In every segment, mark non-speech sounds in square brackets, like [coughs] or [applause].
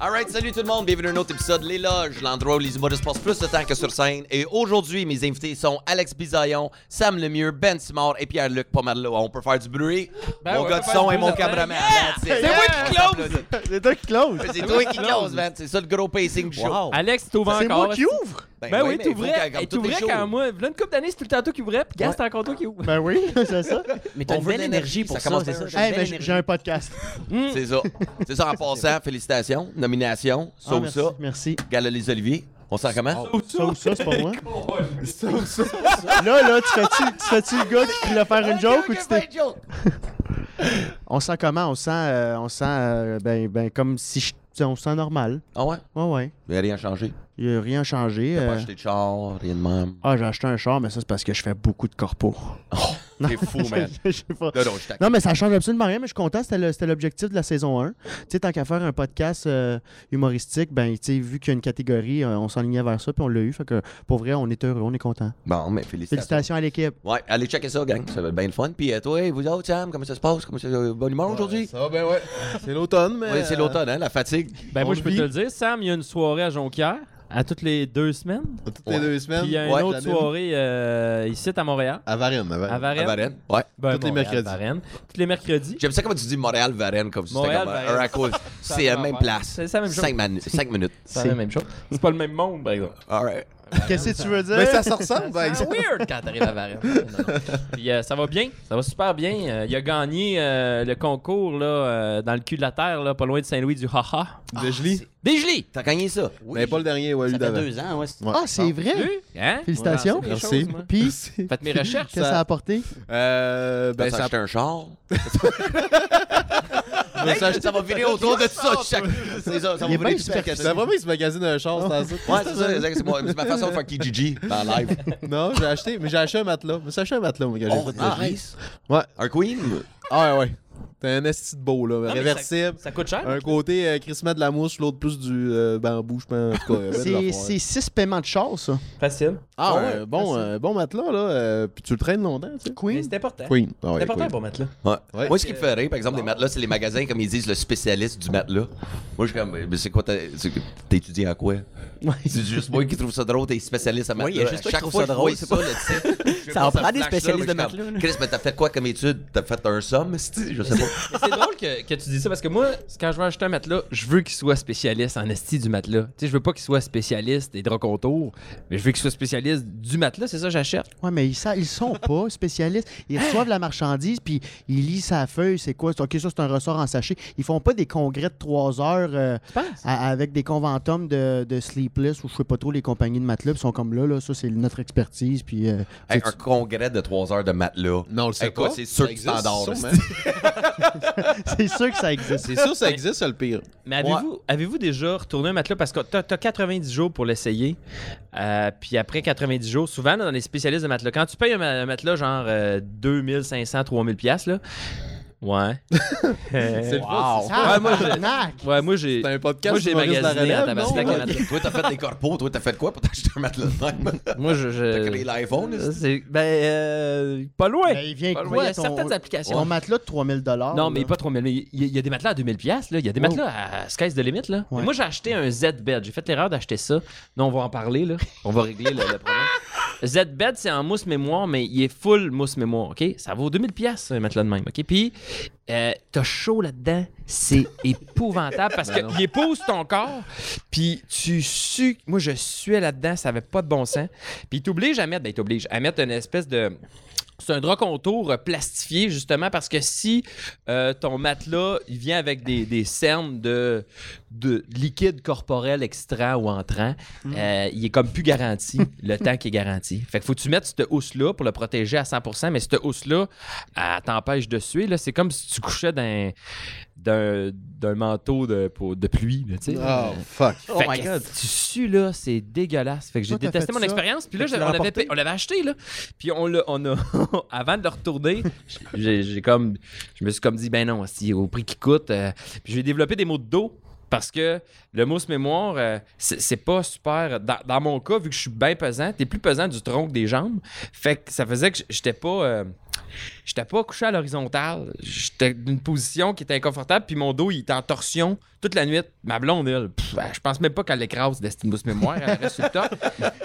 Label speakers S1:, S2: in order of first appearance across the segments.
S1: Alright, salut tout le monde, bienvenue à un autre épisode Les Loges, l'endroit où Oh, les humoristes passent plus de temps que sur scène. Et aujourd'hui, mes invités sont Alex Bisaillon, Sam Lemieux, Ben Simard et Pierre-Luc Pomerleau. On peut faire du bruit.
S2: Ben,
S1: mon
S2: on
S1: gars
S2: peut
S1: de
S2: faire du
S1: son et
S2: bruit
S1: mon
S2: certain.
S1: cameraman. That's it.
S3: C'est moi qui
S1: On
S3: close.
S1: s'applaudit.
S3: C'est toi qui close.
S1: C'est toi
S2: [laughs]
S1: qui close, man. C'est ça le gros pacing du show.
S2: Alex, t'ouvres
S3: C'est
S2: encore.
S3: moi qui ouvre.
S2: Ben oui,
S1: mais faut
S2: t'ouvrais.
S1: qu'elle- comme
S2: Et
S1: tous les
S2: t'ouvrais
S1: shows.
S2: quand moi. Là, une couple d'années, c'est tout le temps toi qui ouvrais, puis gars, c'est encore toi qui ouvre.
S3: Ben oui, [laughs] c'est ça.
S4: Mais t'as
S1: On
S4: une
S1: veut de
S4: belle
S1: l'énergie,
S4: énergie pour
S1: ça
S4: ça,
S1: commence
S4: c'est
S1: par
S4: ça.
S1: un
S4: J'ai
S3: Hey,
S4: une
S3: ben,
S4: belle
S3: j'ai j'ai
S4: énergie.
S3: un podcast.
S2: Mm.
S1: C'est ça. C'est
S2: [laughs]
S1: ça en passant. Félicitations, nomination,
S3: Ah,
S1: sauve
S3: merci,
S1: ça.
S3: Merci.
S1: Gala les Oliviers. On s'en comment?
S3: Ça ou ça, c'est pas moi. Là, là, tu fais-tu, tu fais-tu le gars qui voulait faire une joke ou tu t'es... [laughs] On sent comment? On sent, euh, on sent euh, ben, ben, comme si je- tu sais, on sent normal.
S1: Ah ouais?
S3: Ouais, ouais.
S1: Mais rien changé.
S3: Il a rien changé.
S1: T'as pas
S3: euh.
S1: acheté de char, rien de même.
S3: Ah, j'ai acheté un char, mais ça, c'est parce que je fais beaucoup de corpo.
S1: T'es fou, Oh,
S4: [laughs]
S1: man.
S3: [laughs] Je sais pas.
S1: Non, non, je t'ac-
S3: Non, mais ça change absolument rien, mais je suis content. C'était le- c'était l'objectif de la saison 1. Tu sais, tant qu'à faire un podcast euh, humoristique, ben, tu sais, vu qu'il y a une catégorie, euh, on s'enlignait vers ça, puis on l'a eu. Fait que, pour vrai, on est heureux, on est content.
S1: Bon, mais félicitations.
S3: Félicitations à l'équipe.
S1: Ouais, allez checker ça, gang. Ça va être bien le fun. Puis euh, toi, vous autres, Sam, comment ça se passe? Comment ça, euh, bonne humeur aujourd'hui?
S4: Ça va, ben ouais. [laughs] C'est l'automne, mais.
S1: Ouais, c'est l'automne, hein, la fatigue.
S2: Ben
S4: On
S2: moi, je peux
S4: vit.
S2: te le dire, Sam, il y a une soirée à Jonquière, à toutes les deux semaines.
S4: euh, Toutes
S1: Ouais.
S4: les deux semaines.
S2: Puis il y a une
S1: Ouais,
S2: autre
S4: j'anime.
S2: soirée euh, ici à Montréal,
S4: À Varennes, à Varennes.
S2: à Varennes.
S1: À Varennes. Ouais.
S2: Ben,
S4: Tous les
S2: Montréal,
S4: mercredis.
S2: Varennes. Tous les mercredis.
S1: J'aime ça comment tu dis Montréal-Varennes, comme si c'était
S2: Montréal,
S1: comme un-
S2: Varennes.
S1: un à cause.
S2: Ça
S1: C'est la
S2: va
S1: même
S2: faire.
S1: place.
S2: C'est la même chose.
S1: Cinq manu- cinq minutes.
S2: C'est la même chose. C'est pas le même monde, par exemple.
S1: All right.
S3: [laughs] Qu'est-ce que tu veux dire?
S4: Mais Ben,
S2: [laughs]
S4: ça se ressemble, par
S2: C'est
S4: exemple.
S2: weird quand t'arrives à Varennes. Non, non. Puis euh, ça va bien, ça va super bien. Euh, il a gagné euh, le concours là, euh, dans le cul de la terre, là, pas loin de Saint-Louis du haha.
S4: De Gely.
S2: Dégelé!
S1: T'as gagné ça?
S4: Mais pas le dernier, ouais, lui
S5: Ça fait
S4: d'avant.
S5: deux ans, ouais. c'est-
S4: Ouais.
S3: Ah, c'est vrai?
S2: Vu? Hein?
S3: Félicitations.
S2: J'ai pensé
S4: Merci.
S2: des choses, moi.
S3: Puis,
S2: Faites mes recherches.
S3: qu'est-ce que ça a apporté?
S4: Euh, ben,
S1: T'as
S4: ça.
S1: acheté un char?
S4: [laughs]
S1: Hey, ça, va virer autour de ça. chaque- C'est ça, ça
S3: Il est
S1: va
S3: bien
S1: virer tout à
S3: superficiel.
S4: C'est vraiment, il se magasine un char, c'est ça.
S1: Ouais, c'est ça, c'est moi- c'est ma façon de faire Kijiji en
S4: [laughs]
S1: live.
S4: Non, j'ai acheté, mais j'ai acheté un matelas. Mais j'ai acheté un matelas, mon gars. j'ai
S1: Oh,
S4: fait de Gely.
S1: nice.
S4: Ouais.
S1: Un queen?
S4: Ah, ouais, ouais. T'as un esti de beau, là.
S2: mais
S4: Réversible.
S2: Ça coûte cher?
S4: Un côté euh, crissement de la mousse, l'autre plus du euh, bambou, je pense. En tout cas, belle
S3: C'est
S4: affaire.
S3: c'est six paiements de char, ça.
S2: Facile.
S4: Ah,
S3: Ah ouais,
S4: ouais, bon,
S3: facile.
S4: euh, bon matelas, là. euh, puis tu le traînes longtemps, tu sais.
S2: Mais
S3: Queen?
S2: c'est important.
S4: Queen. Ah ouais,
S2: C'est important
S4: Queen.
S2: pour
S4: [laughs]
S2: mettre là.
S1: Ouais. euh,
S4: Ouais.
S1: Moi, ce qui me fait rire, par exemple, les matelas, c'est les magasins, comme ils disent, le spécialiste du matelas. Moi, je suis comme, mais c'est quoi, ta- c'est- t'étudies à quoi? [laughs] C'est juste moi qui trouve ça drôle, t'es spécialiste à matelas.
S5: Oui, il y a juste toi qui
S1: Chaque
S5: trouve
S1: fois
S5: ça
S1: que je
S5: drôle,
S1: vois ça, le titre, je
S5: Ça
S1: vois
S5: en prend des
S1: flash là,
S5: spécialistes
S1: mais
S5: de
S1: je suis comme,
S5: matelas, là.
S1: Chris, mais t'as fait quoi comme étude? T'as fait un somme, c'ti? je sais pas.
S2: Mais C'est drôle que, que tu dis ça parce que moi, quand je veux acheter un matelas, je veux qu'il soit spécialiste en esti du matelas. Tu sais, je veux pas qu'il soit spécialiste des draps contours, mais je veux qu'il soit spécialiste du matelas, c'est ça que j'achète.
S3: Ouais, mais ils, sa- ils sont pas spécialistes. Ils reçoivent la marchandise, puis ils lisent sa feuille, c'est quoi? c'est- OK, ça, c'est un ressort en sachet. Ils font pas des congrès de trois heures euh, à- avec des conventums de, de Sleepless ou je sais pas trop, les compagnies de matelas. puis Ils sont comme là, là, ça, c'est notre expertise, puis... euh,
S1: Hey,
S3: tu-
S1: un congrès de 3 heures de matelas.
S4: Non, le
S1: Hey,
S4: sais
S1: quoi,
S4: pas.
S1: c'est sûr
S4: Ça
S1: que
S4: existe,
S1: standard,
S4: sûrement.
S3: [laughs] c'est sûr que ça existe. [laughs]
S4: C'est sûr, ça existe, c'est le pire.
S2: Mais avez-vous avez-vous déjà retourné un matelas parce que t'as as 90 jours pour l'essayer, euh, puis après 90 jours, souvent là, dans les spécialistes de matelas, quand tu payes un, ma- un matelas genre euh, 2500, 3000 pièces là, ouais.
S4: [laughs] C'est
S2: Euh,
S4: le fun, c'est-
S2: Ouais, moi, j'ai-
S3: Tabarnak!
S2: ouais, moi j'ai.
S4: C'est un podcast.
S2: Moi, j'ai
S4: d'humoriste
S2: magasiné
S4: d'Arabie,
S2: à Tabarnak
S4: non?
S2: un matelas.
S1: Toi, t'as fait des corpos, toi, t'as fait quoi pour t'acheter un matelas de même?
S2: [laughs] Moi, je. je-
S1: T'as créé l'iPhone,
S2: Euh,
S1: c'ti?
S2: c'est- ben, euh, pas loin.
S3: Ben, il vient
S2: Pas
S3: avec
S2: loin. Il y
S3: quoi,
S2: a
S3: ton-
S2: certaines applications.
S3: Ton matelas de 3000
S2: non, mais
S3: là?
S2: pas 3000. mais Il y, a- il y a des matelas à 2000 pièces là. Il y a des
S3: Wow.
S2: matelas à Sky's de limite là.
S3: Ouais.
S2: Moi, j'ai acheté un Z-Bed. J'ai fait l'erreur d'acheter ça. Non, on va en parler là. On va régler le, le
S3: [laughs]
S2: problème. Z-Bed, c'est en mousse mémoire, mais il est full mousse mémoire, OK? Ça vaut 2000 pièces un matelas de même, OK? Puis, euh, t'as chaud là-dedans,
S3: [laughs]
S2: c'est épouvantable parce
S3: Ben
S2: qu'il épouse ton corps, puis tu sues... Moi, je suais là-dedans, ça avait pas de bon sens. Puis, il t'oblige à mettre... Ben, il t'oblige à mettre une espèce de... C'est un drap contour euh, plastifié, justement, parce que si euh, ton matelas, il vient avec des, des cernes de, de liquide corporel extra ou entrant, euh, il est comme plus garanti, le temps qui est garanti. Fait que faut que tu mettes cette housse-là pour le protéger à 100%, mais cette housse-là, elle t'empêche de suer. là. C'est comme si tu couchais d'un, d'un, d'un manteau de, pour- de pluie, là, tu sais.
S4: Oh, fuck.
S5: Oh
S2: Fait
S5: my
S2: que
S5: God.
S2: Tu sues là, c'est dégueulasse. Fait que j'ai
S3: Toi, t'as
S2: détesté
S3: fait
S2: mon
S3: ça.
S2: expérience. Puis là,
S3: Fait que tu
S2: j'avais-
S3: l'as
S2: on l'avait,
S3: emporté?
S2: pay- on l'avait acheté là. Puis on l'a, on a, [laughs] avant de le retourner, j'ai, j'ai comme, je me suis comme dit ben non, si au prix qui coûte. euh, puis j'ai développé des maux de dos. Parce que le mousse mémoire, euh, c'est c'est pas super. Dans, dans mon cas, vu que je suis bien pesant, t'es plus pesant du tronc que des jambes. Fait que ça faisait que j- j'étais pas. euh, J'étais pas couché à l'horizontale. J'étais d'une position qui était inconfortable, puis mon dos, il était en torsion toute la nuit. Ma blonde, elle, pff, elle, je pense même pas qu'elle l'écrase, Destiny Mousse Mémoire, elle reste sur le top.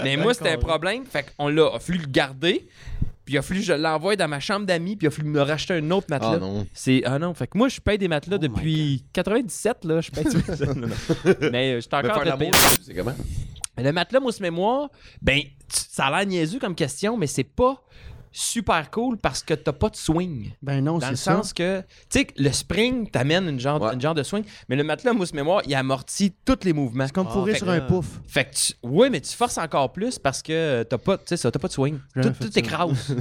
S2: Mais moi, c'était un problème. Fait qu'on l'a, a fallu le garder, puis il a fallu que je l'envoie dans ma chambre d'amis, puis il a fallu me racheter un autre matelas.
S4: Ah non.
S2: C'est ah non, fait que moi je paye des matelas depuis 97 là, je paye tout ça. Non, non. Mais euh, j'étais
S1: Mais faire
S2: encore de
S1: l'amour,
S2: payer.
S1: c'est comment?
S2: Le matelas mousse mémoire, ben tu- ça a l'air niaiseux comme question mais c'est pas super cool parce que t'as pas de swing.
S3: Ben non,
S2: Dans le
S3: c'est ça.
S2: sens que, tu sais, le spring t'amène une genre,
S1: Ouais.
S2: une genre de swing, mais le matelas mousse mémoire, il amortit tous les mouvements.
S3: C'est comme
S4: Ah,
S3: pourrir
S2: fait
S3: sur
S4: que
S3: un
S4: là-
S3: pouf.
S2: [laughs] Fait que tu, ouais, mais tu forces encore plus parce que euh, t'as pas, tu sais ça, t'as pas de swing.
S3: J'avais
S2: Tout,
S3: fait
S2: tout
S3: ça.
S2: écrase.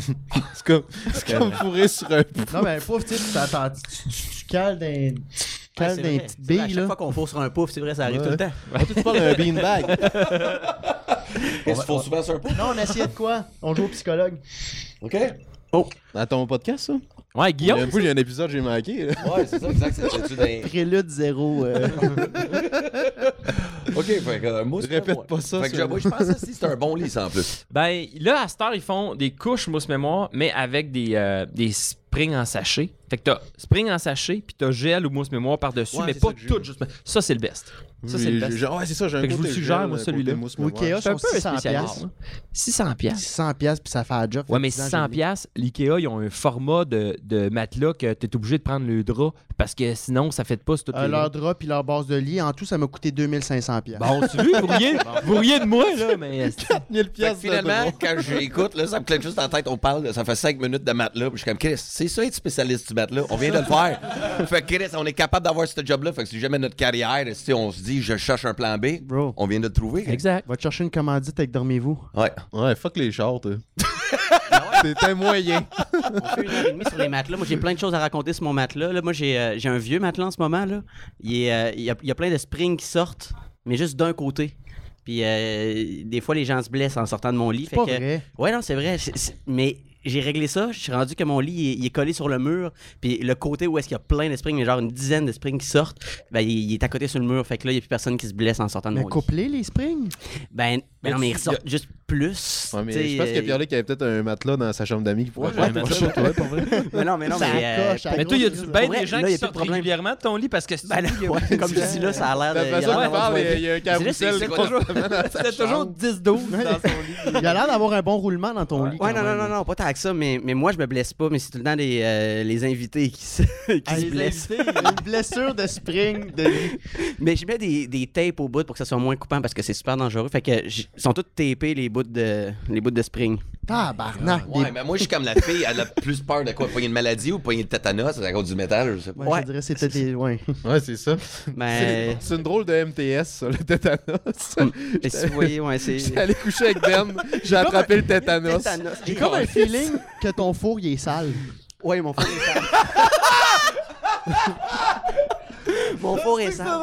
S4: C'est comme, c'est comme fourré sur un
S3: Non, mais un pouf, tu sais, t'attends- tu- tu tu cales d'un. Tu
S6: Ouais,
S3: cales
S6: c'est
S3: d'un
S6: vrai.
S3: petit
S6: C'est vrai, À
S3: bille,
S6: chaque
S3: là.
S6: fois qu'on fourre sur un pouf, c'est vrai, ça arrive
S4: Ouais.
S6: tout le temps.
S4: Tu parles d'un beanbag.
S1: Il se faut souvent sur un pot.
S3: Non, on essayait de quoi On joue au psychologue.
S1: OK?
S4: Dans ton podcast, ça?
S2: Ouais,
S4: Il y a
S2: Guillaume,
S4: un bout, il y a un épisode que j'ai manqué. là.
S1: Ouais, c'est ça, exact. C'est-tu d'un-
S3: Prélude zéro. euh, [laughs]
S1: OK, fait que euh, mousse.
S4: Répète
S1: mémoire.
S4: pas ça,
S1: Fait que
S4: ça.
S1: je, moi, je pense que si c'est un bon lit, ça, en plus.
S2: Ben là, à cette heure, ils font des couches mousse mémoire, mais avec des, euh, des springs en sachet. Fait que t'as spring en sachet, puis t'as gel ou mousse mémoire par-dessus,
S4: Ouais,
S2: mais
S4: c'est
S2: pas
S4: ça que j'ai.
S2: tout. Juste... Ça, c'est le best. Ça, c'est le
S4: J'ai-
S2: best.
S4: j'ai- Ouais, c'est ça, j'ai un
S2: Fait que je vous le
S4: côté
S2: suggère,
S4: gel,
S2: moi,
S4: un
S2: celui-là.
S4: côté mousse
S3: Au
S4: mémoire.
S3: Ikea,
S2: C'est un
S3: sont
S2: peu un
S3: 600
S2: spécialiste.
S3: piastres.
S4: hein.
S2: là. 600 piastres.
S3: 600 piastres, puis ça fait la job.
S2: Ouais, mais
S3: Fait que
S2: 600
S3: j'ai-
S2: piastres, l'IKEA, ils ont un format de, de matelas que t'es obligé de prendre le drap parce que sinon, ça fait pas sur toutes
S3: Euh,
S2: les
S3: leur drap puis leur base de lit, en tout, ça m'a coûté 2500
S2: [laughs]
S3: piastres.
S2: Bon, tu veux, vous riez, vous riez de moi, là, mais...
S4: 1000
S1: Fait que
S4: piastres de
S1: finalement,
S4: drôle.
S1: quand j'écoute, là, ça me claque juste en tête, on parle, là, ça fait 5 minutes de matelas, puis je suis comme, Chris, c'est ça être spécialiste du matelas, on vient de le [laughs] faire. fait que Chris, on est capable d'avoir ce job-là, fait que si jamais notre carrière, si on se dit, je cherche un plan B,
S3: Bro.
S1: on vient de le trouver.
S2: Exact.
S3: Va te chercher une commandite avec Dormez-vous.
S1: Ouais.
S4: Ouais, fuck les hein. chars, toi. T'es un moyen.
S6: On fait une heure et demie sur les matelas. Moi, j'ai plein de choses à raconter sur mon matelas. Là, moi, j'ai euh, j'ai un vieux matelas en ce moment. Là. Il, est, euh, il y a, il y a plein de springs qui sortent, mais juste d'un côté. Puis euh, des fois, les gens se blessent en sortant de mon lit.
S3: C'est pas
S6: Fait que-
S3: vrai.
S6: Ouais, non, c'est vrai. C'est- c'est- Mais j'ai réglé ça. Je suis rendu que mon lit, il est, il est collé sur le mur. Puis le côté où est-ce qu'il y a plein de springs, il y a genre une dizaine de springs qui sortent, ben, il, il est à côté sur le mur. Fait que là, il n'y a plus personne qui se blesse en sortant de
S3: Mais
S6: mon lit.
S3: couplé, les springs.
S6: Ben, ben non, mais ils ressortent juste plus.
S4: Ouais, mais
S6: T'sais,
S4: je pense que
S6: euh,
S4: Pierre-Luc avait peut-être un matelas dans sa chambre d'amis qui pourrait
S2: Ouais, mais ça,
S6: [laughs] Mais non, mais non,
S3: Ça
S6: mais. euh,
S3: accroche, ça
S2: Mais toi, il y a du
S3: Pour
S2: ben
S6: vrai,
S2: des gens
S6: là,
S2: qui
S6: y a plus de
S2: sortent
S6: problème.
S2: régulièrement de ton lit parce que c'est
S6: Ben là, ouais, comme je dis là, ça a l'air
S4: La
S6: de. il a
S4: façon
S6: l'air
S4: qu'il
S6: d'avoir
S4: parle,
S6: du bon
S4: il y a un
S6: Mais là, c'est-
S4: carrousel
S6: c'est
S4: contre-
S7: [laughs]
S2: C'était toujours 10-12 dans son lit.
S3: Il a l'air d'avoir un bon roulement dans ton lit.
S6: Ouais,
S3: quand
S6: non, non,
S3: même.
S6: non, non, pas tant que ça, mais, mais moi, je me blesse pas, mais c'est tout le temps les, euh, les invités qui se, [laughs] qui
S3: Ah,
S6: se
S7: ben,
S3: les
S6: blessent.
S3: Une blessure de spring de lit.
S6: Mais je mets des, des tapes au bout pour que ça soit moins coupant parce que c'est super dangereux. Fait que j- ils sont tous tapés les bouts de, les bouts de spring.
S3: Tabarnak. des-
S1: Ouais, mais moi, je suis comme la fille, elle a plus peur de quoi? Pogner une maladie ou pogner le tétanos à cause du métal, je sais pas.
S3: Ouais,
S6: Ouais.
S3: je dirais c'était des. Ouais.
S6: [laughs]
S4: Ouais, c'est ça.
S6: Mais,
S4: C'est
S6: Ben,
S4: c'est une drôle de MTS, ça, le tétanos. [laughs]
S6: mais hmm. si vous voyez, ouais, c'est.
S4: J'étais allé coucher avec Ben, j'ai attrapé le tétanos.
S6: Tétanos.
S3: J'ai comme un feeling que ton four, il est sale.
S6: Ouais, mon four est sale. [laughs] mon four est sale.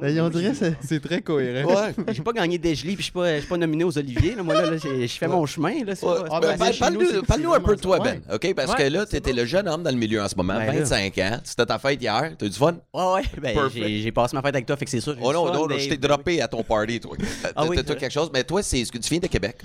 S3: Ben, on dirait c'est.
S4: C'est très cohérent.
S1: Ouais.
S6: J'ai pas gagné des gelées puis je suis pas, je suis pas nominé aux Oliviers. Là. Moi, là, là, j'ai- je fais mon chemin. Là, c'est
S1: Ouais.
S6: pas-
S3: Ah,
S1: Ben,
S3: ben,
S1: parle-
S3: chez
S1: parle-nous
S3: nous, c'est-
S1: parle-nous
S3: c'est
S1: un peu de toi,
S3: vraiment
S1: Ben. OK? Parce
S2: Ouais,
S1: que là, t'étais le jeune homme dans le milieu en ce moment,
S6: Ben là.
S1: 25 ans. C'était ta fête hier. T'as eu du fun?
S6: Ouais, ouais, ben,
S1: Perfect.
S6: j'ai, j'ai passé ma fête avec toi, fait que c'est sûr. j'ai
S1: Oh
S6: du
S1: non,
S6: fun,
S1: non, non,
S6: mais-
S1: je t'ai droppé à ton party, toi.
S6: Ah oui,
S1: T'as-
S6: c'est
S1: T'as
S6: vrai.
S1: quelque chose, mais toi, c'est ce que tu viens de Québec.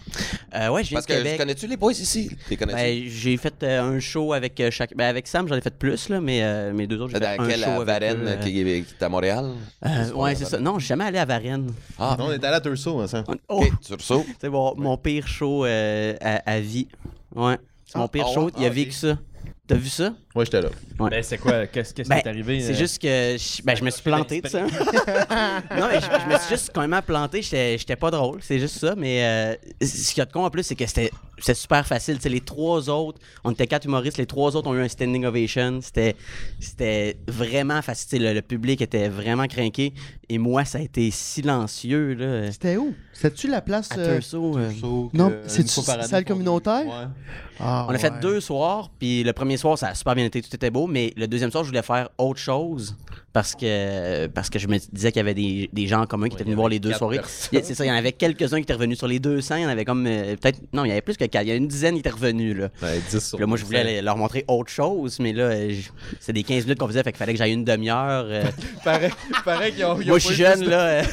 S6: Euh, ouais, je viens
S1: Parce
S6: de
S1: que je
S6: Québec.
S1: connais-tu les boys ici? Les connais-tu?
S6: Ben, j'ai fait euh, un show avec euh, chaque. Ben, avec Sam, j'en ai fait plus, là, mais euh, mes deux autres, j'ai fait
S1: dans
S6: un
S1: quelle
S6: show
S1: à
S6: avec
S1: Varennes
S6: eux, euh,
S1: qui, est- qui est à Montréal?
S6: euh, ouais, c'est ça. Non, je suis jamais allé à Varennes.
S1: Ah,
S4: On est allé à Turso hein, ensemble.
S6: Oh,
S1: ok, tu ressors.
S6: c'est mon, mon pire show euh, à, à vie. Ouais, c'est mon pire
S1: ah
S6: show.
S1: ouais,
S6: Il a
S1: ah,
S6: vécu
S1: ok.
S6: ça. T'as vu ça?
S4: Ouais, j'étais là.
S2: Ben, c'est quoi? Qu'est-ce qu'est-ce qui
S6: Ben,
S2: est arrivé?
S6: C'est
S2: euh,
S6: juste que je, ben, je me suis planté de ça. non, mais je, je me suis juste quand même planté. J'étais j'étais pas drôle. C'est juste ça. Mais euh, ce qu'il y a de con en plus, c'est que c'était c'était super facile. Tu sais, les trois autres, on était quatre humoristes. Les trois autres ont eu un standing ovation. C'était c'était vraiment facile. Tu sais, Le, le public était vraiment craqué. Et moi, ça a été silencieux. Là.
S3: C'était où? C'était-tu la place.
S6: À
S3: euh,
S6: Turso, euh,
S3: Non, c'est-tu salle communautaire? Ah,
S6: On a fait
S3: ouais.
S6: deux soirs, puis le premier soir, ça a super bien été, tout était beau, mais le deuxième soir, je voulais faire autre chose. Parce parce que, parce que je me disais qu'il y avait des, des gens en commun qui étaient venus voir les deux
S1: quatre
S6: soirées.
S1: personnes.
S6: Il- C'est ça, il y en avait quelques-uns qui étaient revenus. Sur les 200, il y en avait comme euh, peut-être. Non, il y avait plus que quatre. Il y en a une dizaine qui étaient revenus. Là.
S4: Ben, 10 sur
S6: Puis là, moi, je voulais
S4: 25.
S6: aller leur montrer autre chose, mais là, euh, je- c'est des 15 minutes qu'on faisait, fait qu'il fallait que j'aille une demi-heure. euh.
S4: Pareil, pareil qu'ils ont, ils ont
S6: moi,
S4: pas
S6: je suis
S4: eu plus
S6: jeune,
S4: de-
S6: là. euh.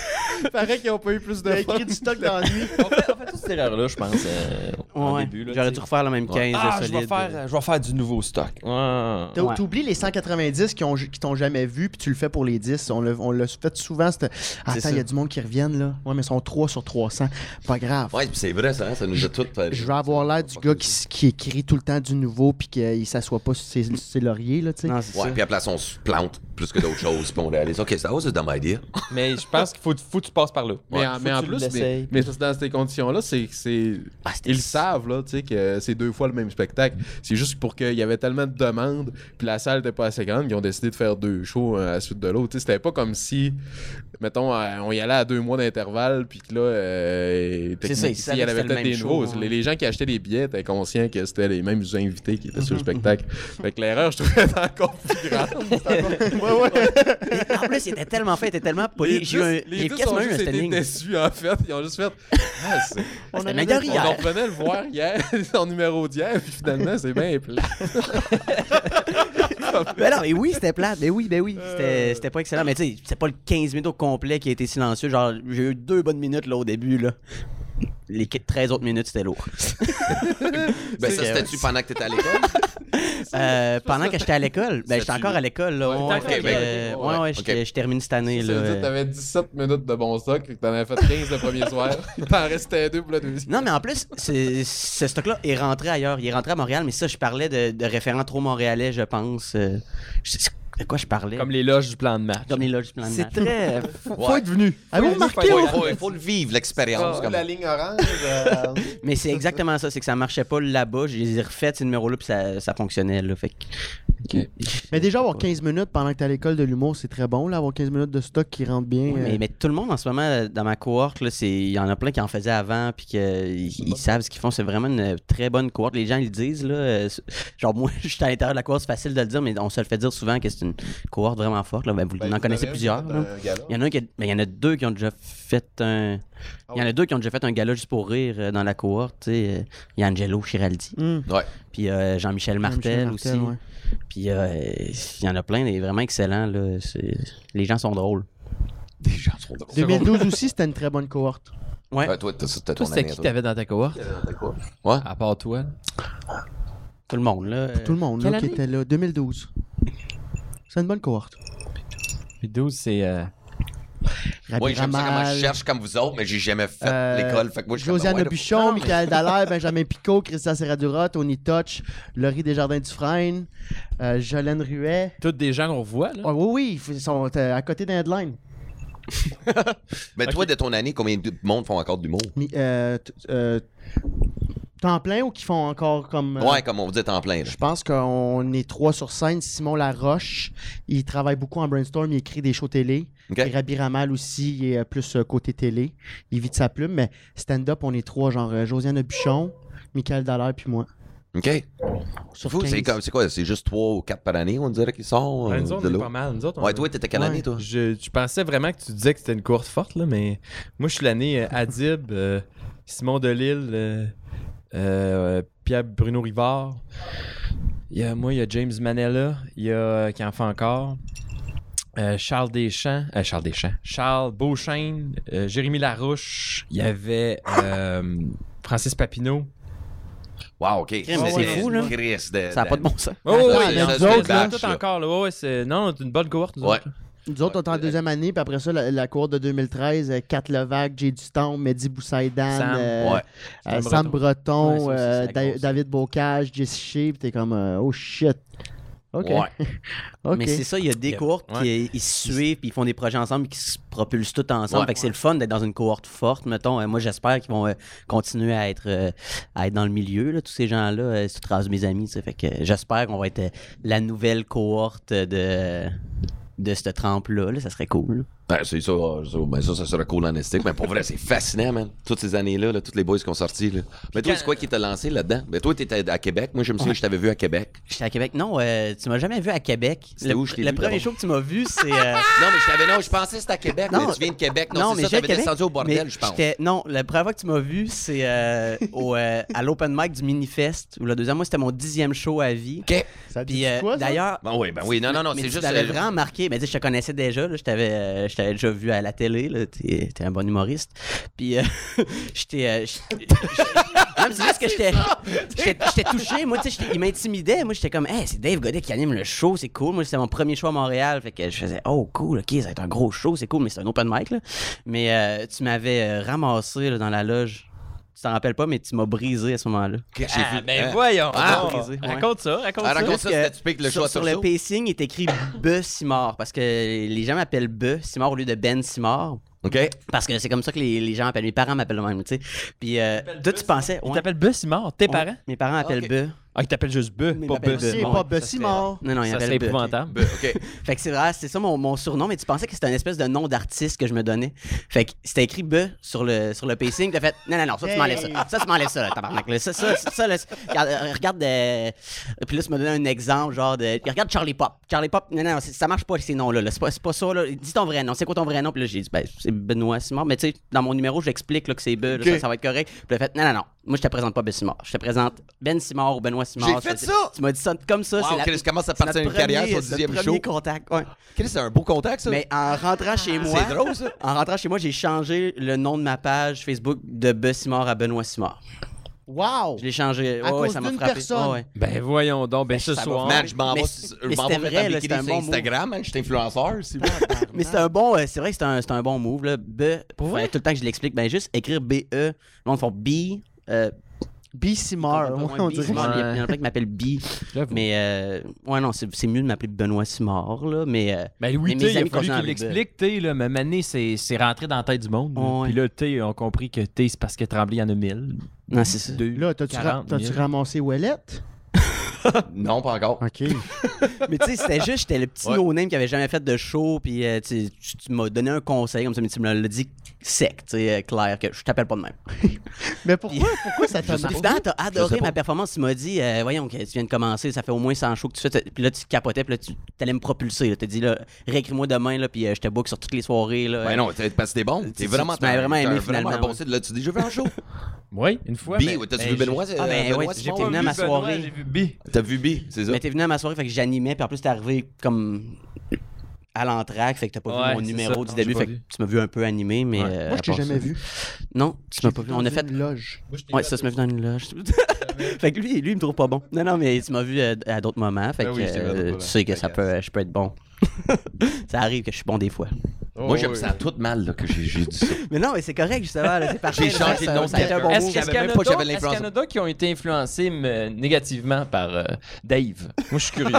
S4: Pareil qu'ils ont pas eu plus de
S3: Il a
S4: fun.
S3: écrit du stock
S4: [laughs]
S3: dans lui.
S7: On fait, on fait tous cette erreur-là, je pense, euh, au
S6: Ouais.
S7: début. là,
S6: J'aurais
S7: tu
S6: dû
S7: sais.
S6: refaire la même 15
S7: Ouais. Ah, je
S6: solide.
S7: vais, faire, euh, je vais faire du nouveau stock. Ouais.
S3: T'as- T'oublies les 190 qui ont- qui t'ont jamais vu, puis tu le fais pour les 10. On l'a on l'a fait souvent. c'était- Attends,
S6: ça.
S3: il y a du monde qui reviennent, là. Ouais, mais ils sont 3 sur 300. Pas grave.
S1: Ouais, puis c'est vrai, ça, hein, ça nous a tout fait.
S3: Je vais avoir l'air du gars qui, s- qui écrit tout le temps du nouveau, puis qu'il s'assoit pas sur ses, sur ses lauriers, là, tu sais.
S6: Non, c'est
S1: Ouais,
S6: ça.
S1: puis après, là, on se plante plus que d'autres choses, puis on réalise, OK, ça oh, was a dumb idea.
S7: [laughs] Mais je pense qu'il faut, faut que tu passes par là.
S4: Mais, en, mais en
S7: Faut que tu
S4: plus, mais,
S7: l'essayes.
S4: mais c'est dans ces conditions-là, c'est, c'est-
S6: Ah, c'était-
S4: ils le savent là, tu sais, que c'est deux fois le même spectacle. C'est juste pour qu'il y avait tellement de demandes, puis la salle n'était pas assez grande, qu'ils ont décidé de faire deux shows euh, à la suite de l'autre. Tu sais, C'était pas comme si, mettons, euh, on y allait à deux mois d'intervalle, puis que là, euh,
S6: C'est ça,
S4: techniquement,
S6: ils
S4: il y en
S6: savaient que
S4: avait
S6: c'était le
S4: peut-être des
S6: même
S4: nouveaux.
S6: show, hein.
S4: Les,
S6: ouais.
S4: les gens qui achetaient les billets étaient conscients que c'était les mêmes invités qui étaient
S6: [laughs]
S4: sur le spectacle. Fait que l'erreur, je trouvais, était encore plus grande. C'était encore- Ouais, ouais.
S6: En plus, il était tellement fait, il était tellement
S4: Les
S6: poli. J'ai eu un-
S4: dix-
S6: j'ai
S4: les dix
S6: quasiment
S4: ont
S6: eu un
S4: juste été
S6: standing.
S4: déçus, en fait. Ils ont juste fait. Ah, c'est-
S6: C'était
S3: aurait
S6: meilleur
S3: dû-
S4: On en
S6: hier.
S4: revenait le voir hier, [laughs] son numéro d'hier, puis finalement, c'est bien [laughs] plat.
S6: Ben non, mais oui, c'était plate. Mais oui, ben oui.
S7: Euh.
S6: C'était c'était pas excellent. Mais tu sais, c'est pas le 15 minutes au complet qui a été silencieux. Genre, j'ai eu deux bonnes minutes là au début. là. Les qu- 13 autres minutes, c'était lourd.
S1: Ben, ça,
S6: C'est-
S1: c'était-tu pendant que t'étais à
S6: [laughs]
S1: l'école?
S6: Euh, pendant que j'étais à l'école, ben j'étais encore à l'école. là. Ouais,
S7: t'es encore
S6: fait
S7: à
S6: que,
S7: l'école,
S6: euh,
S1: ok.
S6: ouais, ouais,
S1: Ok.
S6: je- je termine cette année.
S4: Ça
S6: là.
S4: veut dire que t'avais 17 minutes de bon stock, et que t'en avais fait 15 le premier soir. [laughs] Il t'en restait deux pour le deuxième.
S6: Non, mais en plus, c'est- ce stock-là est rentré ailleurs. Il est rentré à Montréal, mais ça, je parlais de, de référents trop montréalais, je pense. Euh, je- de quoi je parlais?
S7: Comme les loges du plan de match.
S6: Comme les loges du plan de
S7: C'est
S6: match. [laughs]
S7: très.
S1: Ouais.
S3: devenu. Avez-vous remarqué?
S1: Faut,
S7: ouais. [laughs]
S1: faut, faut le vivre,
S6: Oh,
S1: l'expérience. comme-
S4: Ah, ligne orange. [laughs] euh,
S6: Mais c'est exactement ça, c'est que ça marchait pas là-bas. Je les ai refaits, ces numéros-là, puis ça, ça fonctionnait. Là, fait que-
S3: Mais déjà, avoir 15 minutes pendant que t'es à l'école de l'humour, c'est très bon, là. Avoir 15 minutes de stock qui rentre bien.
S6: Ouais,
S3: euh,
S6: mais, mais tout le monde en ce moment euh, dans ma cohorte, là, c'est- il y en a plein qui en faisaient avant, puis qu'ils ils savent ce qu'ils font. C'est vraiment une euh, très bonne cohorte. Les gens, ils le disent. Là, euh, c'est- genre, moi, [laughs] je suis à l'intérieur de la cohorte, c'est facile de le dire, mais on se le fait dire souvent que c'est une cohorte vraiment forte. Là. Ben, vous en connaissez plusieurs.
S4: euh,
S6: là. Il y en a un qui a- ben, il y en a deux qui ont déjà fait un. Il y en a deux qui ont déjà fait un gala juste pour rire euh, dans la cohorte. tu sais, euh, Il y a Angelo Chiraldi,
S3: hum,
S1: Ouais.
S6: puis euh, Jean-Michel Martel,
S3: Jean-Michel
S6: aussi.
S3: ouais.
S6: Puis euh, il y en a plein, des vraiment excellents. Là. C'est- Les gens sont drôles.
S1: Des gens sont
S6: Ben,
S1: drôles.
S3: 2012 aussi, c'était une très bonne cohorte.
S6: Ouais.
S1: Ouais, toi, t'as- c'était
S7: Toi,
S1: ton
S7: c'était
S1: année.
S7: qui
S1: toi.
S7: t'avais dans ta cohorte
S1: Ouais.
S7: À part toi.
S6: Tout le monde, là.
S3: Tout le monde, là, qui était là. 2012. C'est une bonne cohorte.
S7: Puis 12, c'est. euh,
S1: Moi,
S3: Rabbi
S1: j'aime ça comment
S3: Ramal,
S1: je cherche comme vous autres, mais j'ai jamais fait
S3: euh,
S1: l'école. Fait que moi, je suis comme, ah
S3: Josiane
S1: ouais,
S3: Le
S1: là-
S3: Buchon, Michael Dallaire, Benjamin Picot, Christian Serradura, Tony Touch, Laurie Desjardins-Dufresne, euh, Jolene Ruet.
S7: Toutes des gens qu'on voit, là.
S3: Ah oui, oui, ils sont euh, à côté d'un headline.
S1: Mais toi, de ton année, combien de monde font encore de l'humour?
S3: Mi- euh, t- euh, temps plein ou qui font encore comme. euh,
S1: Ouais, comme on vous dit en plein. là.
S3: Je pense qu'on est trois sur scène. Simon Laroche, il travaille beaucoup en brainstorm, il écrit des shows télé.
S1: OK?
S3: Et Rabbi Ramal aussi, il est euh, plus euh, côté télé. Il vit de sa plume, mais stand-up, on est trois, genre euh, Josiane Buchon, Michael Dallaire, puis moi.
S1: OK?
S3: Sur
S1: Vous,
S3: 15.
S1: c'est comme- c'est quoi? C'est juste trois ou quatre par année, on dirait qu'ils sont euh,
S7: Ouais, Ben, nous autres,
S1: de
S7: on est
S1: l'eau?
S7: pas mal. Nous autres, on
S1: Ouais, toi, t'étais quelle
S3: Ouais.
S1: année, toi?
S7: Je, je pensais vraiment que tu disais que c'était une course forte, là, mais moi, je suis l'année euh, Adib, euh, Simon Delille, euh, euh, Pierre Bruno Rivard. Il y a, moi, il y a James Manella, il y a euh, qui en fait encore. euh, Charles Deschamps, euh, Charles Deschamps, Charles Beauchesne, euh, Jérémy Larouche, il y avait euh, Francis Papineau.
S1: Wow, OK.
S6: mais
S3: c'est fou,
S6: là.
S1: Chris de-
S6: Ça n'a pas de bon sens.
S7: Oh, oui,
S1: Attends,
S7: oui,
S3: mais
S7: non,
S3: nous
S7: c'est-
S3: autres,
S7: c'est
S1: là-
S7: tout encore, là. Ouais, ouais, c'est, non, c'est une bonne cohorte, nous
S1: Ouais.
S7: autres, là.
S3: Nous autres, on est en deuxième année, puis après ça, la, la cour de 2013, euh, Kat Levac, Jay Duston, Mehdi Boussaïdan,
S7: Sam,
S3: euh,
S1: ouais.
S3: euh,
S7: Sam
S3: Sam
S6: Ouais, ça
S3: Breton,
S6: aussi,
S3: euh,
S6: c'est la
S3: Da-
S6: grosse.
S3: David Bocage, Jesse Shea, puis t'es comme, euh, oh shit. OK.
S1: Ouais.
S3: OK.
S6: Mais c'est ça, il y a des
S7: Yeah.
S6: cohortes qui ils se suivent, puis ils font des projets ensemble, puis qui se propulsent tous ensemble. Fait que c'est le fun d'être dans une cohorte forte, mettons. Euh, moi, j'espère qu'ils vont euh, continuer à être, euh, à être dans le milieu, là, tous ces gens-là. Euh, c'est toute race de mes amis, tu sais. Fait que euh, j'espère qu'on va être euh, la nouvelle cohorte de, de cette trempe-là. là. ça serait cool.
S1: Ouais, c'est ça, ça, ben ça, ça serait cool en esthétique. Mais pour vrai, c'est fascinant, man. Toutes ces années-là, là, tous les boys qui ont sorti. Là. Mais toi,
S7: quand-
S1: c'est quoi qui t'a lancé là-dedans? Ben toi, t'étais à Québec. Moi, je me souviens, que je t'avais vu à Québec.
S6: J'étais à Québec. Non, euh, tu m'as jamais vu à Québec.
S1: C'était
S6: Le,
S1: où je t'ai
S6: le
S1: vu,
S6: premier
S1: d'abord?
S6: show que tu m'as vu,
S3: [laughs]
S6: c'est. euh,
S1: Non, mais je t'avais. Non, je pensais que c'était à Québec.
S6: Non,
S1: mais tu viens de Québec. Non, c'est ça,
S6: j'ai
S1: t'avais descendu au bordel, je pense.
S6: Non, la première fois que tu m'as vu, c'est euh, au, euh, à l'open mic du Minifest. Où la deuxième, moi, c'était mon dixième show à vie.
S1: OK.
S3: Ça te
S6: Puis
S3: dit
S6: euh,
S3: quoi, ça?
S6: d'ailleurs.
S1: Ben oui, ben oui. Non, non, non,
S6: mais
S1: c'est
S6: tu
S1: juste.
S6: t'avais
S1: euh,
S6: vraiment marqué. Mais tu sais, je te connaissais déjà. Là, je t'avais, euh, je t'avais déjà vu à la télé. Là, t'es, t'es un bon humoriste. Puis, euh, [laughs] j'étais. euh, j'- j'-
S1: [laughs]
S6: non, mais c'est juste que j'étais, j'étais, j'étais touché. Moi, tu sais, j'étais- il m'intimidait. Moi, j'étais comme, hey, c'est Dave Godet qui anime le show. C'est cool. Moi, c'était mon premier show à Montréal. Fait que je faisais, oh, cool. OK, ça va être un gros show. C'est cool. Mais c'est un open mic. Là. Mais euh, tu m'avais euh, ramassé là, dans la loge. Tu t'en rappelles pas, mais tu m'as brisé à ce moment-là.
S1: j'ai
S7: Ah,
S1: vu-
S7: ben
S1: hein.
S7: voyons.
S1: Ah,
S7: donc.
S6: brisé, ouais.
S7: raconte ça, raconte
S1: Ah,
S7: ça.
S1: raconte
S6: Parce
S1: ça,
S6: que
S1: c'était typique, le
S6: sur,
S1: choix
S6: sur
S1: sur
S6: le
S1: show.
S6: pacing
S1: [laughs]
S6: est écrit B Simard parce que les gens m'appellent B Simard au lieu de Ben Simard
S1: OK.
S6: parce que c'est comme ça que les, les gens appellent mes parents m'appellent le même tu sais puis euh, toi tu pensais
S7: Il
S6: ouais,
S7: t'appelle Bus, il mort. Tes
S6: ouais,
S7: parents?
S6: mes parents appellent
S1: Ok.
S6: B
S7: Ah, il t'appelle juste Bus,
S6: Mais il
S7: pas
S6: m'appelle
S7: Bus.
S6: Bus.
S3: C'est
S6: Bon,
S3: pas
S7: ça
S3: Bessie
S7: serait-
S3: mort.
S6: non non ils
S7: Ça
S6: appellent
S7: serait
S6: B.
S7: épouvantable.
S1: Ben, OK.
S6: Fait que c'est vrai, c'est ça mon, mon surnom, mais tu pensais que c'était un espèce de nom d'artiste que je me donnais. Fait que c'était écrit B sur le, sur le pacing. T'as fait, non, non, non, ça tu m'enlèves ça. Ça tu m'enlèves ça, là, tabarnak. là. Ça, ça, ça, ça, là, c'est- regarde, euh, regarde euh, Puis là, tu me donnais un exemple, genre de. Regarde Charlie Pop. Charlie Pop, non, non, c'est- ça marche pas ces noms-là. là. C'est pas, c'est pas ça, là. Dis ton vrai nom. C'est quoi ton vrai nom? Puis là, j'ai dit, ben, c'est Benoît Simard. Mais tu sais, dans mon numéro, j'explique là, que c'est B, là, ça, ça va être correct. Puis là, fait, non, non, non. Moi, je te présente pas B Simard. Je te présente Ben Simard ou Benoît Simard.
S1: J'ai fait
S6: Tu-
S1: ça!
S6: Tu m'as dit ça comme ça.
S1: Wow,
S6: c'est la-
S1: Chris, comment ça
S6: c'est
S1: partir
S6: notre
S1: une carrière,
S6: premier-
S1: son
S6: c'est notre
S1: dixième
S6: premier
S1: show?
S6: contact, ouais.
S1: [laughs] Chris, c'est un beau contact, ça.
S6: Mais en rentrant chez moi,
S1: C'est drôle,
S6: [laughs]
S1: ça.
S6: en rentrant chez moi, j'ai changé le nom de ma page Facebook de Bessimard à Benoît Simard.
S3: Wow!
S6: Je l'ai changé.
S3: À
S6: Ouais, ouais,
S3: cause
S6: ça m'a
S3: d'une
S6: frappé.
S3: personne.
S6: Ouais, ouais.
S7: Ben voyons donc, ben ce
S6: ça va
S7: soir.
S1: Man, je m'en
S6: Mais
S1: vais
S6: c'est-
S1: sur- je
S6: mais
S1: m'en
S6: c'était
S1: vais
S6: vrai,
S1: faire
S6: là,
S1: un
S6: c'était un
S1: bikini sur
S6: bon mot.
S1: Instagram, man. Je suis influenceur. c'est bon.
S6: [laughs] Mais c'est un bon, euh, c'est vrai que c'est un, c'est un bon move là. B.
S7: Pour
S6: Faudrait
S7: vrai?
S6: tout le temps que je l'explique, ben juste écrire B E. Le monde font B. Euh,
S3: B. Simard.
S6: comprennent pas,
S3: Ah, on
S6: ouais, B,
S3: dirait.
S6: Simard. Il y a- il y en
S7: Ouais.
S6: a plein qui m'appellent B.
S7: J'avoue.
S6: Mais euh, ouais non, c'est c'est mieux de m'appeler Benoît Simard là, mais euh,
S7: Ben
S6: Mais
S7: oui,
S6: mes
S7: t'sais, il a
S6: amis
S7: fallu
S6: continuent à
S7: qu'il
S6: me dire.
S7: l'explique, t'sais, là, mais Mané, c'est c'est rentré dans la tête du monde. là.
S6: Ouais.
S7: Puis là, t'sais, on a compris que t'sais, c'est parce que Tremblay, il y en a 1000.
S6: non, c'est ça.
S7: deux,
S3: Là, t'as-tu ra-
S7: 40 000.
S3: t'as-tu ramassé Ouellette?
S1: Non, pas encore.
S3: OK.
S6: [laughs] Mais tu sais, c'était juste, j'étais le petit
S1: Ouais.
S6: no-name qui avait jamais fait de show, puis euh, tu, tu- tu m'as donné un conseil comme ça, mais tu me l'as dit sec, tu sais, euh, clair, que je t'appelle pas de même.
S3: Mais pourquoi, pourquoi ça t'a
S6: Puis finalement, t'as adoré ma performance, tu m'as dit, euh, voyons, que tu viens de commencer, ça fait au moins 100 shows que tu fais, t'as- puis là, tu capotais, puis là, tu allais me propulser, là. t'as dit, là, réécris-moi demain, là, puis euh, je te book sur toutes les soirées, là.
S1: Ben non, t'es- parce que t'es bon. T'es
S6: tu-
S1: vraiment.
S6: tu m'avais vraiment
S1: t'as
S6: aimé,
S1: vraiment un
S6: finalement,
S1: bon
S6: ouais.
S1: site. Là, tu dis, je veux un show.
S7: Oui, une fois.
S1: B,
S7: mais-
S1: ouais, t'as-tu
S7: mais
S1: vu
S7: j'ai-
S1: Benoît?
S6: Ah,
S1: euh,
S6: ben
S1: Benoît
S6: ouais,
S1: Simon?
S6: j'étais venu à ma
S7: J'ai vu Benoît,
S6: soirée.
S7: J'ai vu B.
S1: T'as vu B, c'est ça?
S6: Mais t'es venu à ma soirée, fait que j'animais, puis en plus, t'es arrivé comme à l'entraque, fait que t'as pas
S7: Ouais,
S6: vu mon
S7: c'est ça.
S6: numéro du
S7: Non,
S6: début,
S7: j'ai pas
S6: fait que
S7: vu.
S6: tu m'as vu un peu animé, mais.
S7: Ouais.
S6: euh,
S3: Moi,
S6: à
S3: je t'ai
S6: part
S3: jamais
S6: ça-
S3: vu.
S6: Non, tu m'as pas vu. On a fait
S3: une loge.
S4: Moi, je t'ai
S6: Ouais,
S4: fait
S6: ça se met dans
S1: [laughs]
S6: une loge. [laughs] fait que lui, lui, il me trouve pas bon. Non, non, mais tu m'as vu euh, à d'autres moments. Fait que
S4: Ah
S1: Ben
S4: oui, je t'ai vu à d'autres
S6: euh,
S4: moments.
S6: tu sais que ça
S4: Fait
S6: peut, je peux être bon. [laughs] ça arrive que je suis bon des fois.
S4: Oh,
S1: Moi, j'aime
S4: oui.
S1: ça à tout mal là, que j'ai j'ai dit ça.
S6: Mais non, mais c'est correct, justement. là, C'est parfait.
S1: J'ai
S6: là,
S1: changé de
S6: ça-
S1: nom
S6: ça a été un
S1: quelqu'un.
S6: bon
S1: Est-ce
S6: move.
S1: qu'il y avait même pas que j'avais l'influence.
S7: Canada qui ont été influencés mais, négativement par euh, Dave? Moi, je suis curieux.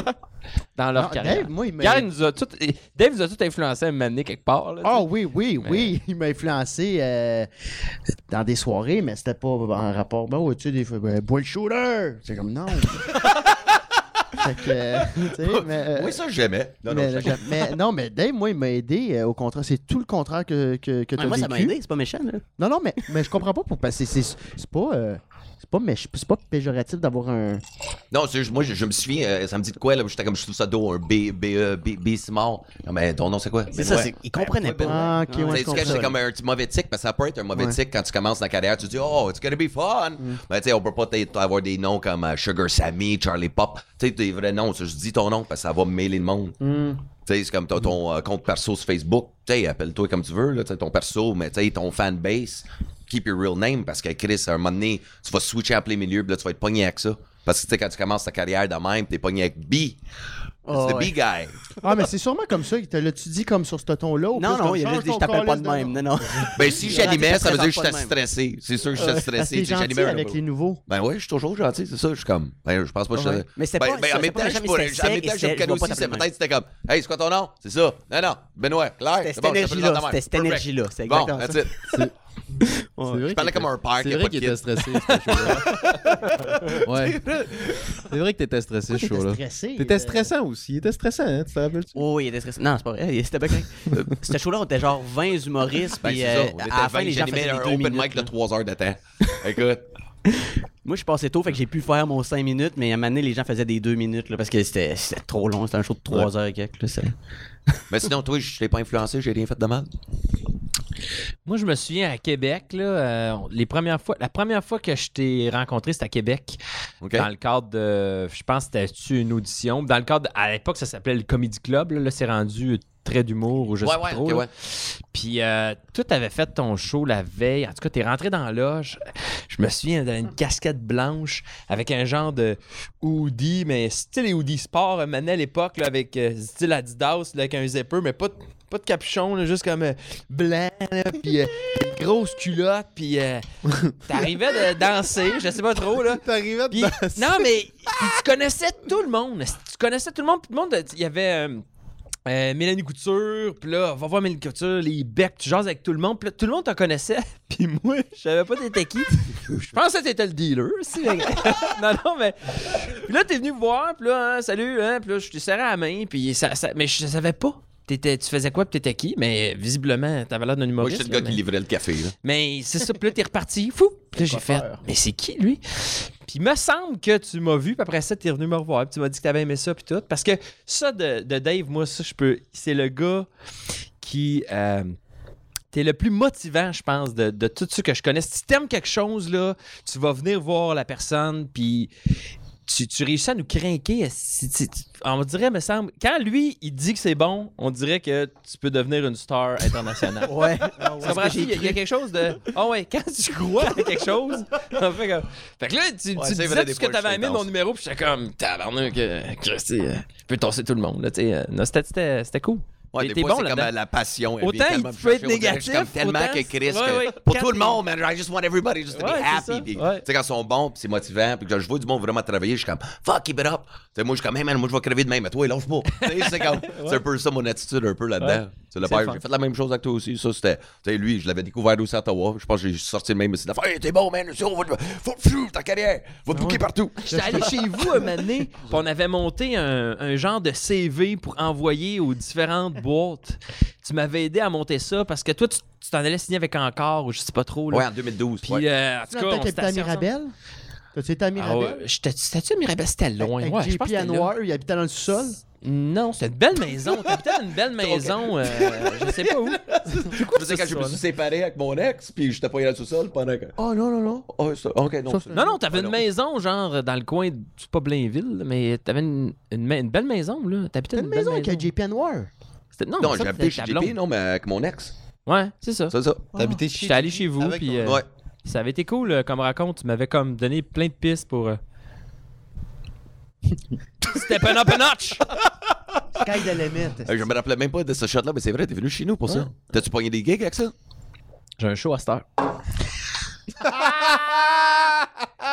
S7: dans leur
S3: Non,
S7: carrière.
S3: Ah, Dave, moi, il m'a-
S7: Gare, il nous a tout- eh, Dave nous a tout influencé à m'amener quelque part. là,
S3: Ah
S7: tu sais.
S3: oui, oui,
S7: Mais-
S3: oui. [laughs] Il m'a influencé euh, dans des soirées, mais c'était pas en rapport. Ben ouais, tu sais, des fois, ben, bois le shooter. C'est comme
S6: [laughs]
S3: non. fait que, euh, tu sais, [laughs] mais. euh,
S1: Oui, ça, j'aimais. Non, non,
S3: mais, euh,
S1: je-
S3: j'a- mais- non, mais Dave, moi, il m'a aidé euh, au contraire. C'est tout le contraire que, que, que tu
S6: Ouais, Moi, ça m'a aidé. C'est pas méchant, là.
S3: Non, non, mais, mais je comprends pas pourquoi. C'est c'est- c'est pas. euh, c'est pas, mais c'est pas péjoratif d'avoir un.
S1: Non, c'est juste, moi, je, je me souviens, euh, ça me dit de quoi, là, j'étais comme, je trouve ça d'eau, un B, B, E, B, B, Simon. Non, mais ton nom, c'est quoi?
S6: C'est ça, c'est- ils comprenaient
S1: Ben,
S6: pas.
S3: Ah, ok, ouais,
S1: Tu
S3: je
S1: sais, tu caches,
S3: comprends.
S1: c'est comme un petit mauvais tic, parce que ça peut être un mauvais
S3: Ouais. Mm.
S1: tic quand tu commences ta carrière. Tu dis, oh, it's gonna be fun. Mais tu sais, on peut pas t'a- avoir des noms comme euh, Sugar Sammy, Charlie Pop. Tu sais, tes vrais noms. Tu dis ton nom, parce que ça va mêler le monde.
S3: Mm.
S1: Tu sais, c'est comme ton, ton, euh, compte perso sur Facebook. Tu sais, appelle-toi comme tu veux, là, tu sais, ton perso, mais tu sais, ton fanbase, keep your real name, parce que Chris, à un moment donné, tu vas switcher en plein milieu, puis là, tu vas être pogné avec ça. Parce que tu sais, quand tu commences ta carrière de même, t'es pogné avec B.
S6: Oh,
S1: c'est the
S6: ouais.
S1: B guy.
S3: Ah, mais c'est sûrement comme ça. Il te l'a-tu dit comme sur ce ton-là? ou
S6: Non,
S3: plus
S6: non,
S3: comme
S6: il y avait
S3: change
S6: dit, je
S3: ton
S6: t'appelle pas
S3: calice
S6: de même. Non, non.
S1: Ben, si
S6: Il aurait dit
S1: j'animais,
S6: que
S1: ça veut
S6: ça
S1: dire que
S6: sera pas
S1: j'étais
S6: le même.
S1: stressé. C'est sûr que j'étais
S6: [laughs]
S3: Parce que
S1: stressé.
S3: t'es
S1: tu sais,
S3: gentil
S1: j'animais un
S3: avec
S1: numéro.
S3: les nouveaux.
S1: Ben ouais, je suis toujours gentil, c'est ça, je suis comme. Ben, je pense pas que je.
S6: Mais c'était
S1: ben,
S6: pas-
S1: ben,
S6: ça,
S1: en
S6: c'est
S1: même temps,
S6: pas
S1: je
S6: jamais
S1: pourrais-
S6: c'était
S1: en même temps,
S6: sec,
S1: je me
S6: c'était-
S1: connais
S6: je vois pas
S1: aussi, c'est
S6: t'appeler
S1: peut-être c'était comme, hey, c'est quoi ton nom? C'est ça. Non, non, Benoît, Claire.
S6: C'était
S1: c'est
S6: cette
S1: bon, je t'appelle
S6: énergie-là.
S1: dans ta mère.
S6: C'était cette
S1: Perfect.
S6: énergie-là. C'est
S1: Bon,
S6: exactement
S1: that's
S6: ça.
S1: it.
S4: C'est
S6: Ouais.
S4: vrai
S1: Je parlais
S4: qu'il
S1: comme un père
S4: était-
S1: qui
S4: C'est
S1: a pas de
S4: vrai qu'il était
S1: kid.
S4: stressé, ce [laughs] show-là. Ouais. C'est vrai que t'étais stressé, ce
S3: Pourquoi
S4: show-là.
S3: t'étais stressé?
S4: T'étais
S3: Euh,
S4: stressant aussi. Il était stressant, hein, tu te rappelles?
S6: Oh, il était stressé. Non, c'est pas vrai. il- C'était pas correct. Euh, C'était chaud là, on était genre 20 humoristes.
S1: Ben,
S6: puis,
S1: c'est
S6: euh,
S1: ça, on était
S6: à la fin,
S1: 20,
S6: les gens
S1: j'animais
S6: faisaient des
S1: un
S6: deux
S1: open
S6: minutes,
S1: mic de
S6: là.
S1: 3 heures de temps. Écoute,
S6: Moi, je passais tôt, fait que j'ai pu faire mon 5 minutes, mais à un moment donné, les gens faisaient des 2 minutes là, parce que c'était c'était trop long. C'était un show de 3 heures et quelques. là, ça-
S1: mais sinon, toi, je t'ai pas influencé, j'ai rien fait de mal.
S2: Moi, je me souviens à Québec, là, euh, les premières fois, la première fois que je t'ai rencontré, c'était à Québec.
S1: OK?
S2: Dans le cadre de. Je pense que c'était une audition. Dans le cadre. de- à l'époque, ça s'appelait le Comedy Club. Là, Là, c'est rendu très d'humour ou je sais
S1: ouais,
S2: pas
S1: ouais,
S2: trop.
S1: ok,
S2: là.
S1: ouais.
S2: Puis, euh, toi, t'avais fait ton show la veille. En tout cas, t'es rentré dans la loge. Je me souviens d'une casquette blanche avec un genre de hoodie, mais style hoodie sport, euh, mané à l'époque, là, avec euh, style Adidas, là, avec un zipper, mais pas de, pas de capuchon, là, juste comme euh, blanc, là, puis euh, des grosses culottes,
S1: [laughs]
S2: puis euh, t'arrivais de danser, je sais pas trop, là.
S4: T'arrivais
S2: Puis- non, mais tu connaissais tout le monde. Tu connaissais tout le monde. Tout le monde, il y avait euh, euh, Mélanie Couture, puis là, va voir Mélanie Couture, les becs, tu jases avec tout le monde. Puis là, tout le monde te connaissait. [laughs] Puis moi, je savais pas t'étais qui. Je pensais que t'étais le dealer. aussi, mais- [laughs] non, non, mais... Puis là, t'es venu me voir, puis là, hein, salut, hein, puis là, je te serrais la main, puis ça, ça- Mais je savais pas. T'étais- tu faisais quoi, puis t'étais qui? Mais visiblement, t'avais l'air d'un
S1: Moi,
S2: humoriste.
S1: j'étais le
S2: là,
S1: gars qui
S2: mais-
S1: livrait le café. là.
S2: [laughs] mais c'est ça, puis là, t'es reparti, fou! Puis là, j'ai fait, mais c'est qui, lui? Puis il me semble que tu m'as vu, puis après ça, t'es revenu me revoir, puis tu m'as dit que t'avais aimé ça, puis tout. Parce que ça, de, de Dave, moi, ça, je peux. C'est le gars qui. euh, T'es le plus motivant, je pense, de, de tout ce que je connais. Si t'aimes quelque chose, là, tu vas venir voir la personne, puis tu, tu réussis à nous craquer. On dirait, me semble, quand lui, il dit que c'est bon, on dirait que tu peux devenir une star internationale.
S6: [laughs] Ouais.
S2: Tu comprends? Il y, a- il y a quelque
S1: [laughs]
S2: chose de. Ah ouais, quand tu crois à quelque chose. [laughs] en fait, comme- fait que là, tu, tu
S1: Ouais, c'est
S2: disais
S1: vrai,
S2: tout
S1: des
S2: ce que
S1: fois, je suis
S2: t'avais aimé de mon
S1: intense.
S2: numéro, puis j'étais comme, tabarnak, euh, Christy, euh, je peux tosser tout le monde. là, tu sais, euh, non, c'était- C'était c'était cool.
S1: Ouais,
S2: T'es-
S1: des
S2: t'es
S1: fois,
S2: bon
S1: c'est comme
S2: là-dedans.
S1: euh, la passion. elle
S2: Autant
S1: vient
S2: il
S1: tellement me
S2: peut être
S1: chercher, on dirait que je suis
S2: négatif,
S1: comme tellement que
S2: autant-
S1: Chris, que-
S2: Ouais, ouais.
S1: pour
S2: Quand
S1: tout le
S2: t'es-
S1: monde, man, I just want everybody just to
S2: Ouais,
S1: be
S2: c'est ça.
S1: happy. Puis,
S2: Ouais.
S1: Tu sais, quand ils sont bons, puis c'est motivant, puis que je vois du monde vraiment travailler, je suis comme, fuck, keep it up. Tu sais, moi, je suis comme, hey, man, moi, je vais crever demain, mais toi, lâche pas. Tu sais, c'est comme, c'est un peu ça mon attitude, un peu là-dedans. C'est le
S2: C'est
S1: père,
S2: fun.
S1: j'ai fait la même chose avec toi aussi. Ça, c'était, tu sais, lui, je l'avais découvert aussi à Ottawa. Je pense que j'ai sorti le même aussi d'affaires. Hey, t'es bon, man, c'est- on va, faut, pfiou, ta carrière, va
S2: Ah
S1: bouquer
S2: [laughs]
S1: partout.
S2: J'étais allé chez vous un moment [laughs] donné, puis on avait monté un, un genre de CV pour envoyer aux différentes boîtes. Tu m'avais aidé à monter ça parce que toi, tu tu t'en allais signer avec Encore ou je sais pas trop. Là.
S1: Ouais, en 2012.
S2: Puis,
S1: ouais.
S2: euh, en tout cas,
S3: Dans le temps
S2: on
S3: qu'il était à
S2: s'était assis ensemble.
S3: Mirabel? T'as-tu été à
S2: Ah ouais,
S3: Mirabel?
S2: j'étais- C'était-tu à Mirabel? C'était loin.
S3: Avec
S2: ouais, je
S3: JP
S2: pense que c'était là.
S3: Anwar, il habitait dans le sous-sol.
S2: Non, c'est une belle maison. T'as peut-être une belle maison. euh, je sais pas où.
S1: Je sais, quand je me suis séparé avec mon ex, puis j'étais pas allé tout seul pendant que.
S3: Oh non, non, non.
S1: Oh, ça- ok, non.
S3: Ça,
S1: c'est-
S2: Non, non, t'avais
S1: Ah,
S2: une
S1: non.
S2: maison, genre, dans le coin, de- c'est pas Blainville, là, mais t'avais une, une, ma- une belle maison, là. T'habitais
S3: T'as
S2: une,
S3: une
S2: belle
S3: maison avec
S2: maison.
S3: un JP [laughs] Anwar.
S2: C'était- Non,
S1: Non,
S2: mais ça,
S1: j'ai
S2: c'était
S1: habité chez
S2: ta
S1: JP,
S2: blonde.
S1: non, mais avec mon ex.
S2: Ouais, c'est ça.
S1: C'est ça.
S4: T'habitais chez
S2: J'étais allé chez vous,
S4: Avec
S2: puis
S4: ton-
S2: euh,
S1: Ouais.
S2: ça avait été cool euh, comme raconte. Tu m'avais comme donné plein de pistes pour. euh, Step it up a notch!
S3: Sky de Limit.
S1: Euh, Je me rappelais même pas de ce shot-là, mais c'est vrai, t'es venu chez nous pour ça. T'as-tu pogné des gigs avec ça?
S2: J'ai un show à cette heure. [laughs]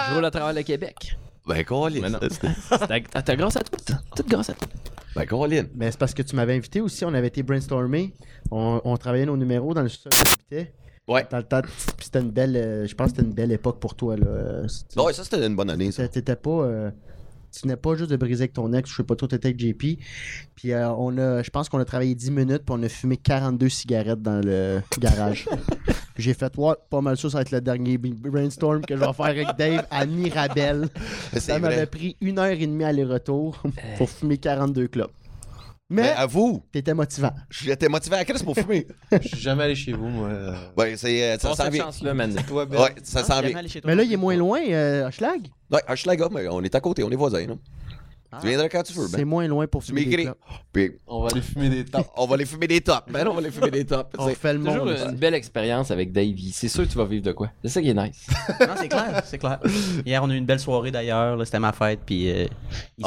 S2: Je roule à travers le Québec.
S1: Ben, Colin.
S2: Mais non.
S1: C'était-
S2: ah, T'as t'as grâce à tout, ça. Toute grâce à tout.
S1: Ben, Colin.
S3: Mais c'est parce que tu m'avais invité aussi. On avait été brainstormé. On, on travaillait nos numéros dans le sous-sol. où j'habitais.
S1: Ouais.
S3: Dans le temps, puis c'était une belle. euh, je pense que c'était une belle époque pour toi, là. Euh, tu-
S1: Ouais, ça, c'était une bonne année, ça.
S3: T'étais t'étais pas. euh, tu n'es pas juste de briser avec ton ex, je sais pas trop, t'étais avec JP. Puis euh, on a, je pense qu'on a travaillé 10 minutes, puis on a fumé 42 cigarettes dans le garage. Puis J'ai fait, ouais, pas mal ça, ça va être le dernier b- brainstorm que je vais faire avec Dave à Mirabel.
S1: C'est
S3: Ça m'avait
S1: vrai.
S3: pris une heure et demie aller-retour pour fumer 42 clopes. Mais
S1: Ben, avoue,
S3: t'étais motivant.
S1: j'étais motivé à Chris pour
S3: [laughs]
S1: fumer.
S4: Je suis jamais allé chez vous, moi.
S1: Ben, c'est. euh, Ça
S2: Prends
S1: s'en
S2: cette
S1: vient.
S2: chance-là, [laughs] man.
S4: Toi, Ben.
S1: Ouais,
S3: Hein,
S1: ça s'en
S6: Jamais
S1: vient.
S6: allé chez toi.
S3: Mais là, il est moins loin, euh, Hochelag.
S1: Ouais, Hochelaga, mais on est à côté, on est voisins, là. Tu viendras quand tu veux,
S3: Ah. C'est
S1: ben.
S3: moins loin pour
S1: Tu
S3: fumer des
S1: m'écris.
S3: clopes.
S1: Puis,
S4: On va aller fumer des temps.
S1: on va les fumer des tops. Ben, non, on va les fumer des tops.
S3: On
S1: C'est-
S3: fait le
S2: Toujours
S3: monde.
S2: une,
S3: aussi.
S2: belle expérience avec Dave. Il- C'est sûr que tu vas vivre de quoi. C'est ça qui est nice.
S6: Non, c'est clair, c'est clair. Hier, on a eu une belle soirée d'ailleurs, là, c'était ma fête, puis euh, il s'est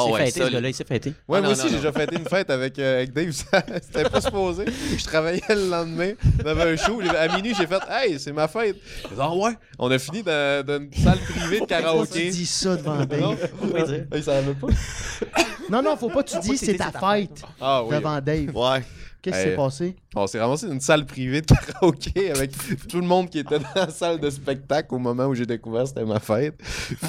S1: Ah ouais,
S6: fêté,
S1: ça,
S6: ce gars-là, il s'est fêté.
S4: Ouais,
S1: Ah,
S4: moi
S1: non,
S4: aussi,
S1: non,
S4: j'ai
S1: non.
S4: déjà fêté une fête avec, euh, avec Dave. [laughs] ça- C'était pas supposé. Je travaillais le lendemain. On avait un show. À minuit, j'ai fait Hey, c'est ma fête. Ils ont dit, Ah ouais. On a fini dans, dans une salle privée de
S3: Pourquoi tu
S4: karaoké.
S3: dis ça devant
S4: Non,
S3: Dave?
S6: pas dire.
S4: ils s'en veulent pas.
S3: Non, non, faut pas que tu
S6: Faut pas
S3: dis
S6: que
S3: c'est
S6: t'aies
S3: ta
S6: ta
S3: fête
S4: Ah oui.
S3: devant Dave.
S1: Ouais.
S3: Qu'est-ce qui
S4: Hey.
S3: s'est passé?
S4: On s'est ramassé dans une salle privée de karaoké avec tout le monde qui était dans la salle de spectacle au moment où j'ai découvert c'était ma fête.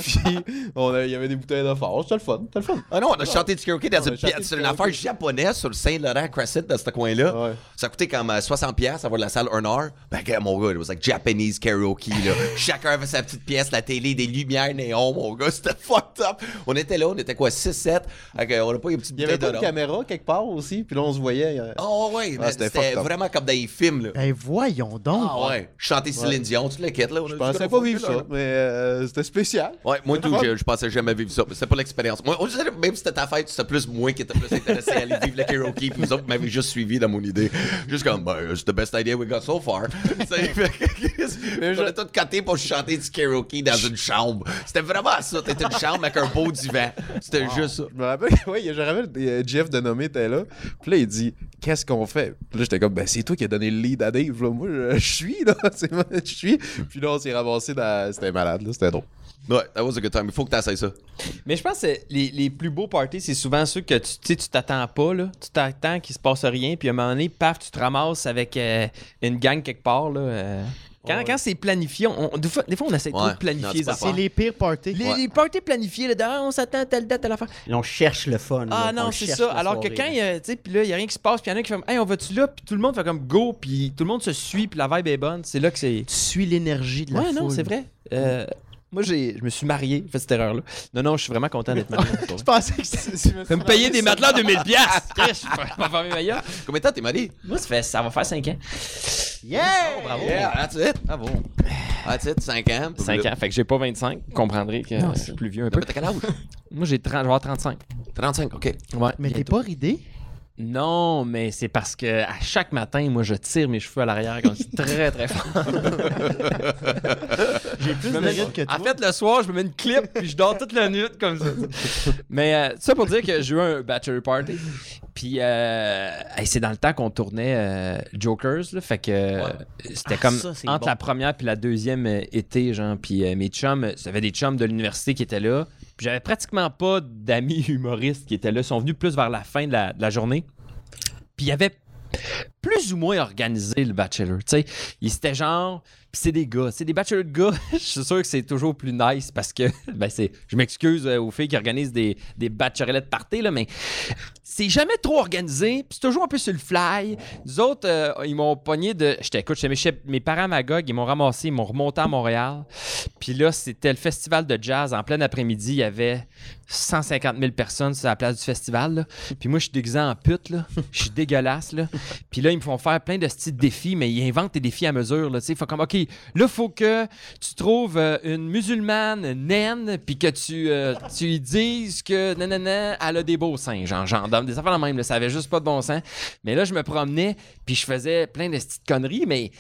S4: Puis on a- il y avait des bouteilles de phare. C'était le fun, c'était le fun.
S1: Ah non, on a chanté du karaoké dans
S4: On a
S1: une,
S4: chanté
S1: pièce-
S4: du
S1: sur une
S4: karaoké.
S1: affaire japonaise sur le Saint-Laurent Crescent, dans ce coin-là.
S4: Ouais.
S1: Ça coûtait comme euh, 60$ avoir la salle 1 heure. Ben, gars, mon gars, it was like Japanese karaoke,
S4: [laughs]
S1: là. Chacun avait sa petite pièce, la télé, des lumières néon, mon gars, c'était [laughs] fucked up. On était là, on était quoi, 6-7. Fait que, on n'a pas eu une petite
S4: Il y avait
S1: bouteille
S4: pas de
S1: de rhum.
S4: caméra quelque part aussi, puis là on se voyait. euh,
S1: Oh, ouais, mais
S4: c'était
S1: c'était
S4: fucked up.
S1: vraiment comme dans les films, là.
S3: Ben voyons donc.
S1: Ah, ouais. Chanter Céline Dion, tu le quittes, là. on a
S4: Je
S1: dit,
S4: pensais
S1: gars,
S4: pas
S1: faut
S4: vivre
S1: que là,
S4: ça, mais euh, c'était spécial.
S1: Ouais, moi tout, je, je pensais jamais vivre ça. mais C'était pas l'expérience. Moi, on dirait, même si c'était ta fête, c'était plus moi qui étais plus intéressé à aller vivre le karaoke, puis vous autres qui m'avez juste suivi dans mon idée. Juste comme, ben, it's the best idea we got so far. [laughs] Tu sais, fait que-
S4: Mais je-
S1: on a tout coté pour chanter du karaoke dans une chambre. C'était vraiment ça. T'étais une chambre avec un beau divan. C'était juste ça.
S4: Je me rappelle, [laughs] ouais, je me rappelle, euh, Jeff Denomé était là. Puis là, il dit Qu'est-ce qu'on fait Puis là, j'étais comme Ben, c'est toi qui as donné le lead à Dave. là. Moi, je, je suis, là. [laughs] C'est moi, je suis. Puis là, on s'est ramassé dans. C'était malade, là. C'était drôle.
S1: Ouais, that was a good time. Il faut que t'essayes ça.
S2: Mais je pense que les, les plus beaux parties, c'est souvent ceux que tu tu sais, tu t'attends pas, là. Tu t'attends qu'il se passe rien, puis à un moment donné, paf, tu te ramasses avec euh, une gang quelque part, là. euh. Quand, quand c'est planifié, on, on- des, fois, des fois, on essaie
S1: Ouais.
S2: trop de
S1: Non,
S2: planifier
S1: c'est
S2: les
S1: pas
S3: C'est
S1: Ouais.
S2: affaires.
S3: les pires parties.
S2: Les, les parties planifiées, là, de, Ah, on s'attend à telle date, à la fin.
S6: Et on cherche le fun.
S2: Ah
S6: là, on
S2: non, c'est
S6: cherche
S2: ça.
S6: la
S2: Alors que
S6: soirée,
S2: quand
S6: là.
S2: il y a, tu sais, puis là, il y a rien qui se passe, puis il y en a qui font Hey, on va-tu là, puis tout le monde fait comme go, puis tout le monde se suit, puis la vibe est bonne. C'est là que c'est.
S3: Tu suis l'énergie de la
S2: ouais,
S3: foule.
S2: non, c'est vrai. Euh, moi, j'ai, je me suis marié, j'ai fait cette erreur-là. Non, non, je suis vraiment content d'être marié.
S3: Je pensais que c'était...
S2: Comme payer des matelas 2000 pièces. Je suis ma famille meilleure.
S1: Combien de temps t'es marié?
S2: Moi, ça, fait, ça va faire 5 ans.
S3: Yeah!
S2: Bravo.
S1: Yeah, that's it. Bravo. That's it, 5 ans.
S2: 5 ans. Fait que j'ai pas 25. Vous comprendrez que je suis plus vieux un peu.
S1: Mais t'as quel âge?
S2: Moi, j'ai 30, je vais avoir 35.
S1: 35, OK.
S2: Ouais.
S3: Mais t'es
S2: bientôt.
S3: pas ridé?
S2: Non, mais c'est parce que à chaque matin, moi, je tire mes cheveux à l'arrière quand je suis très, très fort.
S3: J'ai plus de ride que
S2: [laughs]
S3: toi.
S2: En fait, le soir, je me mets une clip puis je dors toute la nuit comme ça. [laughs] Mais euh, ça pour dire que j'ai eu un bachelor party. Puis euh, hey, c'est dans le temps qu'on tournait euh, Jokers, là, fait que euh, c'était
S6: Ah,
S2: comme
S6: ça, c'est
S2: entre
S6: bon.
S2: la première puis la deuxième euh, été, genre. Puis euh, mes chums, euh, ça avait des chums de l'université qui étaient là. Puis j'avais pratiquement pas d'amis [laughs] humoristes qui étaient là. Ils sont venus plus vers la fin de la, de la journée. Puis il y avait plus ou moins organisé le bachelor. Tu sais, il- c'était genre, pis c'est des gars, c'est des bachelors de gars. [laughs] Je suis sûr que c'est toujours plus nice parce que, [laughs] ben c'est, je m'excuse euh, aux filles qui organisent des, des bachelorettes parties là, mais c'est jamais trop organisé, pis c'est toujours un peu sur le fly. Nous autres, euh, ils m'ont pogné de, je t'écoute, chez mes, chez mes parents à Magog, ils m'ont ramassé, ils m'ont remonté à Montréal. Puis là, c'était le festival de jazz en plein après-midi, il y avait 150 000 personnes sur la place du festival. là. Puis moi, je suis déguisé en pute, là. Je suis dégueulasse, là. Puis là, ils me font faire plein de petits défis, mais ils inventent des défis à mesure, là. Tu sais, faut comme, OK, là, faut que tu trouves euh, une musulmane naine, puis que tu, euh, tu lui dises que, nanana, elle a des beaux seins, genre, genre, dans- des affaires de même, là. Ça avait juste pas de bon sens. Mais là, je me promenais, puis je faisais plein de petites conneries, mais...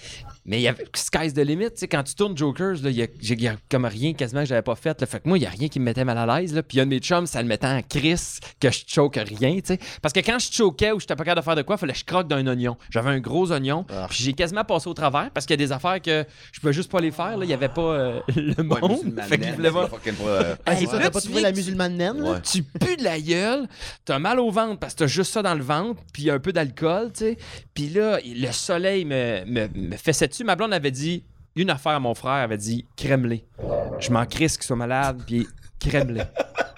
S2: Mais il y avait Sky's the Limit, tu sais, quand tu tournes Jokers, là, il y a, j'ai- il y a comme rien quasiment que j'avais pas fait. là. Fait que moi, il y a rien qui me mettait mal à l'aise. là. Puis un de mes chums, ça le mettait en crise que je choque rien, tu sais. Parce que quand je choquais ou j'étais pas capable de faire de quoi, fallait que je croque d'un oignon. J'avais un gros oignon,
S1: Ah.
S2: puis j'ai quasiment passé au travers parce qu'il y a des affaires que je pouvais juste pas les faire. là. Il y avait pas euh, [laughs] le
S1: Ouais,
S2: monde.
S1: musulmane,
S2: fait qu'il voulait
S1: c'est
S2: voir.
S1: fucking pas, euh,
S3: Ah,
S2: Hey,
S3: c'est ça,
S2: là,
S3: t'as pas
S2: tu
S3: trouvé
S2: viens
S3: la
S2: que tu-
S3: musulmane naine, là?
S1: Ouais.
S2: tu pues de la gueule, t'as mal au ventre parce que t'as juste ça dans le ventre, puis un peu d'alcool, tu sais. Puis là, le soleil me, me, me fessait dessus. Ma blonde avait dit une affaire à mon frère, elle avait dit crème-les. Je m'en crisse qu'ils soient malades, puis [laughs] crème-les.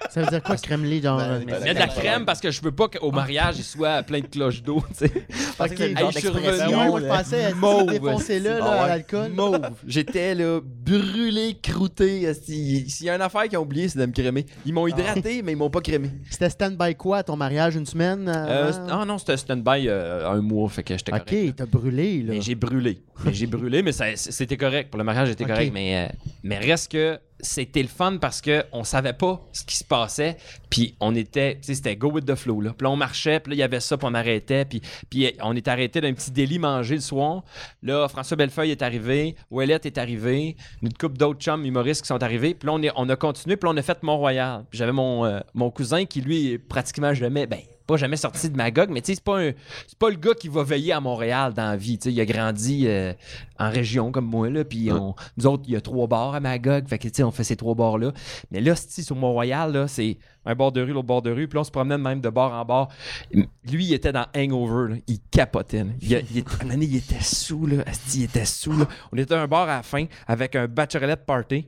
S3: Ça veut dire quoi, Kremlin, euh, dans...
S2: Ben, Il y a de la crème parce que je veux pas qu'au mariage, il soit plein de cloches d'eau, tu sais. Parce que
S3: Ok,
S2: hey, je suis
S3: Ben
S2: revenu.
S3: ouais, moi, je pensais à
S2: Mauve,
S3: se défoncer là,
S2: esti.
S3: là,
S2: Ah
S3: à
S2: ouais.
S3: l'alcool.
S2: Mauve. J'étais là, brûlé, croûté. esti. S'il y a une affaire qu'ils ont oublié, c'est de me crémer. Ils m'ont hydraté, mais ils m'ont pas crémé.
S3: C'était stand-by quoi à ton mariage, une semaine?
S2: Euh,
S3: avant?
S2: c'est- ah non, c'était stand-by euh, un mois, fait que j'étais correct.
S3: OK, t'as brûlé, là.
S2: Mais j'ai brûlé. Mais j'ai brûlé, mais ça- c'était correct. Pour le mariage, j'étais
S3: Ok.
S2: correct. Mais, euh, mais reste que c'était le fun parce qu'on savait pas ce qui se passait. Puis on était, tu sais, c'était go with the flow. Là. Puis là, on marchait, puis là, il y avait ça, puis on arrêtait. Puis, puis euh, on est arrêté d'un petit délit mangé le soir. Là, François Bellefeuille est arrivé, Ouellette est arrivé, une couple d'autres chums humoristes qui sont arrivés. Puis là, on, est- on a continué, puis là, on a fait Mont-Royal. Puis j'avais mon, euh, mon cousin qui, lui, est pratiquement jamais, ben, pas jamais sorti de Magog, mais tu sais, c'est pas, un- c'est pas le gars qui va veiller à Montréal dans la vie. Tu sais, il a grandi euh, en région comme moi, là, puis on- nous autres, il y a trois bars à Magog, fait que tu sais, on fait ces trois bars-là. Mais là, si sur Montréal, là, c'est un bord de rue, l'autre bord de rue, puis là, on se promenait même de bord en bord. Lui, il était dans Hangover, là. il capotait. là. Il, a- il était- à un moment donné, il était sous, là. Asti, il était sous, là. On était à un bar à la fin avec un bachelorette party.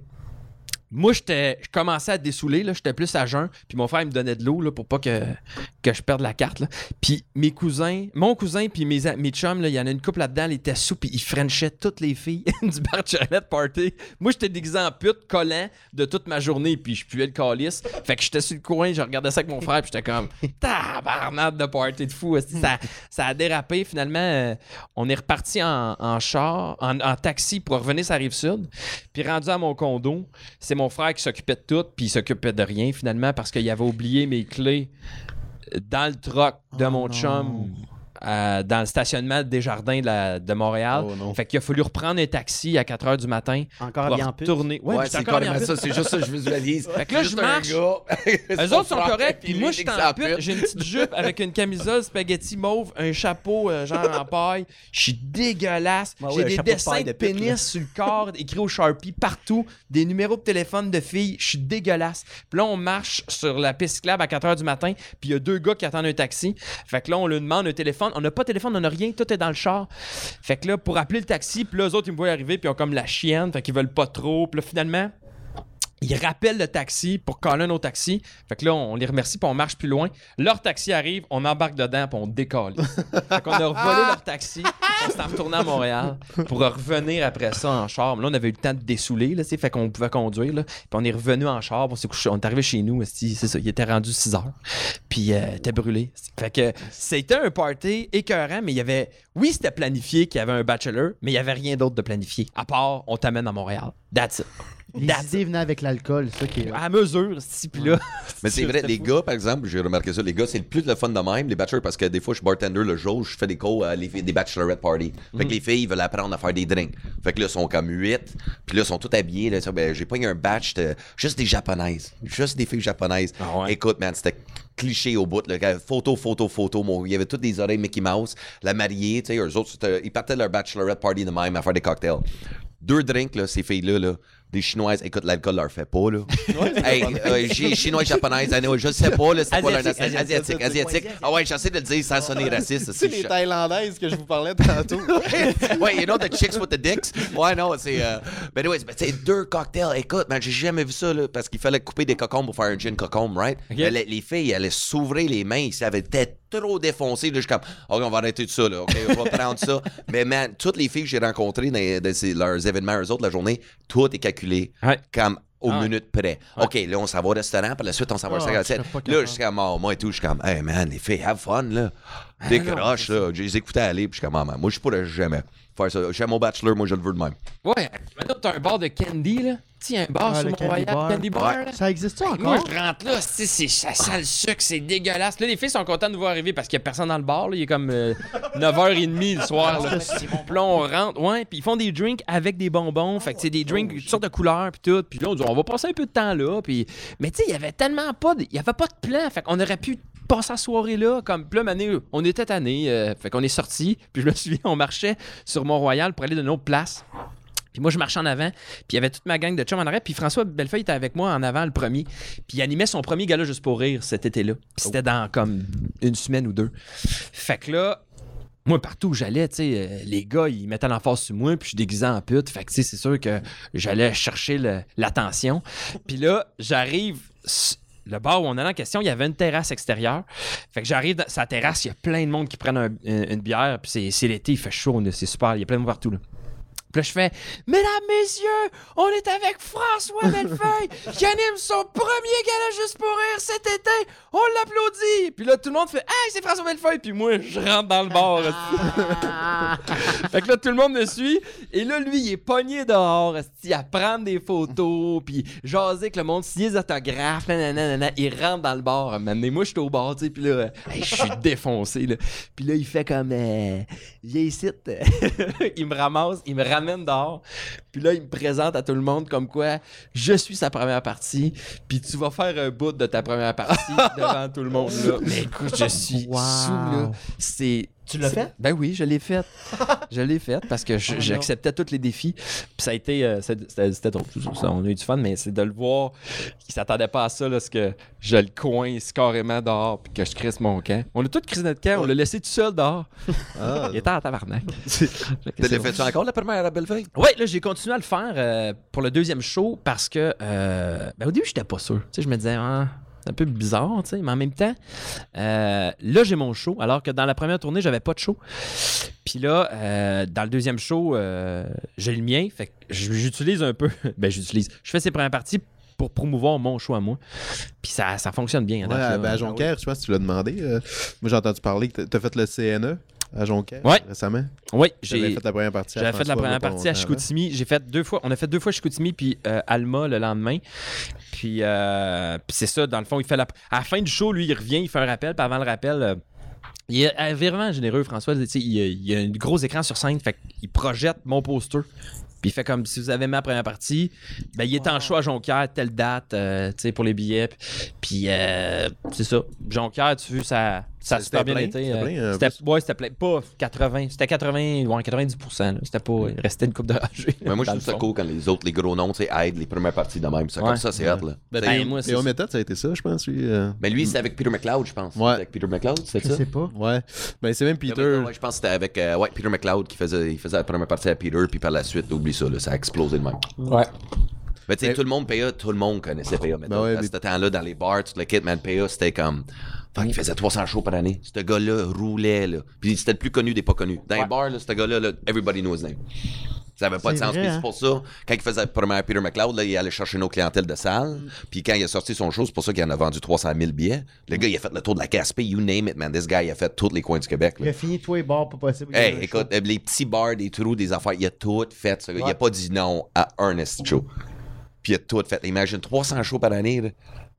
S2: Moi, j'étais, je commençais à dessouler, là, j'étais plus à jeun, puis mon frère il me donnait de l'eau là, pour pas que, que je perde la carte. là. Puis mes cousins, mon cousin, puis mes, a- mes chums, là, il y en a une couple là-dedans, ils étaient sous, puis ils frenchaient toutes les filles [laughs] du bachelorette party. Moi, j'étais déguisé en pute, collant de toute ma journée, puis je puais le calice. Fait que j'étais sur le coin, je regardais ça avec mon frère, puis j'étais comme tabarnak de party de fou. esti. Ça, ça a dérapé. Finalement, euh, on est reparti en, en char, en, en taxi pour revenir sur la rive sud. Puis rendu à mon condo, c'est mon frère qui s'occupait de tout, puis il s'occupait de rien finalement parce qu'il avait oublié mes clés dans le troc de
S1: Oh
S2: mon chum. euh, dans le stationnement des jardins de, la- de
S4: Ah.
S2: Montréal.
S8: Oh non.
S2: fait qu'il a fallu reprendre un taxi à 4 h du matin
S6: Encore
S1: Ah,
S2: pour
S6: bien plus.
S2: retourner. Ouais, mais
S1: Ouais,
S2: c'est
S1: c'est
S2: encore bien
S1: carrément ça.
S2: pute.
S1: C'est juste ça que je visualise.
S2: Fait que là,
S1: Juste
S2: je
S1: un
S2: marche.
S1: gars.
S2: Eux autres
S1: Son
S2: sont
S1: frère,
S2: corrects, puis
S1: lui,
S2: moi,
S1: il
S2: je suis
S1: dit que ça
S2: en pute.
S1: pute.
S2: J'ai une petite jupe avec une camisole spaghetti mauve, un chapeau euh, genre en paille. Je suis dégueulasse.
S6: Ah ouais,
S2: J'ai
S6: un
S2: des
S6: chapeau de
S2: dessins
S6: paille
S2: de
S6: de pute,
S2: pénis
S6: là.
S2: sur le corps, [laughs] écrits au Sharpie partout, des numéros de téléphone de filles. Je suis dégueulasse. Puis là, on marche sur la piste cyclable à 4 h du matin, puis il y a deux gars qui attendent un taxi. Fait que là, on lui demande un téléphone. On n'a pas de téléphone, on n'a rien. Tout est dans le char. Fait que là, pour appeler le taxi, puis là, eux autres, ils me voient arriver, puis ils ont comme la chienne. Fait qu'ils veulent pas trop. Puis là, finalement, ils rappellent le taxi pour caler nos taxis. Fait que là, on les remercie, puis on marche plus loin. Leur taxi arrive, on embarque dedans, puis on décolle. fait qu'on a volé leur taxi, puis on s'est retourné à Montréal pour revenir après ça en char. Mais là, on avait eu le temps de dessouler, là, tu sais, fait qu'on pouvait conduire. Là. Puis on est revenu en char, puis on s'est couché. On est arrivé chez nous, esti, c'est ça. Il était rendu 6 heures, puis euh, il était brûlé. Fait que c'était un party écœurant, mais il y avait. Oui, c'était planifié qu'il y avait un bachelor, mais il y avait rien d'autre de planifié. À part, on t'amène à Montréal. That's it.
S3: Les
S2: That's
S3: idées venaient avec l'alcool, ça qui est.
S2: à mesure, si puis là.
S1: Mais c'est vrai, les gars, par exemple, j'ai remarqué ça, les gars, c'est le plus le fun de même, les bachelors, parce que des fois, je suis bartender le jour, je fais des cours à les filles- des bachelorette party. Fait que les filles veulent apprendre à faire des drinks. Fait que là, ils sont comme huit, puis là, ils sont toutes habillées. Là, ça, ben, j'ai pas eu un batch de juste des japonaises, juste des filles japonaises. Écoute, man, c'était cliché au bout. Là, photo, photo, photo. mon- il y avait toutes des oreilles Mickey Mouse. La mariée, tu sais, eux autres, c'était- ils partaient de leur bachelorette party de même à faire des cocktails. Deux drinks, là, ces filles-là, là, des Chinoises, écoute, l'alcool leur fait pas, là. hey, euh, j'ai- Chinois, Japonaise, anyway, je sais pas, là, c'est quoi leur
S6: Asiatique,
S1: nationalité. Asiatique, asiatique. Ah ouais, j'essaie de le dire sans sonner raciste. si
S4: C'est les
S1: je-
S4: Thaïlandaises que je vous parlais [laughs] tantôt.
S1: [laughs] ouais, you know the chicks with the dicks? Ouais, non, c'est. Euh... Ben, anyways, ben, tu sais, deux cocktails. Écoute, man, j'ai jamais vu ça, là, parce qu'il fallait couper des cocombes pour faire un gin cocombe, right? Ben, les, les filles, elles allaient s'ouvrir les mains, ils avaient peut-être trop défoncé. Là, je suis comme, OK, on va arrêter de ça, là, OK, on va prendre
S3: [laughs]
S1: ça. Mais, man, toutes les filles que j'ai rencontrées dans, dans ces- leurs événements, eux autres, la journée, tout est calculé.
S2: Ouais.
S1: Comme aux minutes près. OK, là, on s'en va au restaurant, puis la suite, on s'en va
S3: Ah,
S1: au restaurant.
S3: je serais pas
S1: Là,
S3: capable.
S1: je suis comme, oh, moi et tout, je suis comme, hey, man, les filles, have fun, là.
S7: Ah
S1: Décroche, là. Je les écoutais aller, puis je suis comme, Ah, man, moi, je pourrais jamais faire ça. J'aime mon bachelor, moi, je le veux de même.
S2: Ouais, maintenant t'as un bar de candy, là. Tiens, un bar
S3: Ah,
S2: sur
S3: le
S2: mon
S3: candy
S2: royal
S3: bar.
S2: candy bar, là.
S3: Ça existe
S2: Ben, Moi,
S3: encore?
S2: je rentre là, c'est, c'est, ça sent le sucre, c'est dégueulasse. Là, les filles sont contentes de nous voir arriver parce qu'il n'y a personne dans le bar. là. Il est comme euh, 9h30 le soir. Là. Puis là, on rentre, ouais, puis ils font des drinks avec des bonbons. Fait que c'est des drinks, toutes sortes de couleurs, puis tout. Puis là, on dit, on va passer un peu de temps là. Puis... Mais tu sais, il y avait tellement pas de... Il y avait pas de plan. Fait qu'on aurait pu passer la soirée là, comme plein année, on était tannés. euh, fait qu'on est sortis. [laughs] Puis je me souviens, on marchait sur Mont-Royal pour aller d'une autre place. Puis moi, je marchais en avant, puis il y avait toute ma gang de chums en arrière, puis François Bellefeuille était avec moi en avant le premier, puis il animait son premier gala juste pour rire cet été-là. Puis c'était dans comme une semaine ou deux. Fait que là, moi, partout où j'allais, tu sais, euh, les gars, ils mettaient l'emphase sur moi, puis je suis déguisé en pute. Fait que, tu sais, c'est sûr que j'allais chercher le- l'attention. Puis là, j'arrive... s- Le bar où on allait en question, il y avait une terrasse extérieure. Fait que j'arrive dans sa terrasse, il y a plein de monde qui prennent un- une, une bière. Puis c'est- c'est l'été, il fait chaud, c'est super, il y a plein de monde partout. Là. Puis là, je fais Mesdames, Messieurs, on est avec François Bellefeuille qui anime son premier gala juste pour rire cet été. On l'applaudit. Puis là, tout le monde fait Hey, c'est François Bellefeuille. Puis moi, je rentre dans le bar. esti. fait que là, tout le monde me suit. Et là, lui, il est pogné dehors esti, à prendre des photos. Puis jaser avec le monde, signer des autographes. Nanana, nanana. Il rentre dans le bar. Mais moi, je suis au bar. tu sais, Puis là, euh, hey, je suis défoncé. là. Puis là, il fait comme euh, Viens ici. [laughs] il me ramasse, il me ramène dehors. Puis là, il me présente à tout [laughs] le monde comme quoi je suis sa première partie. Puis tu vas faire un bout de ta première partie de devant tout le monde. Là. Mais écoute, je suis
S3: Wow.
S2: sous. Là. C'est. Tu l'as fait? Ah, Ben oui, je l'ai [laughs] fait. je l'ai fait parce que je- j'acceptais tous les défis. Puis ça a été. euh, c'est- C'était c'était drôle. Ça, on a eu du fun, mais c'est de le voir. Il s'attendait pas à ça, là, parce que je le coince carrément dehors, puis que je crisse mon camp. On a tous crissé notre camp, on l'a laissé tout seul
S1: [laughs]
S2: dehors. Il était en tabarnak.
S1: Ah. T'as fait ça encore la première à Belleville?
S7: Oui, là, j'ai continué à le faire euh, pour le deuxième show parce que euh, ben, au début, j'étais pas sûr. Tu sais, je me disais, Ah, c'est un peu bizarre, tu sais, mais en même temps, euh, là, j'ai mon show, alors que dans la première tournée, j'avais pas de show. Puis là, euh, dans le deuxième show, euh, j'ai le mien, fait que j- j'utilise un peu. [laughs] ben, j'utilise. Je fais ces premières parties pour promouvoir mon show à moi. Puis ça, ça fonctionne bien. à
S4: Ouais,
S7: date, là.
S4: ben, à Jonquière, je sais pas si tu l'as demandé. euh, moi, j'ai entendu parler que t'as- t'as fait le CNE à Jonquière
S7: Ouais.
S4: récemment.
S7: Oui,
S4: J'avais
S7: j'ai.
S4: fait la première partie à
S7: J'avais fait la
S4: François
S7: première
S4: Legault
S7: partie à
S4: avant.
S7: Chicoutimi. J'ai fait deux fois. On a fait deux fois Chicoutimi puis euh, Alma le lendemain. Puis, euh, puis c'est ça. Dans le fond, il fait la. À la fin du show, lui, il revient, il fait un rappel. Puis avant le rappel. euh, il est euh, vraiment généreux, François. Tu sais, Il, y a- il y a un gros écran sur scène, fait qu'il projette mon poster. Puis il fait comme si vous avez ma première partie, ben, il est en show à Jonquière, telle date, euh, tu sais, pour les billets. Puis euh, c'est ça. Jonquière, tu vois, ça, ça a
S4: C'était
S7: super bien
S4: plein?
S7: été.
S4: C'était
S7: euh,
S4: plein, euh,
S7: C'était ouais, c'était plein. Pas 80, c'était 80, ouais, 90%. là. C'était pas, il restait une coupe de
S1: [laughs]
S7: rangée.
S1: Mais Ben, moi, je
S7: dans le
S1: trouve ça
S7: fond.
S1: cool quand les autres, les gros noms, tu sais, aident les premières parties de même. Ça,
S7: Ouais.
S1: Comme ça, c'est Ben, hot, là.
S4: Ben,
S7: Ben,
S4: Théo-
S7: moi, c'est-
S4: Théo Méthode, ça a été ça, je pense. lui, euh,
S1: Mais lui, c'est avec Peter McLeod, je pense.
S4: Ouais.
S1: C'est Avec Peter McLeod, c'est
S3: Je
S1: ça?
S3: sais pas.
S4: Ouais. Ben, c'est même Peter.
S1: Ouais, je pense que c'était avec euh, ouais, Peter McLeod qui faisait, il faisait la première partie à Peter, puis par la suite, oublie ça, là, ça a explosé de même.
S2: Ouais.
S1: Mais tu sais,
S4: Mais-
S1: tout le monde, PA, tout le monde connaissait PA. Mais
S4: Ben ouais,
S1: à
S4: mais-
S1: ce temps-là, dans les bars, tout le kit, man, PA, c'était comme. Fuck, il faisait 300 shows par année. Ce gars-là roulait, là. Puis c'était le plus connu des pas connus. Dans les bars, là, ce gars-là, là, everybody knows his name. Ça avait pas de
S3: C'est
S1: sens.
S3: vrai,
S1: Puis
S3: hein?
S1: c'est pour ça, quand il faisait la première Peter McLeod, là, il allait chercher nos clientèles de salle. Puis quand il a sorti son show, c'est pour ça qu'il en a vendu 300 000 billets. Le gars, il a fait le tour de la Gaspé, you name it, man. This guy, il a fait tous les coins du Québec, là.
S3: Il a fini tous les bords, pas possible.
S1: Hey, écoute, euh, les petits bars, des trous, des affaires, il a tout fait, ce gars. Il a pas dit non à Ernest Show. Puis il a tout fait. Imagine 300 shows par année. là.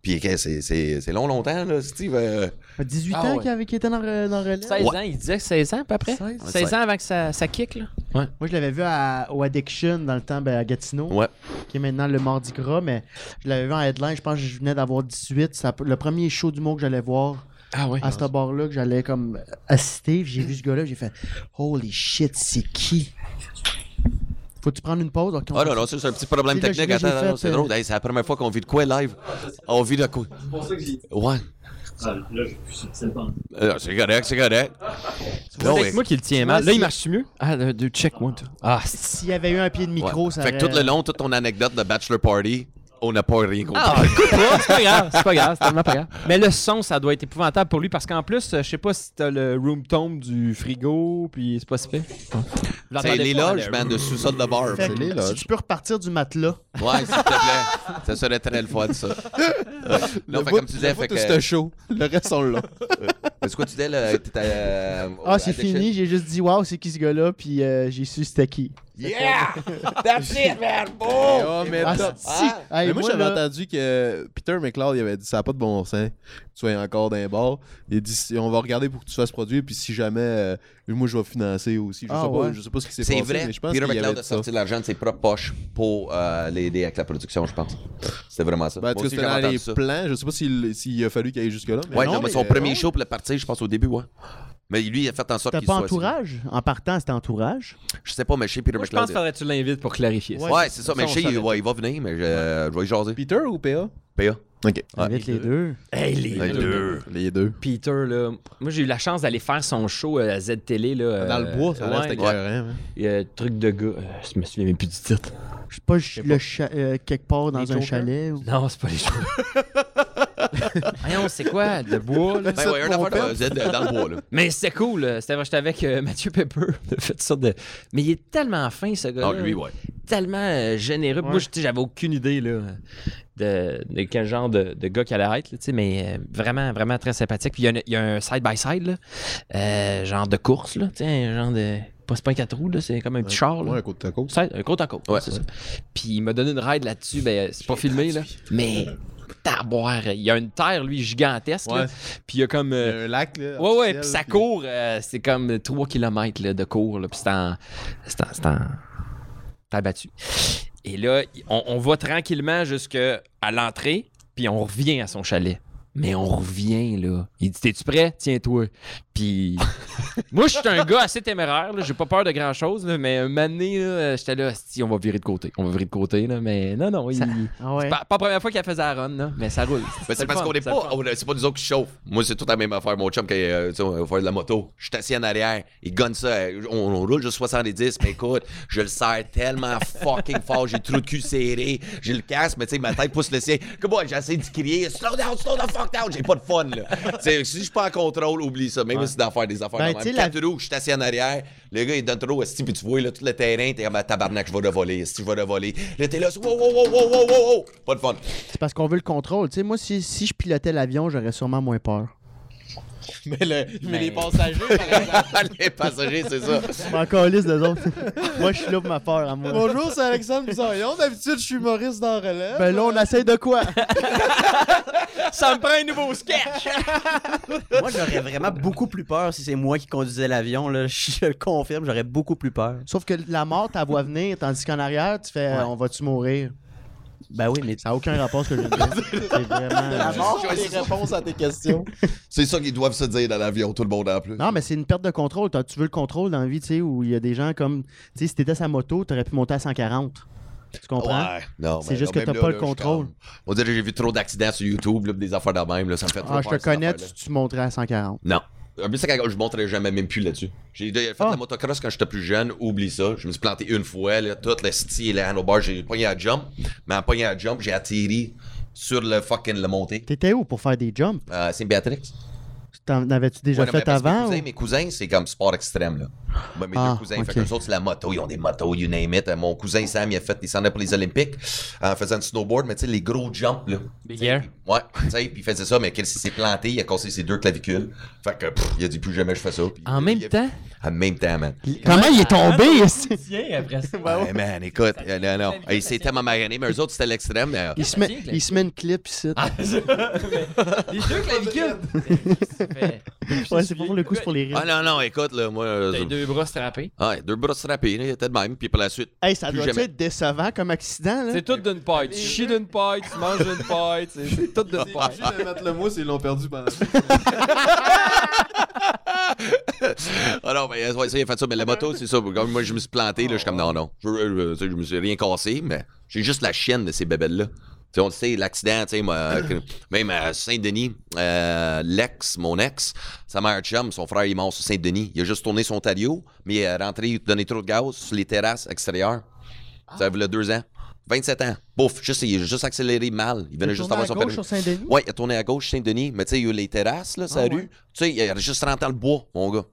S1: Puis qu'est-ce, c'est, c'est, c'est long, longtemps, là, Steve. euh.
S3: Ça fait 18
S7: Ah
S3: ans
S7: ouais.
S3: qu'il avait- qu'il était dans, le- dans le relais.
S7: 16
S1: Ouais.
S7: ans, il disait que 16 ans à peu près. 16,
S1: 16
S7: ans avant que ça, ça kick, là.
S3: Moi, je l'avais vu à- au Addiction dans le temps ben, à Gatineau,
S1: Ouais.
S3: qui est maintenant le Mardi Gras, mais je l'avais vu en headline. Je pense que je venais d'avoir 18. Ça- le premier show du mot que j'allais voir
S2: Ah ouais.
S3: à ce bar-là, que j'allais comme assister. J'ai vu ce gars-là, j'ai fait Holy shit, c'est qui Faut-tu prendre une pause Ok, on
S1: Ah
S3: va-
S1: non, non, ça, c'est un petit problème
S3: Puis là,
S1: technique.
S3: je- là, j'ai
S1: Attends,
S3: fait,
S1: non, c'est
S3: euh,
S1: drôle. Hey, c'est la première fois qu'on vit de quoi live? On vit de quoi? Ouais. Euh, c'est correct, c'est correct. Non,
S2: C'est
S1: mais-
S2: moi qui le tiens
S3: mal.
S2: mal.
S3: Là,
S2: Là,
S3: il
S2: il marche mieux. Ah, de check one, two. Ah, c'est-
S3: S'il y avait eu un pied de micro,
S1: Ouais.
S3: ça
S1: Fait que
S3: aurait-
S1: tout le long, toute ton anecdote de Bachelor Party, on n'a pas rien compris.
S7: Ah, écoute pas, c'est pas grave, c'est pas grave, c'est tellement pas grave. Mais le son, ça doit être épouvantable pour lui parce qu'en plus, euh, je sais pas si t'as le room tone du frigo, puis c'est pas si pire. Vous
S1: c'est
S7: l'entendez
S1: les
S7: pas,
S1: loges,
S7: le-
S1: man, de sous-sol de bar.
S3: Fait
S1: man.
S3: que
S4: les loges.
S3: si tu peux repartir du matelas,
S1: Ouais, s'il te plaît. ça serait très le fun, ça. Ouais. non, fait
S4: bout-
S1: comme tu disais,
S4: le bout
S1: fait
S4: de ce
S1: que.
S4: show. Le reste, on l'a.
S1: Mais c'est quoi tu disais, là? t'étais, euh,
S3: ah,
S1: à
S3: c'est
S1: Deschênes?
S3: fini. J'ai juste dit Waouh, c'est qui ce gars-là Puis euh, j'ai su c'était qui.
S1: Yeah! That's it, man! Boom!
S4: Oh, mais
S3: Ah,
S4: top.
S3: si. Hey,
S4: mais moi, j'avais
S3: là-
S4: entendu que Peter McLeod il avait dit ça n'a pas de bon sens que tu sois encore dans les bars. Il a dit si- on va regarder pour que tu fasses produire, puis si jamais, euh, moi je vais financer aussi. Je,
S3: Ah,
S4: sais,
S3: ouais.
S4: pas, je sais pas ce qui s'est passé,
S1: C'est vrai,
S4: mais je pense
S1: Peter
S4: qu'il y avait
S1: McLeod a
S4: dit ça.
S1: sorti de l'argent de ses propres poches pour euh, l'aider avec la production, je pense. C'était vraiment ça.
S4: Ben, en
S1: Moi
S4: tout cas,
S1: aussi,
S4: c'était
S1: j'avais
S4: dans les
S1: entendu ça.
S4: plans. Je sais pas s'il s'il a fallu qu'il aille jusque-là. mais
S1: Ouais,
S4: non,
S1: non, mais
S4: mais,
S1: son
S4: euh,
S1: premier show pour le partir, je pense, au début, ouais. Mais lui, il a fait en sorte
S3: T'as
S1: qu'il
S3: pas
S1: soit...
S3: entourage En partant, c'était entourage.
S1: Je sais pas, mais chez Peter
S2: Moi, je pense
S1: McLeod...
S2: qu'il faudrait que tu l'invites pour clarifier ça.
S1: Ouais, c'est ça, mais chez, il, ouais, il va venir, mais je, je vais y jaser.
S4: Peter ou PA
S1: PA.
S4: Ok.
S1: Ouais.
S3: Avec les deux.
S2: Hey, les
S1: Les deux.
S4: Les deux.
S2: Peter, là, moi j'ai eu la chance d'aller faire son show euh, à Z-Télé. Là,
S4: Dans le
S2: euh,
S4: bois, ça
S2: ouais,
S4: reste écœurant. hein.
S2: euh, Truc de gars. euh, je me souviens même plus du titre.
S3: Je sais pas, je- le cha- euh, quelque part dans un chalet. ou-
S2: [laughs] Non, c'est pas les choses. [laughs] Voyons, c'est quoi? De bois, là?
S1: Ben ouais, un affaire de Z dans le bois, là.
S2: Mais c'était cool. euh, C'était, j'étais avec euh, Mathieu Pepper. On a fait toutes sortes de... Mais il est tellement fin, ce gars-là.
S1: Ah, lui, ouais.
S2: Tellement euh, généreux. Moi, je- tu sais, j'avais aucune idée là, de, de quel genre de, de gars qu'il allait être. là, tu sais, mais euh, vraiment, vraiment très sympathique. Puis il y a une- il y, a un side-by-side, là, euh, genre de course. Là, tu sais, un genre de... Pas c'est pas un 4 roues, là, c'est comme un petit char. là.
S4: Ouais, côte à côte.
S2: Side- un côte à côte.
S1: Ouais.
S2: c'est ça. Puis il m'a donné une ride là-dessus. Ben, c'est pas filmé, là. Mais taboire, il y a une terre, lui, gigantesque. là.
S4: Ouais.
S2: Puis il y a comme... euh,
S4: Un lac, là.
S2: Ouais, ouais,
S4: artificiel,
S2: puis ça
S4: puis-
S2: court, euh, c'est comme 3 km de cours, là, puis c'est en. C'est en. C'est en. c'est en battu. Et là, on, on va tranquillement jusqu'à l'entrée, puis on revient à son chalet. Mais on revient, là. Il dit T'es-tu prêt Tiens-toi. [laughs] Puis. Moi, je suis un gars assez téméraire, là. J'ai pas peur de grand-chose, là, mais un moment donné, là, j'étais là Si, on va virer de côté. On va virer de côté, là. Mais non, non. il-
S3: Ah ouais.
S2: C'est pas, pas la première fois qu'elle faisait la run, là. Mais ça roule.
S1: Mais c'est parce qu'on n'est pas. on- C'est pas nous autres qui chauffent. Moi, c'est toute la même affaire. Mon chum, quand euh, tu sais, on va faire de la moto, je suis assis en arrière, il gonne ça. euh, On, on roule juste 70, mais écoute, je le serre tellement fucking fort. J'ai le trou de cul serré, j'ai le casque, mais tu sais, ma tête pousse le sien. Que moi, j'essaie de crier, slow down, slow down, fuck down. J'ai pas de fun, là. Tu sais, si je suis pas en contrôle, oublie ça. Même si c'est d'affaire des affaires.
S3: Ben,
S1: de
S3: tu sais,
S1: même.
S3: la-
S1: Quatre roues, je suis assis en arrière, le gars, il donne trop à Steve, puis tu vois, là, tout le terrain, t'es comme, Ah, tabarnak, je vais revoler, si je vais revoler. Là, t'es là, wow, wow, wow, wow, wow, wow, wow. Pas de fun.
S3: C'est parce qu'on veut le contrôle. Tu sais, moi, si, si je pilotais l'avion, j'aurais sûrement moins peur.
S9: Mais, le- mais les passagers, par exemple.
S3: [laughs]
S1: Les passagers, c'est [laughs] ça.
S3: Encore liste des autres. [laughs] moi, je suis là pour ma peur à moi.
S9: Bonjour, c'est Alexandre Bizarion. D'habitude, je suis Maurice dans Relève.
S3: Ben là, on essaye de quoi?
S2: Ça me prend un nouveau sketch.
S6: Moi, j'aurais vraiment beaucoup plus peur si c'est moi qui conduisais l'avion. Là. [laughs] Je le confirme, j'aurais beaucoup plus peur.
S3: [laughs] Sauf que la mort, t'as vois venir, tandis qu'en arrière, tu fais
S6: Ouais.
S3: on va-tu mourir?
S6: Ben oui, mais
S3: Ça n'a aucun rapport à ce que je viens de dire. C'est vraiment.
S9: La mort,
S1: Ouais,
S9: les
S1: c'est ça.
S9: réponses à tes questions.
S1: C'est ça qu'ils doivent se dire dans l'avion, tout le monde en plus.
S3: Non, mais c'est une perte de contrôle. T'as- tu veux le contrôle dans la vie, tu sais, où il y a des gens comme. Tu sais, si t'étais sa moto, t'aurais pu monter à 140. Tu comprends?
S1: Ouais, non,
S3: C'est
S1: mais
S3: juste
S1: non,
S3: que
S1: même
S3: t'as
S1: là,
S3: pas
S1: là,
S3: le
S1: je suis
S3: contrôle.
S1: calme. On dirait que j'ai vu trop d'accidents sur YouTube, là, des affaires de même, là, ça me fait trop
S3: Ah, je
S1: peur,
S3: te
S1: cette
S3: connais,
S1: affaire-là.
S3: tu, tu monterais à 140.
S1: Non. En plus, c'est quand je montrais jamais même plus là-dessus. J'ai de- fait de
S3: Ah.
S1: la motocross quand j'étais plus jeune, oublie ça. Je me suis planté une fois, là, tout le style, la handlebar, j'ai pogné à jump. Mais en pognant à jump, j'ai atterri sur le fucking le montée.
S3: T'étais où pour faire des jumps?
S1: Euh, c'est Béatrix.
S3: T'en avais-tu déjà
S1: Ouais, non, mais
S3: fait
S1: parce que
S3: avant?
S1: Mes cousins,
S3: ou-
S1: mes cousins, c'est comme sport extrême. Là. Ben, mes
S3: Ah,
S1: deux cousins,
S3: ok.
S1: fait que eux autres, c'est la moto. Ils ont des motos, you name it. Euh, Mon cousin Sam, il a fait, il s'en allait pour les Olympiques en faisant du snowboard, mais tu sais, les gros jumps, là.
S2: Big Air.
S1: Ouais, tu sais, puis il faisait ça, mais qu'il s'est planté, il a cassé ses deux clavicules. Fait que, pff, il a dit plus jamais je fais ça. Puis
S2: En
S1: il-
S2: même
S1: il a-
S2: [laughs] temps.
S1: En même temps, man.
S3: Comment
S1: Ah,
S3: il est tombé? ici?
S2: Tiens, après ça.
S1: Ouais, man, écoute, euh, non, non. Hey, Il s'est tellement magané, mais eux autres, c'était l'extrême. mais, Ah, euh,
S3: il, se met, il se met une clip ici.
S2: Les deux
S4: [laughs]
S2: clavicules.
S3: ouais, c'est pas pour le coup, c'est pour les rires.
S1: Ah non, non, écoute, là, moi. euh,
S2: T'as deux bras strappés.
S1: ouais, deux bras strappés, là, il était de même, puis par la suite.
S3: Hey, ça
S1: Plus
S3: doit
S1: jamais.
S3: être décevant comme accident, là.
S2: C'est tout d'une paille. Tu chies d'une paille, tu manges d'une paille, c'est c'est tout d'une paille.
S9: Obligé de mettre le mot s'ils l'ont perdu pendant.
S1: Ah non, mais euh, ouais, ça, il a fait ça, mais la moto, c'est ça. Comme moi, je me suis planté, là, je suis comme non, non. Je, euh, tu sais, je me suis rien cassé, mais j'ai juste la chienne de ces bébelles-là. Tu sais, on le sait, l'accident, tu sais, moi, euh, que- même à Saint-Denis, euh, l'ex, mon ex, sa mère chum, son frère, il est mort sur Saint-Denis. Il a juste tourné son tario, mais il est rentré, donné trop de gaz sur les terrasses extérieures. Ça avait deux ans. 27 ans. Bouf, juste, il a juste accéléré mal. Il venait juste avoir
S3: Tourner à
S1: son permis.
S3: gauche sur Saint-Denis?
S1: Ouais, il a tourné à gauche, Saint-Denis, mais tu sais, il y a eu les terrasses, là, sa
S3: Ah,
S1: rue.
S3: ouais.
S1: Tu sais, il a juste rentré dans le bois, mon gars.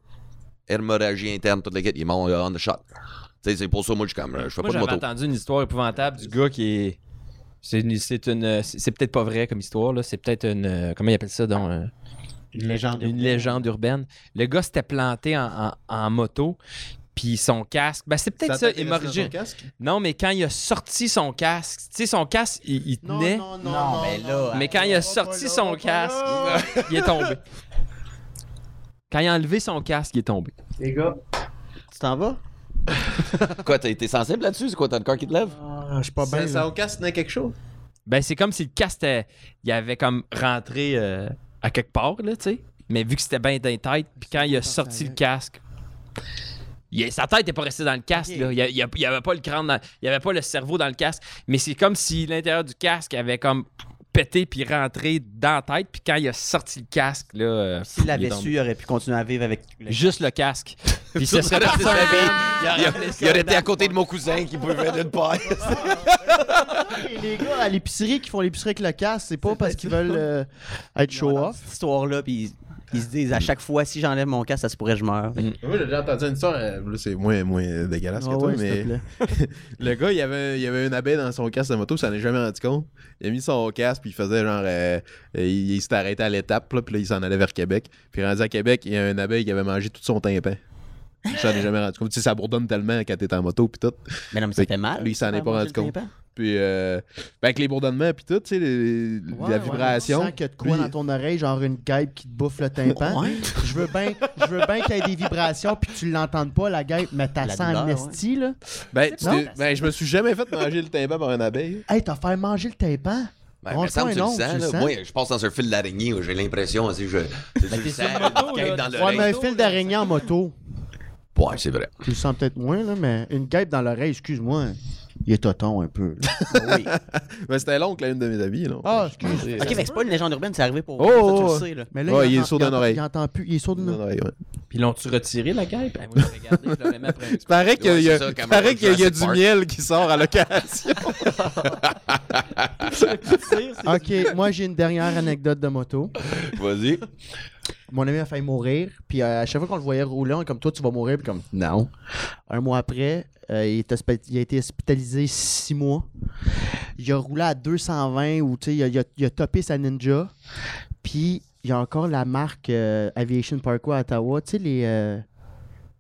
S1: Hémorragie interne, toute l'équipe, il est mort euh, on the shot. Tu sais, c'est pour ça, moi, je suis comme, euh, je fais
S2: Moi,
S1: pas de
S2: j'avais
S1: moto.
S2: entendu une histoire épouvantable du gars qui est. C'est une. C'est une- euh, c'est- c'est peut-être pas vrai comme histoire, là. C'est peut-être une. euh, Comment ils appellent ça dans. euh,
S6: une légende.
S2: une légende urbaine. Le gars s'était planté en, en- en moto, puis son casque. Ben, c'est peut-être ça, hémorragie. Non, mais quand il a sorti son casque, tu sais, son casque, il, il
S3: Non,
S2: tenait.
S3: non, non, non,
S6: mais
S3: non,
S6: là,
S3: non.
S2: Mais quand il a sorti son casque, il est tombé. oh! [laughs] Quand il a enlevé son casque, il est tombé.
S6: Les gars, tu t'en vas?
S1: Quoi, t'es t'es sensible là-dessus? C'est quoi, t'as le corps qui te lève?
S3: Je suis pas bien. là.
S9: Son casque tenait quelque chose.
S2: Ben, c'est comme si le casque, était- il avait comme rentré euh, à quelque part, là, tu sais. Mais vu que c'était bien dans les têtes, puis quand il a sorti le casque, il a- sa tête n'était pas restée dans le casque, là. Il y a- Il y a- il y avait pas le crâne, dans- il y avait pas le cerveau dans le casque. Mais c'est comme si l'intérieur du casque avait comme pété puis rentré dans la tête, puis quand il a sorti le casque, là. euh, il
S6: S'il
S2: est
S6: l'avait
S2: tombé.
S6: su, il aurait pu continuer à vivre avec le
S2: Juste le casque.
S6: [laughs]
S2: Puis
S1: [laughs]
S2: ce serait parti
S1: Ça,
S2: en-
S1: Il, a- il aurait été à côté de mon cousin qui pouvait d'une paille.
S3: Et les gars à l'épicerie qui font l'épicerie avec le casque, c'est pas parce qu'ils veulent euh, être show-off.
S6: cette histoire-là, puis ils, ils se disent à chaque fois, si j'enlève mon casque, ça se pourrait que je meure.
S4: Ah, Moi, j'ai déjà entendu une histoire, euh, là, c'est moins, moins dégueulasse
S3: Ah
S4: que toi,
S3: ouais, s'il te
S4: mais
S3: plaît.
S4: le gars, il avait, il avait une abeille dans son casque de moto, ça n'est jamais rendu compte. Il a mis son casque, puis il faisait genre. euh, euh, il il s'était arrêté à l'étape, là, puis là, il s'en allait vers Québec. Puis rendu à Québec, il y a une abeille qui avait mangé tout son tympan. Il s'en est jamais rendu compte. Tu sais, ça bourdonne tellement quand t'es en moto, puis tout.
S6: Mais non, mais
S4: Fait
S6: ça
S4: que
S6: fait mal.
S4: lui, il s'en est
S6: ça,
S4: pas
S6: manger
S4: rendu
S6: le
S4: compte.
S6: tympan.
S4: Puis, euh, ben, avec les bourdonnements, puis tout, tu sais, les- la vibration.
S3: Tu sens qu'il y a de quoi
S4: Lui,
S3: dans ton oreille, genre une guêpe qui te bouffe le tympan.
S6: Ouais.
S3: Je veux bien je veux bien qu'il y ait des vibrations puis que tu l'entendes pas, la guêpe, mais t'as
S6: La
S3: ça en
S6: douleur,
S3: esti, là.
S4: Ben, tu
S3: Non?
S4: t'es- ben, je me suis jamais fait manger le tympan par une abeille.
S3: Hey, t'as fait manger le tympan?
S1: Ben,
S3: On
S1: me
S3: le
S1: semble que
S3: sent,
S1: tu
S3: non, tu le
S1: là.
S3: sens.
S1: Moi, je passe dans un fil d'araignée où j'ai l'impression, aussi, je. C'est
S7: t'es sur
S1: sens,
S7: une moto,
S1: une
S7: là.
S1: guêpe dans
S3: Ouais,
S1: l'oreille.
S3: mais un fil d'araignée en moto,
S1: Ouais, c'est vrai.
S3: tu le sens peut-être moins, là, mais une guêpe dans l'oreille, excuse-moi, il est toton un peu. là.
S4: Mais c'était l'oncle à une de mes amies, là.
S3: Ah, excuse.
S6: Ok, mais c'est pas une légende urbaine, c'est arrivé pour.
S4: Oh,
S6: ça,
S4: oh,
S6: tu
S4: oh.
S6: le sais, là.
S3: Mais
S4: Ouais,
S3: il
S4: il est
S3: entend-
S4: sourd d'une
S3: il entend-
S4: oreille.
S3: Il entend plus, il est sourd d'une
S4: Non, non,
S3: oreille.
S4: ouais.
S7: Puis l'ont-tu retiré, la guêpe? Ben, moi, je regardais, je l'aurais même après.
S4: Il paraît qu'il y a,
S1: c'est ça, quand
S4: il paraît
S1: même,
S4: qu'il y a- il y a du
S1: Jurassic Park.
S4: miel qui sort à l'occasion.
S3: Ok, moi j'ai une dernière anecdote de moto.
S1: Vas-y.
S3: Mon ami a failli mourir, puis euh, à chaque fois qu'on le voyait rouler, on est comme toi tu vas mourir, puis comme non. Un mois après, euh, il, est hospi- il a été hospitalisé six mois. Il a roulé à 220 ou tu sais, il, a- il a- il a topé sa ninja. Puis il y a encore la marque euh, Aviation Parkway à Ottawa, tu sais les. euh,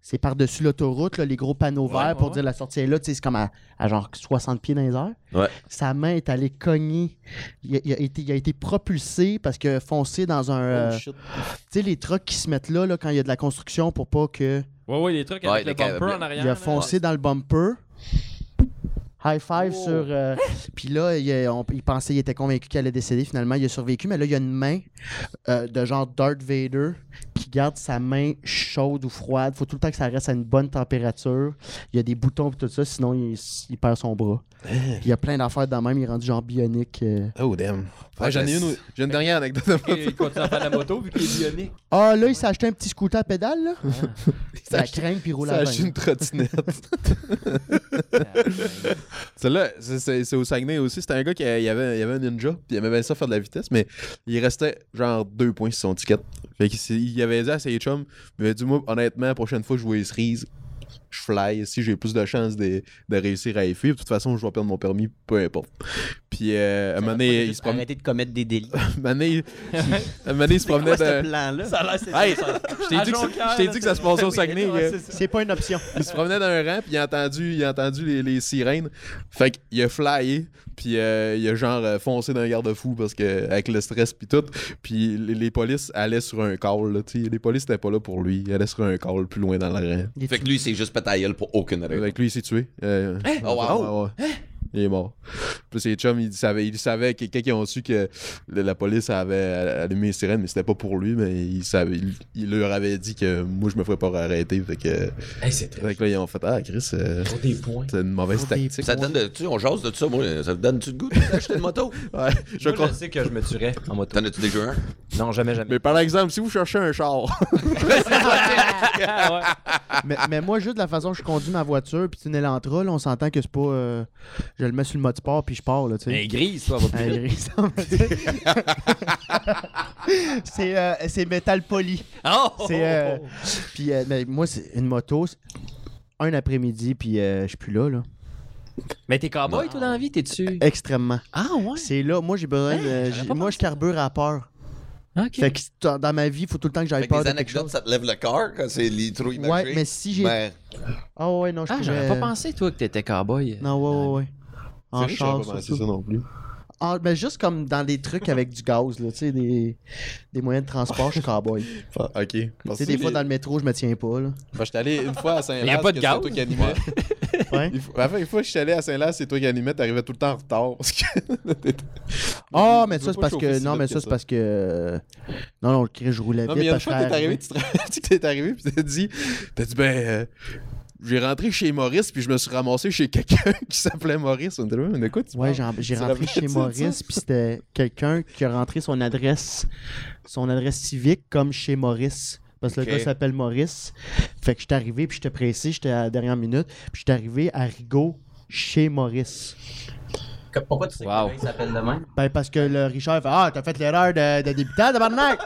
S3: c'est par-dessus l'autoroute, là, les gros panneaux verts pour dire la sortie est là. Tu sais, C'est comme à, à genre 60 pieds dans les heures.
S1: Ouais.
S3: Sa main est allée cogner. Il a, il a été, il a été propulsé parce que foncé dans un. euh,
S9: shit.
S3: tu sais, les trucks qui se mettent là, là, quand il y a de la construction pour pas que.
S7: [laughs] Ouais, ouais, les trucs
S1: Ouais,
S7: avec
S1: les
S7: le
S1: câbles.
S7: bumper en arrière.
S3: il a
S7: là.
S3: foncé dans le bumper. High five
S4: Oh.
S3: sur. euh, [laughs] Puis là, il, a- on- il pensait, il était convaincu qu'il allait décéder. Finalement, il a survécu. Mais là, il y a une main euh, de genre Darth Vader qui garde sa main chaude ou froide. faut tout le temps que ça reste à une bonne température. Il y a des boutons et tout ça, sinon il, il perd son bras.
S4: Eh.
S3: Puis il y a plein d'affaires dans le même. Il est rendu genre bionique. euh.
S4: [laughs] Oh, damn. Ouais, j'en ai une, j'ai une dernière anecdote. [laughs] de moto.
S7: Et Il continue à faire de la moto vu qu'il est bionique.
S3: Ah, là, il s'est acheté un petit scooter à pédale, là.
S4: s'est
S3: La
S4: acheté-
S3: crainte, puis [laughs] il roule
S4: Ça
S3: à
S4: a
S3: 20.
S4: acheté une trottinette.
S6: [laughs]
S4: [laughs] Celle-là, c'est- c'est c'est au Saguenay aussi. C'était un gars qui a- il avait, il avait un ninja, puis il aimait bien ça faire de la vitesse, mais il restait genre deux points sur son ticket. Fait qu'il s'est- il avait dit à ses chums, il avait dit, moi, honnêtement, la prochaine fois que je vois les cerises, je fly. Si j'ai plus de chances de, de réussir à les fuir, de toute façon, je vais perdre mon permis, peu importe. Puis euh, à un moment donné, il se [laughs] promenait.
S6: Arrêtez de commettre des délits.
S4: un moment donné, un moment donné, il se promenait
S6: Quoi, ce
S4: de.
S6: plan-là?
S4: ben. Hey, je t'ai dit, que ça- je t'ai dit que ça se passait au Saguenay. euh. gars.
S3: C'est pas une option.
S4: Il se promenait dans un rang, puis il a entendu, il a entendu les, les sirènes. Fait qu'il a flyé, puis euh, il a genre euh, foncé dans un garde-fou parce que avec le stress puis tout. Puis les, les polices allaient sur un call. Là, tu sais. les polices n'étaient pas là pour lui. Ils allaient sur un call plus loin dans le rang.
S1: Fait que lui, c'est juste pataille pour aucune raison.
S4: Avec lui, il s'est tué. Euh,
S1: Oh, wow.
S4: ouais, ouais. Il est mort. Puis ses chums, ils savaient, ils savaient que- quand ils ont su que le- la police avait allumé les sirènes, mais c'était pas pour lui, mais ils savaient, il, il leur avait dit que moi, je me ferais pas arrêter. Fait que,
S2: Hey, c'est très
S4: fait que là, ils ont fait Ah, Chris, euh,
S2: pour des points.
S4: c'est une mauvaise
S3: Pour des
S4: tactique.
S1: Ça te donne de. Tu sais, on jase de ça, moi. Ça te donne-tu de goût d'acheter une moto?
S4: Ouais, je
S2: Je,
S4: crois.
S2: je sais que je me tuerais en moto.
S1: T'en as-tu déjà un?
S2: Non, jamais, jamais.
S4: Mais par exemple, si vous cherchez un [laughs] char,
S7: Ah,
S3: mais, mais moi, juste de la façon que je conduis ma voiture, puis c'est une Elantra, là, on s'entend que c'est pas. euh, je le mets sur le mode sport, puis je pars, là, tu sais. [laughs]
S2: Mais grise, toi, va plus
S3: Un
S2: vite.
S3: gris, ça me dit. [laughs] c'est euh, c'est métal poli.
S2: Oh!
S3: C'est, euh, Puis euh, mais moi, c'est une moto, c'est un après-midi, puis euh, je suis plus là, là.
S2: Mais t'es cowboy, toi, dans la vie, t'es dessus.
S3: Extrêmement.
S2: Ah, ouais.
S3: C'est là, moi, j'ai besoin de- j'ai- moi, je carbure à peur.
S2: Ok.
S3: Fait que dans- dans ma vie, il faut tout le temps que j'aille
S1: Fait que
S3: peur
S1: les
S3: de quelque
S1: anecdotes,
S3: chose.
S1: ça te lève le cœur quand c'est les trous imagés.
S3: Ouais, mais si j'ai.
S1: Ben,
S3: Ah ouais, non, je
S2: Ah, j'aurais
S3: pourrais-
S2: pas pensé, toi, que t'étais cowboy.
S3: Non, ouais, ouais, ouais. En char, surtout.
S4: non plus.
S3: Ah, mais juste comme dans des trucs avec du gaz, là, tu sais, des, des moyens de transport, je suis cowboy. Tu
S4: ok. [laughs] Parce
S3: sais, des fois dans le métro, je me tiens pas,
S4: [laughs]
S3: là.
S4: Moi, j'étais allé une fois à Saint-Laz.
S2: Mais y a pas de
S4: que c'est
S2: gaz.
S4: toi qui animais.
S3: Ouais.
S4: Une fois- la première fois que je suis allé à Saint-Laz, c'est toi qui animais, t'arrivais tout le temps en retard. Parce que
S3: Ah,
S4: je
S3: mais ça,
S4: veux
S3: c'est
S4: pas
S3: parce
S4: chauffer
S3: que.
S4: si
S3: Non,
S4: vite
S3: mais
S4: que
S3: ça, c'est
S4: ça.
S3: parce que. euh, Non, non, le cri, je roulais
S4: Non, mais
S3: vite.
S4: il y a une
S3: parce que
S4: fois que t'es
S3: j'étais
S4: arrivé, [laughs] tu te rappelles- t'es arrivé, puis t'as dit, t'as dit, ben, euh, j'ai rentré chez Maurice, puis je me suis ramassé chez quelqu'un [laughs] qui s'appelait Maurice. On était là, mais de quoi tu
S3: Ouais,
S4: parles?
S3: j'ai- j'ai
S4: Tu te
S3: rentré
S4: rappelles-tu
S3: chez
S4: de ça?
S3: Maurice, puis c'était quelqu'un qui a rentré son adresse, son adresse civique comme chez Maurice. Parce que
S1: Ok.
S3: le gars s'appelle Maurice. Fait que j'étais arrivé, puis j'étais pressé, j'étais à la dernière minute, puis j'étais arrivé à Rigaud chez Maurice.
S6: Pourquoi tu sais
S2: Wow.
S6: comment il s'appelle demain?
S3: Ben, parce que le Richard fait Ah, t'as fait l'erreur de, de débutant, tabarnak!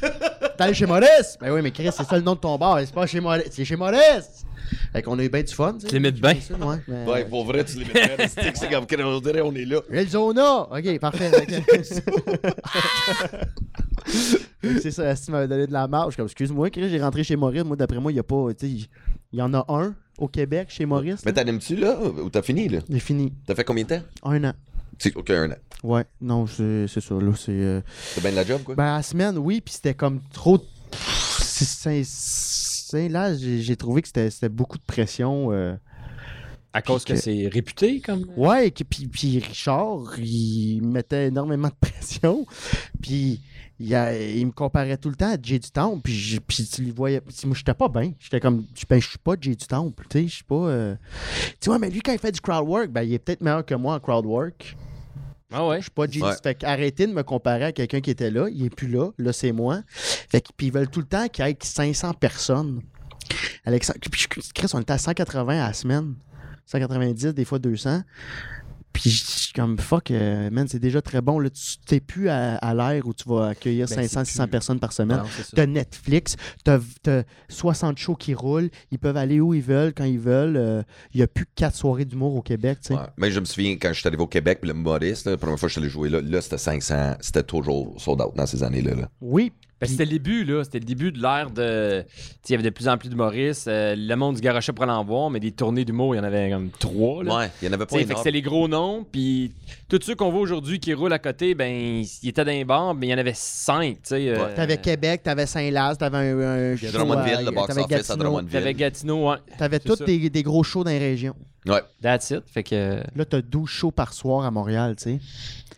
S3: T'es allé chez Maurice! Ben oui, mais Chris, c'est ça le nom de ton bar, c'est pas chez Maurice, c'est chez Maurice! Fait qu'on a eu bien du fun, tu sais. Ben,
S2: Limite bien.
S3: Ça, ouais, mais-
S1: ouais, pour vrai, tu les mets bien, c'est que c'est comme qu'on dirait, on est là.
S3: Arizona! Ok, [laughs] parfait. Ok. c'est ça, si tu m'avais donné de la marge, comme excuse-moi, Chris, j'ai rentré chez Maurice. Moi, d'après moi, il y a pas. tu sais, Il il y en a un au Québec chez Maurice.
S1: Mais
S3: là.
S1: t'en aimes-tu, là? Ou t'as fini, là?
S3: J'ai fini.
S1: T'as fait combien de temps?
S3: Un an.
S1: C'est ok, un an.
S3: Ouais, non, c'est c'est ça. Là, c'est. euh,
S1: C'est bien de la job, quoi?
S3: Ben, à semaine, oui, puis c'était comme trop. de- C'est- c'est- Là, j'ai j'ai trouvé que c'était c'était beaucoup de pression. euh,
S2: À cause que,
S3: que-
S2: c'est réputé comme.
S3: Ouais, et que- puis, puis Richard, il mettait énormément de pression. Puis il, a- il me comparait tout le temps à Jay du Temple. Puis, je- puis tu le voyais. puis moi, j'étais pas bien. J'étais comme, je- ben, je suis pas Jay du Temple. Tu sais, je suis pas. euh, Tu vois, mais lui, quand il fait du crowd work, ben, il est peut-être meilleur que moi en crowd work.
S2: Ah ouais.
S3: Je suis pas Jay du-
S1: Ouais.
S3: Fait arrêtez de me comparer à quelqu'un qui était là. Il est plus là. Là, c'est moi. Fait que, puis ils veulent tout le temps qu'il y ait 500 personnes. Alexandre, puis je- Chris, on était à 180 à la semaine. 190, des fois 200. Puis je suis comme fuck, euh, man, c'est déjà très bon. Là, tu t'es plus à, à l'ère où tu vas accueillir
S2: Ben,
S3: 500,
S2: c'est
S3: 600
S2: plus-
S3: personnes par semaine.
S2: Non, c'est ça.
S3: T'as Netflix, t'as t'as 60 shows qui roulent, ils peuvent aller où ils veulent, quand ils veulent. euh, Il n'y a plus que 4 soirées d'humour au Québec, tu sais.
S1: Ouais. Mais je me souviens quand je suis arrivé au Québec, puis le Maurice, là, la première fois que je suis allé jouer là, là c'était 500, c'était toujours sold out dans ces années-là. là.
S3: Oui,
S2: Ben, c'était le début, là. C'était le début de l'ère de. tu sais, Il y avait de plus en plus de Maurice. euh, le monde du garochet pour aller en voir, mais des tournées d'humour, il y en avait comme trois, là.
S1: Ouais, il y en avait pas
S2: Tu sais, fait que
S1: énorme.
S2: c'était les gros noms, puis tous ceux qu'on voit aujourd'hui qui roulent à côté, ben, ils ils étaient dans les bars, mais il y en avait cinq, tu sais. euh,
S1: Ouais.
S3: T'avais Québec, t'avais Saint-Laz, t'avais un, un show
S1: Drummondville, le
S3: à-
S1: box
S3: t'avais
S1: office à
S3: Gatineau.
S2: T'avais
S1: Drummondville.
S2: Gatineau, ouais.
S3: T'avais
S2: C'est
S3: tous
S2: ça.
S3: des, des gros shows dans les régions.
S1: Ouais.
S2: That's it. Fait que. euh,
S3: Là, t'as 12 shows par soir à Montréal, tu sais.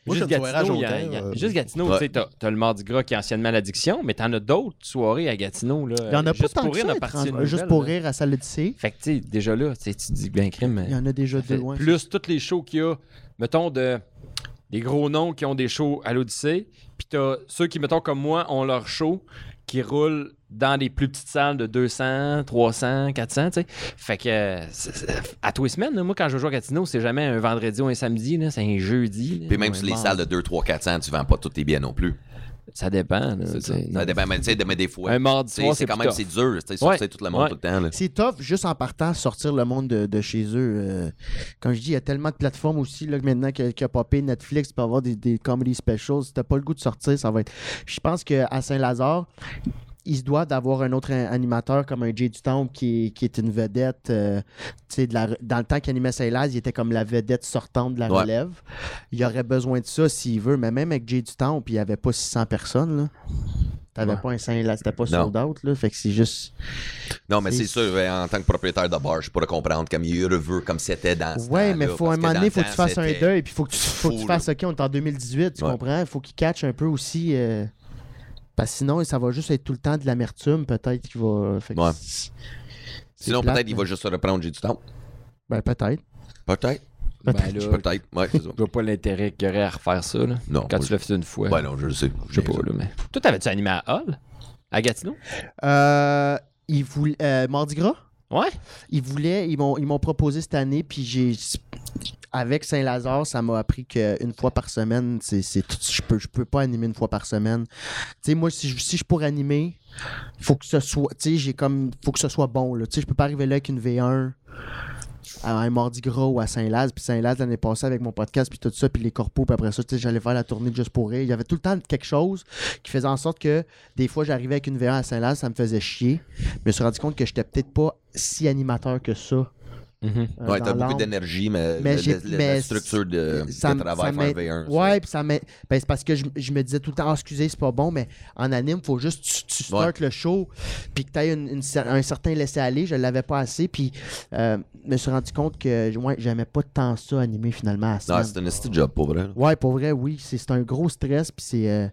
S9: Moi, j'ai
S2: juste
S9: une soirée
S2: Gatineau,
S9: au
S2: il y a-
S9: thème,
S2: il y a-
S9: euh,
S2: juste Gatineau,
S1: Ouais.
S2: tu sais, t'as, t'as le Mardi Gras qui est anciennement l'addiction, mais t'en as d'autres soirées à Gatineau. Là,
S3: Il y en a pas
S2: Euh, juste
S3: tant
S2: pour
S3: que
S2: rire,
S3: ça,
S2: on a parti
S3: étrangement.
S2: une
S3: Juste
S2: nouvelle,
S3: pour
S2: là.
S3: rire à salle de lycée.
S2: Fait que, tu sais, déjà là, tu sais, tu te dis ben crime.
S3: Il y en a déjà
S2: Fait-
S3: deux, ouais.
S2: Plus tous les shows qu'il y a, mettons, de des gros noms qui ont des shows à l'Odyssée, puis t'as ceux qui, mettons, comme moi, ont leur show qui roulent dans les plus petites salles de 200, 300, 400, tu sais. Fait que, euh, c'est- c'est- à tous les semaines, là, moi, quand je joue à Gatineau, c'est jamais un vendredi ou un samedi, là, c'est un jeudi. là,
S1: Puis même
S2: ou un
S1: sur les
S2: mardi.
S1: salles de 2, 3, 400, tu vends pas tous tes biens non plus.
S2: Ça dépend, là, tu sais. Non.
S1: Ça dépend, mais, tu sais, mais des fois,
S2: Un mardi
S1: tu sais,
S2: soir,
S1: c'est quand
S2: plus
S1: même
S2: tough.
S1: c'est dur. tu sais,
S2: Ouais.
S1: sortir tout le monde
S2: Ouais.
S1: tout le temps. là.
S3: C'est tough, juste en partant, sortir le monde de, de chez eux. euh, comme je dis, il y a tellement de plateformes aussi, là, que maintenant, qui a, qui a popé Netflix, tu peux avoir des, des comedy specials. Si t'as pas le goût de sortir, ça va être... Je pense qu'à Saint-Lazare, ils se doivent d'avoir un autre an- animateur comme un Jay du Temple qui, est- qui est une vedette. euh, tu sais, de la re- dans le temps qu'il animait Saint-Laz, il était comme la vedette sortante de la
S1: Ouais.
S3: relève. Il aurait besoin de ça s'il veut, mais même avec Jay du Temple, il n'y avait pas 600 personnes, là. T'avais pas un Saint-Laz, t'étais pas
S1: Non.
S3: sold out, là. Fait que c'est juste...
S1: Non, mais c'est
S3: C'est-
S1: sûr, euh, en tant que propriétaire de bar, je pourrais comprendre comme il veut, comme c'était dans ce
S3: Ouais,
S1: temps-là,
S3: mais faut
S1: parce
S3: un
S1: que
S3: moment
S1: dans
S3: donné,
S1: le
S3: faut que tu
S1: temps,
S3: fasses un
S1: c'était-
S3: deuil, puis faut que tu, faut que tu
S1: fou,
S3: fasses OK, on est en 2018, tu
S1: Ouais.
S3: comprends? Faut qu'il catch un peu aussi. euh, parce que sinon, ça va juste être tout le temps de l'amertume, peut-être qu'il va. fait que
S1: Ouais.
S3: c'est- c'est
S1: Sinon,
S3: plate, hein.
S1: peut-être il va
S3: mais-
S1: juste se reprendre, j'ai du temps.
S3: Ben, peut-être.
S1: Peut-être,
S2: Ben
S3: Peut-être.
S2: là,
S1: peut-être. Ouais, c'est ça.
S2: je vois pas l'intérêt qu'il y aurait à refaire ça, là.
S1: Non,
S2: Quand
S1: moi,
S2: tu l'as fait une fois.
S1: Ouais, non, je le sais.
S2: Je sais pas, là, mais. Toi, t'avais-tu animé à Hall? À Gatineau?
S3: Euh, il voulait, euh, Mardi Gras?
S2: Ouais.
S3: Ils voulaient, ils m'ont, ils m'ont proposé cette année, puis j'ai. Avec Saint-Lazare, ça m'a appris qu'une fois par semaine, c'est, c'est tout, je peux, je peux pas animer une fois par semaine. Tu sais, moi, si je, si je pourrais animer, faut que ce soit, tu sais, j'ai comme, faut que ce soit bon, là. Tu sais, je peux pas arriver là avec une V1 à un Mardi Gras ou à Saint-Laz, puis Saint-Laz l'année passée avec mon podcast, puis tout ça, puis les corpos, puis après ça, tu sais, j'allais faire la tournée de Juste pour rire. Il y avait tout le temps quelque chose qui faisait en sorte que des fois, j'arrivais avec une V1 à Saint-Laz, ça me faisait chier. Je me suis rendu compte que j'étais peut-être pas si animateur que ça. euh,
S1: Ouais,
S3: dans
S1: t'as beaucoup
S3: l'âme.
S1: d'énergie, mais,
S3: Mais
S1: la-
S3: j'ai-
S1: la, la
S3: mais
S1: structure de,
S3: Ça
S1: de
S3: m-
S1: travail
S3: ça
S1: faire un V1.
S3: m'aide- Ouais, puis ça m'aide- ben, c'est parce que je, je me disais tout le temps, Ah, excusez, c'est pas bon, mais en anime, faut juste que tu, tu
S1: Ouais.
S3: startes le show, puis que tu aies un certain laisser-aller. Je l'avais pas assez, puis euh, me suis rendu compte que ouais, j'aimais pas tant ça animer finalement à la
S1: Non,
S3: semaine.
S1: c'est un esti de job, pour vrai. là.
S3: Ouais, pour vrai, oui. C'est c'est un gros stress, puis c'est. euh,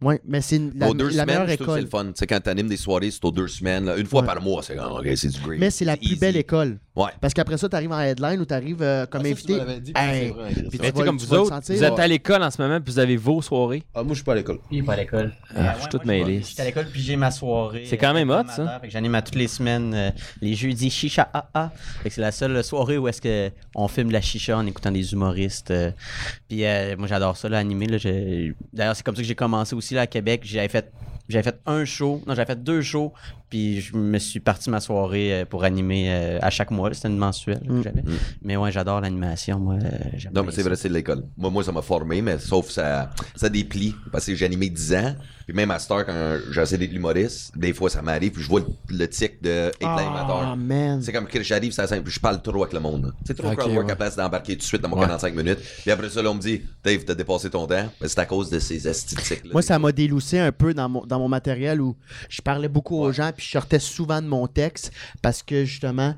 S3: Ouais, mais c'est une- la,
S1: aux deux
S3: la
S1: semaines,
S3: meilleure
S1: je trouve que c'est
S3: école.
S1: le fun. Tu sais, quand t'animes des soirées, c'est aux deux semaines. là. Une fois
S3: Ouais.
S1: par mois, c'est comme, OK, c'est du great.
S3: Mais c'est la plus
S1: easy.
S3: belle école.
S1: Ouais.
S3: Parce qu'après ça, t'arrives en headline ou t'arrives euh,
S9: Ah,
S3: comme
S9: ça, tu
S3: invité.
S9: me l'avais dit,
S3: Hey,
S9: c'est vrai.
S3: puis
S2: Mais
S3: tu
S2: tu
S3: vas-
S2: sais, comme
S3: tu
S2: vous
S3: vas le
S2: autres,
S3: sentir.
S2: vous êtes à l'école en ce moment, puis vous avez vos soirées.
S4: Ah, moi, je suis pas à l'école.
S6: Il est pas à l'école.
S2: Ah, je suis toute mêlée.
S6: J'étais à l'école, puis j'ai ma soirée.
S2: C'est quand même hot, ça.
S6: hebdomadaire, fait que J'anime à toutes les semaines, euh, les jeudis, chicha ah ah. Fait que c'est la seule soirée où est-ce que on filme de la chicha en écoutant des humoristes. euh. Puis euh, moi, j'adore ça, là, animer. Là, j'ai- D'ailleurs, c'est comme ça que j'ai commencé aussi là, à Québec. J'avais fait, j'avais fait un show, non, j'avais fait deux shows, puis je me suis parti ma soirée euh, pour animer euh, à chaque mois. là. C'était une mensuelle là,
S2: Mm.
S6: que j'avais. Mais ouais, j'adore l'animation, moi. euh, j'aime
S1: Non,
S6: bien
S1: mais
S3: Ben,
S1: c'est
S6: ça.
S1: vrai, c'est de l'école. Moi, moi, ça m'a formé, mais sauf ça, ça déplie. Parce que j'ai animé 10 ans. Puis même à Star, quand j'essaie d'être humoriste, des fois, ça m'arrive. Puis je vois le, le tic de être l'animateur.
S3: Ah, man.
S1: C'est comme que j'arrive, ça simple. Je parle trop avec le monde. C'est trop
S2: Ok,
S1: crowd work
S2: ouais.
S1: à place d'embarquer tout de suite dans mon 45 minutes. Puis après ça, là, on me dit, Dave, t'as dépassé ton temps. Ben, c'est à cause de ces esthétiques-là.
S3: Moi, ça m'a déloussé un peu dans mon, dans mon matériel où je parlais beaucoup aux gens, puis Puis je sortais souvent de mon texte parce que justement,
S1: Ça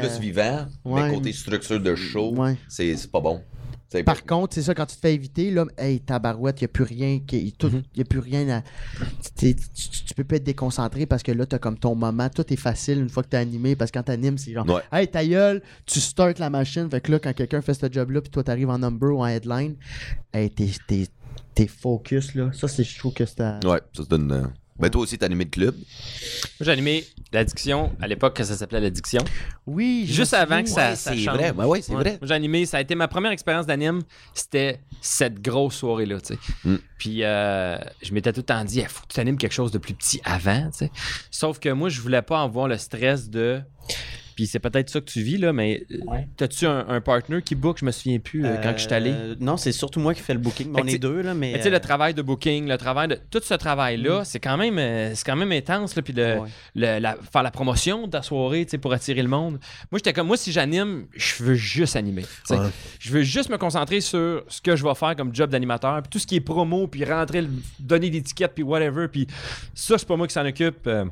S1: fait plus vivant,
S3: ouais.
S1: mais côté structure de show,
S3: Ouais.
S1: c'est c'est pas bon. C'est-
S3: Par contre, c'est ça, quand tu te fais éviter, là, hey, tabarouette, il n'y a plus rien. qui- tout-
S1: Mhm.
S3: y a plus rien à. Tu, tu- tu- tu peux pas être déconcentré parce que là, t'as comme ton moment, tout est facile une fois que t'es animé. Parce que quand t'animes, c'est genre,
S1: Ouais.
S3: hey, ta gueule, tu startes la machine. Fait que là, quand quelqu'un fait ce job-là, puis toi, t'arrives en number ou en headline, hey, t'es. t'es- t'es focus, là. Ça, c'est je trouve que c'est à-
S1: Ouais, ça se donne. euh, Ben, toi aussi, t'as animé de club.
S2: Moi, j'ai animé l'addiction à l'époque que ça s'appelait l'addiction.
S3: Oui, je
S2: Juste
S3: me
S2: avant que
S3: souviens.
S2: ça,
S1: Ouais,
S2: ça
S1: c'est
S2: change.
S1: vrai. Ben ouais, c'est
S2: Ouais.
S1: vrai.
S2: Moi, J'ai animé, ça a été ma première expérience d'anime. C'était cette grosse soirée-là, tu sais.
S1: Mm.
S2: Puis euh, je m'étais tout le temps dit, il faut que tu animes quelque chose de plus petit avant, tu sais. Sauf que moi, je voulais pas avoir le stress de. Puis c'est peut-être ça que tu vis, là, mais euh, t'as-tu un, un partner qui book Je me souviens plus euh, quand je suis allé.
S6: Euh, Non, c'est surtout moi qui fais le booking. mais
S2: Fait
S6: on
S2: que
S6: est
S2: tu-
S6: deux, là, mais.
S2: Mais tu sais,
S6: euh,
S2: le travail de booking, le travail de. Tout ce travail-là, c'est quand même euh, c'est quand même intense, là, puis de
S6: ouais.
S2: le- la- faire la promotion de ta soirée, tu sais, pour attirer le monde. Moi, j'étais comme, moi, si j'anime, je veux juste animer. tu sais. Je veux juste me concentrer sur ce que je vais faire comme job d'animateur, puis tout ce qui est promo, puis rentrer, le- donner l'étiquette, puis whatever, puis ça, c'est pas moi qui s'en occupe. Euh,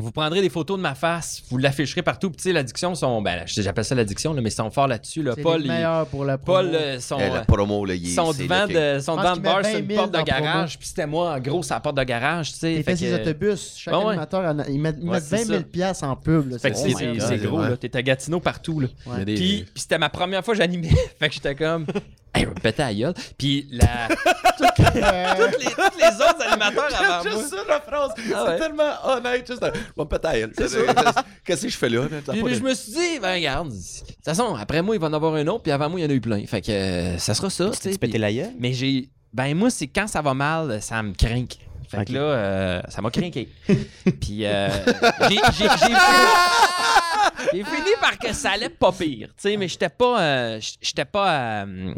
S2: vous prendrez des photos de ma face, vous l'afficherez partout. Puis, tu sais, l'addiction, sont. Ben, j'appelle ça l'addiction, là, mais ils sont forts là-dessus. Là.
S3: C'est
S2: Paul,
S3: les
S2: il-
S3: meilleurs pour la promo.
S2: Paul, euh, son.
S1: Eh,
S2: euh,
S1: la promo, là, il est.
S2: son
S1: c'est
S2: devant
S1: le-
S2: de, son
S3: Je pense
S2: devant de
S3: qu'il
S2: bar,
S3: met
S2: c'est une
S3: 20 000
S2: porte de
S3: dans le
S2: garage. Puis c'était moi, en gros, c'est la porte de garage, tu sais.
S3: T'es
S2: Fait
S3: fait
S2: que,
S3: ses autobus. Chaque
S2: Ouais, ouais.
S3: animateur, en a- ils mettent, ils
S2: Ouais,
S3: mettent
S2: c'est
S3: 20 000
S2: ça.
S3: piastres en pub. là. Oh
S2: fait que
S3: C'est
S2: c'est-
S3: vraiment-
S2: c'est
S3: [laughs]
S1: God,
S2: gros,
S1: ouais.
S2: là. T'es à Gatineau partout, là.
S3: Ouais.
S4: Il y a des-
S2: Puis, puis c'était ma première fois que j'animais. [laughs] fait que j'étais comme. Hey, je vais me péter la gueule. Puis la. [laughs] toutes, les, toutes les autres animateurs avant moi.
S1: Juste ça, la phrase.
S2: Ah ouais.
S1: C'est tellement honnête. Juste, un- je vais me péter la gueule. [laughs] Qu'est-ce que je fais là? là? T'as
S2: Puis,
S1: pas de-
S2: je me suis dit, ben regarde, de toute façon, après moi, il va en avoir un autre, puis avant moi, il y en a eu plein. Fait que euh, ça sera ça. tu sais,
S6: Tu
S2: puis-
S6: pétais la gueule?
S2: Mais j'ai. Ben, moi, c'est quand ça va mal, ça me crinque. Fait
S6: Ok.
S2: que là, euh, ça m'a crinqué. Puis, euh, j'ai, j'ai- j'ai fini- j'ai fini par que ça allait pas pire. Tu sais, mais j'étais pas. euh, j'étais pas. euh,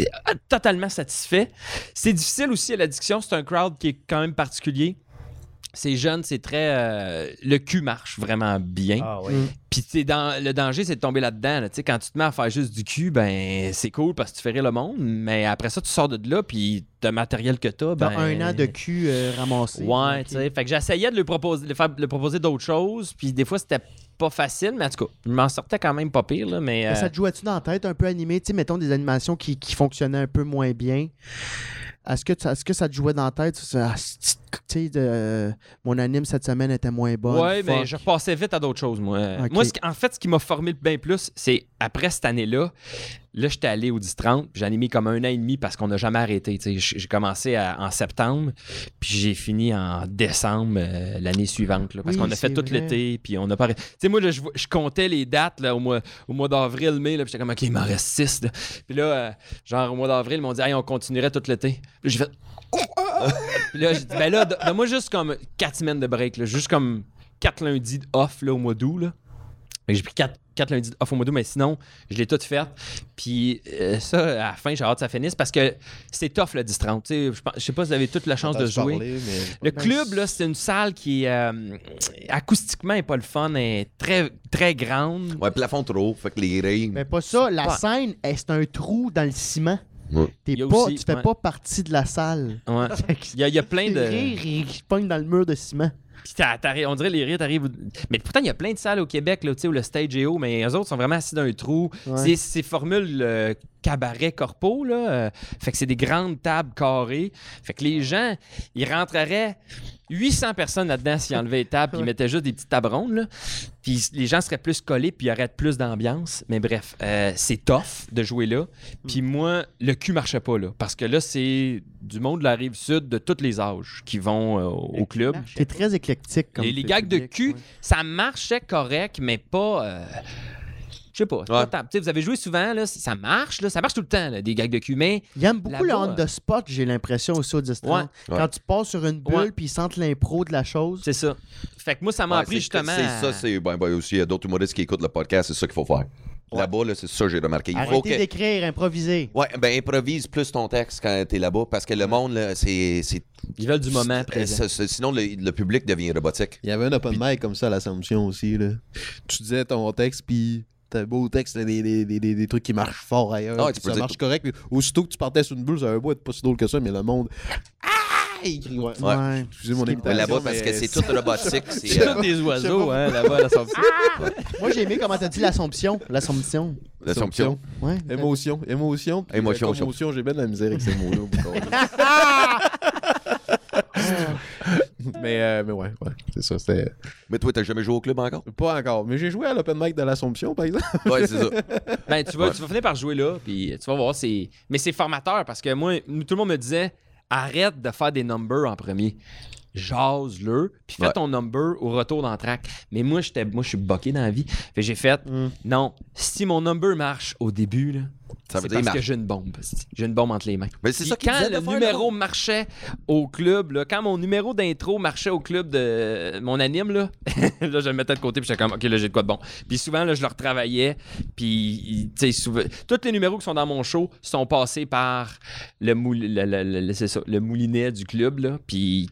S2: euh, totalement satisfait. C'est difficile aussi à l'addiction. C'est un crowd qui est quand même particulier. C'est jeune, c'est très. euh, le cul marche vraiment bien.
S6: Ah ouais.
S2: Puis tu sais, dans, le danger, c'est de tomber là-dedans. là. Tu sais, quand tu te mets à faire juste du cul, ben c'est cool parce que tu fais rire le monde, mais après ça, tu sors de là, puis le matériel que t'as, ben...
S3: T'as un an de cul euh, ramassé.
S2: Ouais,
S3: Ok.
S2: tu sais. Fait que j'essayais de lui proposer, de faire- de lui proposer d'autres choses, puis des fois, c'était pas facile, mais en tout cas, je m'en sortais quand même pas pire, là, mais... euh,
S3: Ça te jouait-tu dans la tête un peu animé? Tu sais, mettons des animations qui, qui fonctionnaient un peu moins bien. Est-ce que, tu- est-ce que ça te jouait dans la tête? Tu sais, Ah, c'ti- tu sais, de- mon anime cette semaine était moins bonne.
S2: euh, ouais, mais
S3: fuck.
S2: je repassais vite à d'autres choses, moi.
S3: Ok.
S2: Moi, ce qui- en fait, ce qui m'a formé le bien plus, c'est après cette année-là, là, j'étais allé au 10-30, puis j'ai animé comme un an et demi parce qu'on n'a jamais arrêté. tu sais. J- J'ai commencé à- en septembre, puis j'ai fini en décembre euh, l'année suivante, là, parce
S3: Oui,
S2: qu'on a fait
S3: c'est
S2: tout
S3: vrai.
S2: l'été, puis on a pas. arrêté. Tu sais, moi, là, je, vois- je comptais les dates là, au mois, au mois d'avril, mai, là, puis j'étais comme, OK, il m'en reste six. là. Puis là, euh, genre, au mois d'avril, ils m'ont dit, hey, on continuerait tout l'été. Puis j'ai fait, puis là, j'ai dit, ben là, don- donne-moi juste comme 4 semaines de break, là, juste comme 4 lundis de off là, au mois d'août. là. Fait que J'ai pris 4, lundis de off au mois d'août, mais sinon, je l'ai tout fait. Puis euh, ça, à la fin, j'ai hâte que ça finisse parce que c'est tough le 10-30. Tu sais, Je pense- je sais pas si vous avez toute la chance de jouer. Le club, là, c'est une salle qui, euh, acoustiquement, est pas le fun, elle est très, très grande.
S1: Ouais, plafond trop haut. Fait que les rires.
S3: Mais pas ça. La
S2: Ouais.
S3: scène, eh, c'est un trou dans le ciment.
S1: Ouais.
S3: T'es
S2: Il y a
S3: pas,
S2: aussi-
S3: tu fais
S2: ouais.
S3: pas partie de
S2: [laughs]
S3: la salle.
S2: Ouais. Il y a, il y a plein
S3: Les
S2: de.
S3: rires, ils pognent dans le mur de ciment.
S2: Puis t'as- t'arri- on dirait les rires t'arrives. Mais pourtant, il y a plein de salles au Québec là, tu sais, où le stage est haut, mais eux autres sont vraiment assis dans un trou.
S3: Ouais.
S2: C'est ces formules euh, cabaret corpo, là. euh, fait que c'est des grandes tables carrées. Fait que les gens, ils rentreraient 800 personnes là-dedans s'ils enlevaient les tables puis ils mettaient juste des petites tables rondes, là. Puis les gens seraient plus collés puis il y aurait plus d'ambiance. Mais bref, euh, c'est tough de jouer là. Puis moi, le cul marchait pas, là. Parce que là, c'est du monde de la rive sud de tous les âges qui vont euh, au club.
S3: T'es très éclectique. Comme
S2: Les, les
S3: fait
S2: gags de
S3: public,
S2: cul,
S3: ouais.
S2: ça marchait correct, mais pas. euh, je sais pas. pas tant. Tu sais, Vous avez joué souvent, là, ça marche, là, ça marche tout le temps, là, des gags de cul, mais
S3: Il aime beaucoup le
S2: Là-bas,
S3: on the spot, j'ai l'impression aussi au 10
S2: Ouais.
S3: Quand tu passes sur une
S2: Ouais.
S3: bulle puis ils sentent l'impro de la chose.
S2: c'est ça. Fait que moi, ça m'a
S1: Ouais,
S2: appris
S1: c'est-
S2: justement.
S1: C'est
S2: à-
S1: ça, c'est. Ben, ben, aussi, il y a d'autres humoristes qui écoutent le podcast, c'est ça qu'il faut faire. Là-bas, là, c'est ça que j'ai remarqué. Il faut
S3: Arrêtez
S1: que.
S3: d'écrire, improviser.
S1: Ouais, ben improvise plus ton texte quand t'es là-bas parce que le monde, là, c'est. c'est-
S2: Ils veulent du moment présent.
S1: [laughs] c'est- c'est- Sinon, le, le public devient robotique.
S4: Il y avait un open mic comme ça à l'Assomption aussi. Là. Tu disais ton texte, puis t'as beau texte, t'as des, des, des, des, des trucs qui marchent fort ailleurs.
S1: Ah ouais,
S4: puis
S1: tu peux
S4: ça
S1: dire
S4: marche correct. puis Aussitôt que tu partais sur une bulle, ça aurait beau être pas si drôle que ça, mais le monde. Ah!
S9: écrit. Ouais.
S1: Ouais.
S3: Ouais.
S4: Excusez mon
S3: Ce qui
S1: Ouais,
S3: est
S4: imitation.
S1: là-bas, parce que
S4: mais
S1: c'est tout
S2: [laughs]
S1: robotique. C'est euh,
S2: Tous des oiseaux, hein, là-bas à l'Assomption.
S3: Moi, j'ai aimé comment t'as dit l'Assomption. L'Assomption.
S1: l'assomption.
S3: Ouais.
S4: Émotion, émotion. puis,
S1: Émotion,
S4: euh,
S1: émotion.
S4: commotion, j'ai bien de la misère avec ces mots-là. [laughs] beaucoup. mais, euh, mais ouais, ouais, c'est ça. C'était... euh,
S1: Mais toi, t'as jamais joué au club encore?
S4: Pas encore. Mais j'ai joué à l'open mic de l'Assomption, par exemple.
S1: Ouais,
S2: [laughs]
S1: c'est ça.
S2: Ben, tu vas,
S1: Ouais.
S2: tu vas finir par jouer là, puis tu vas voir, c'est. Mais c'est formateur parce que moi, m- tout le monde me disait arrête de faire des numbers en premier. Jase-le, puis fais
S1: Ouais.
S2: ton number au retour dans le track. Mais moi, j'étais, moi, je suis boqué dans la vie. Fait que j'ai fait,
S1: Mm.
S2: non, si mon number marche au début, là,
S1: Ça veut
S2: c'est
S1: dire, il
S2: parce que
S1: marche.
S2: j'ai une bombe. c'est- J'ai une bombe entre les mains.
S1: Mais c'est
S2: Puis
S1: ça qu'il
S2: quand
S1: disait
S2: le
S1: de faire,
S2: numéro marchait au club, là, quand mon numéro d'intro marchait au club de euh, mon anime, là, [laughs] là, je le mettais de côté, puis j'étais comme, OK, là, j'ai de quoi de bon. Puis souvent, là, je le retravaillais, puis, tu sais, souvent- tous les numéros qui sont dans mon show sont passés par le, mouli- le, le- le- le- c'est ça, le moulinet du club, là, puis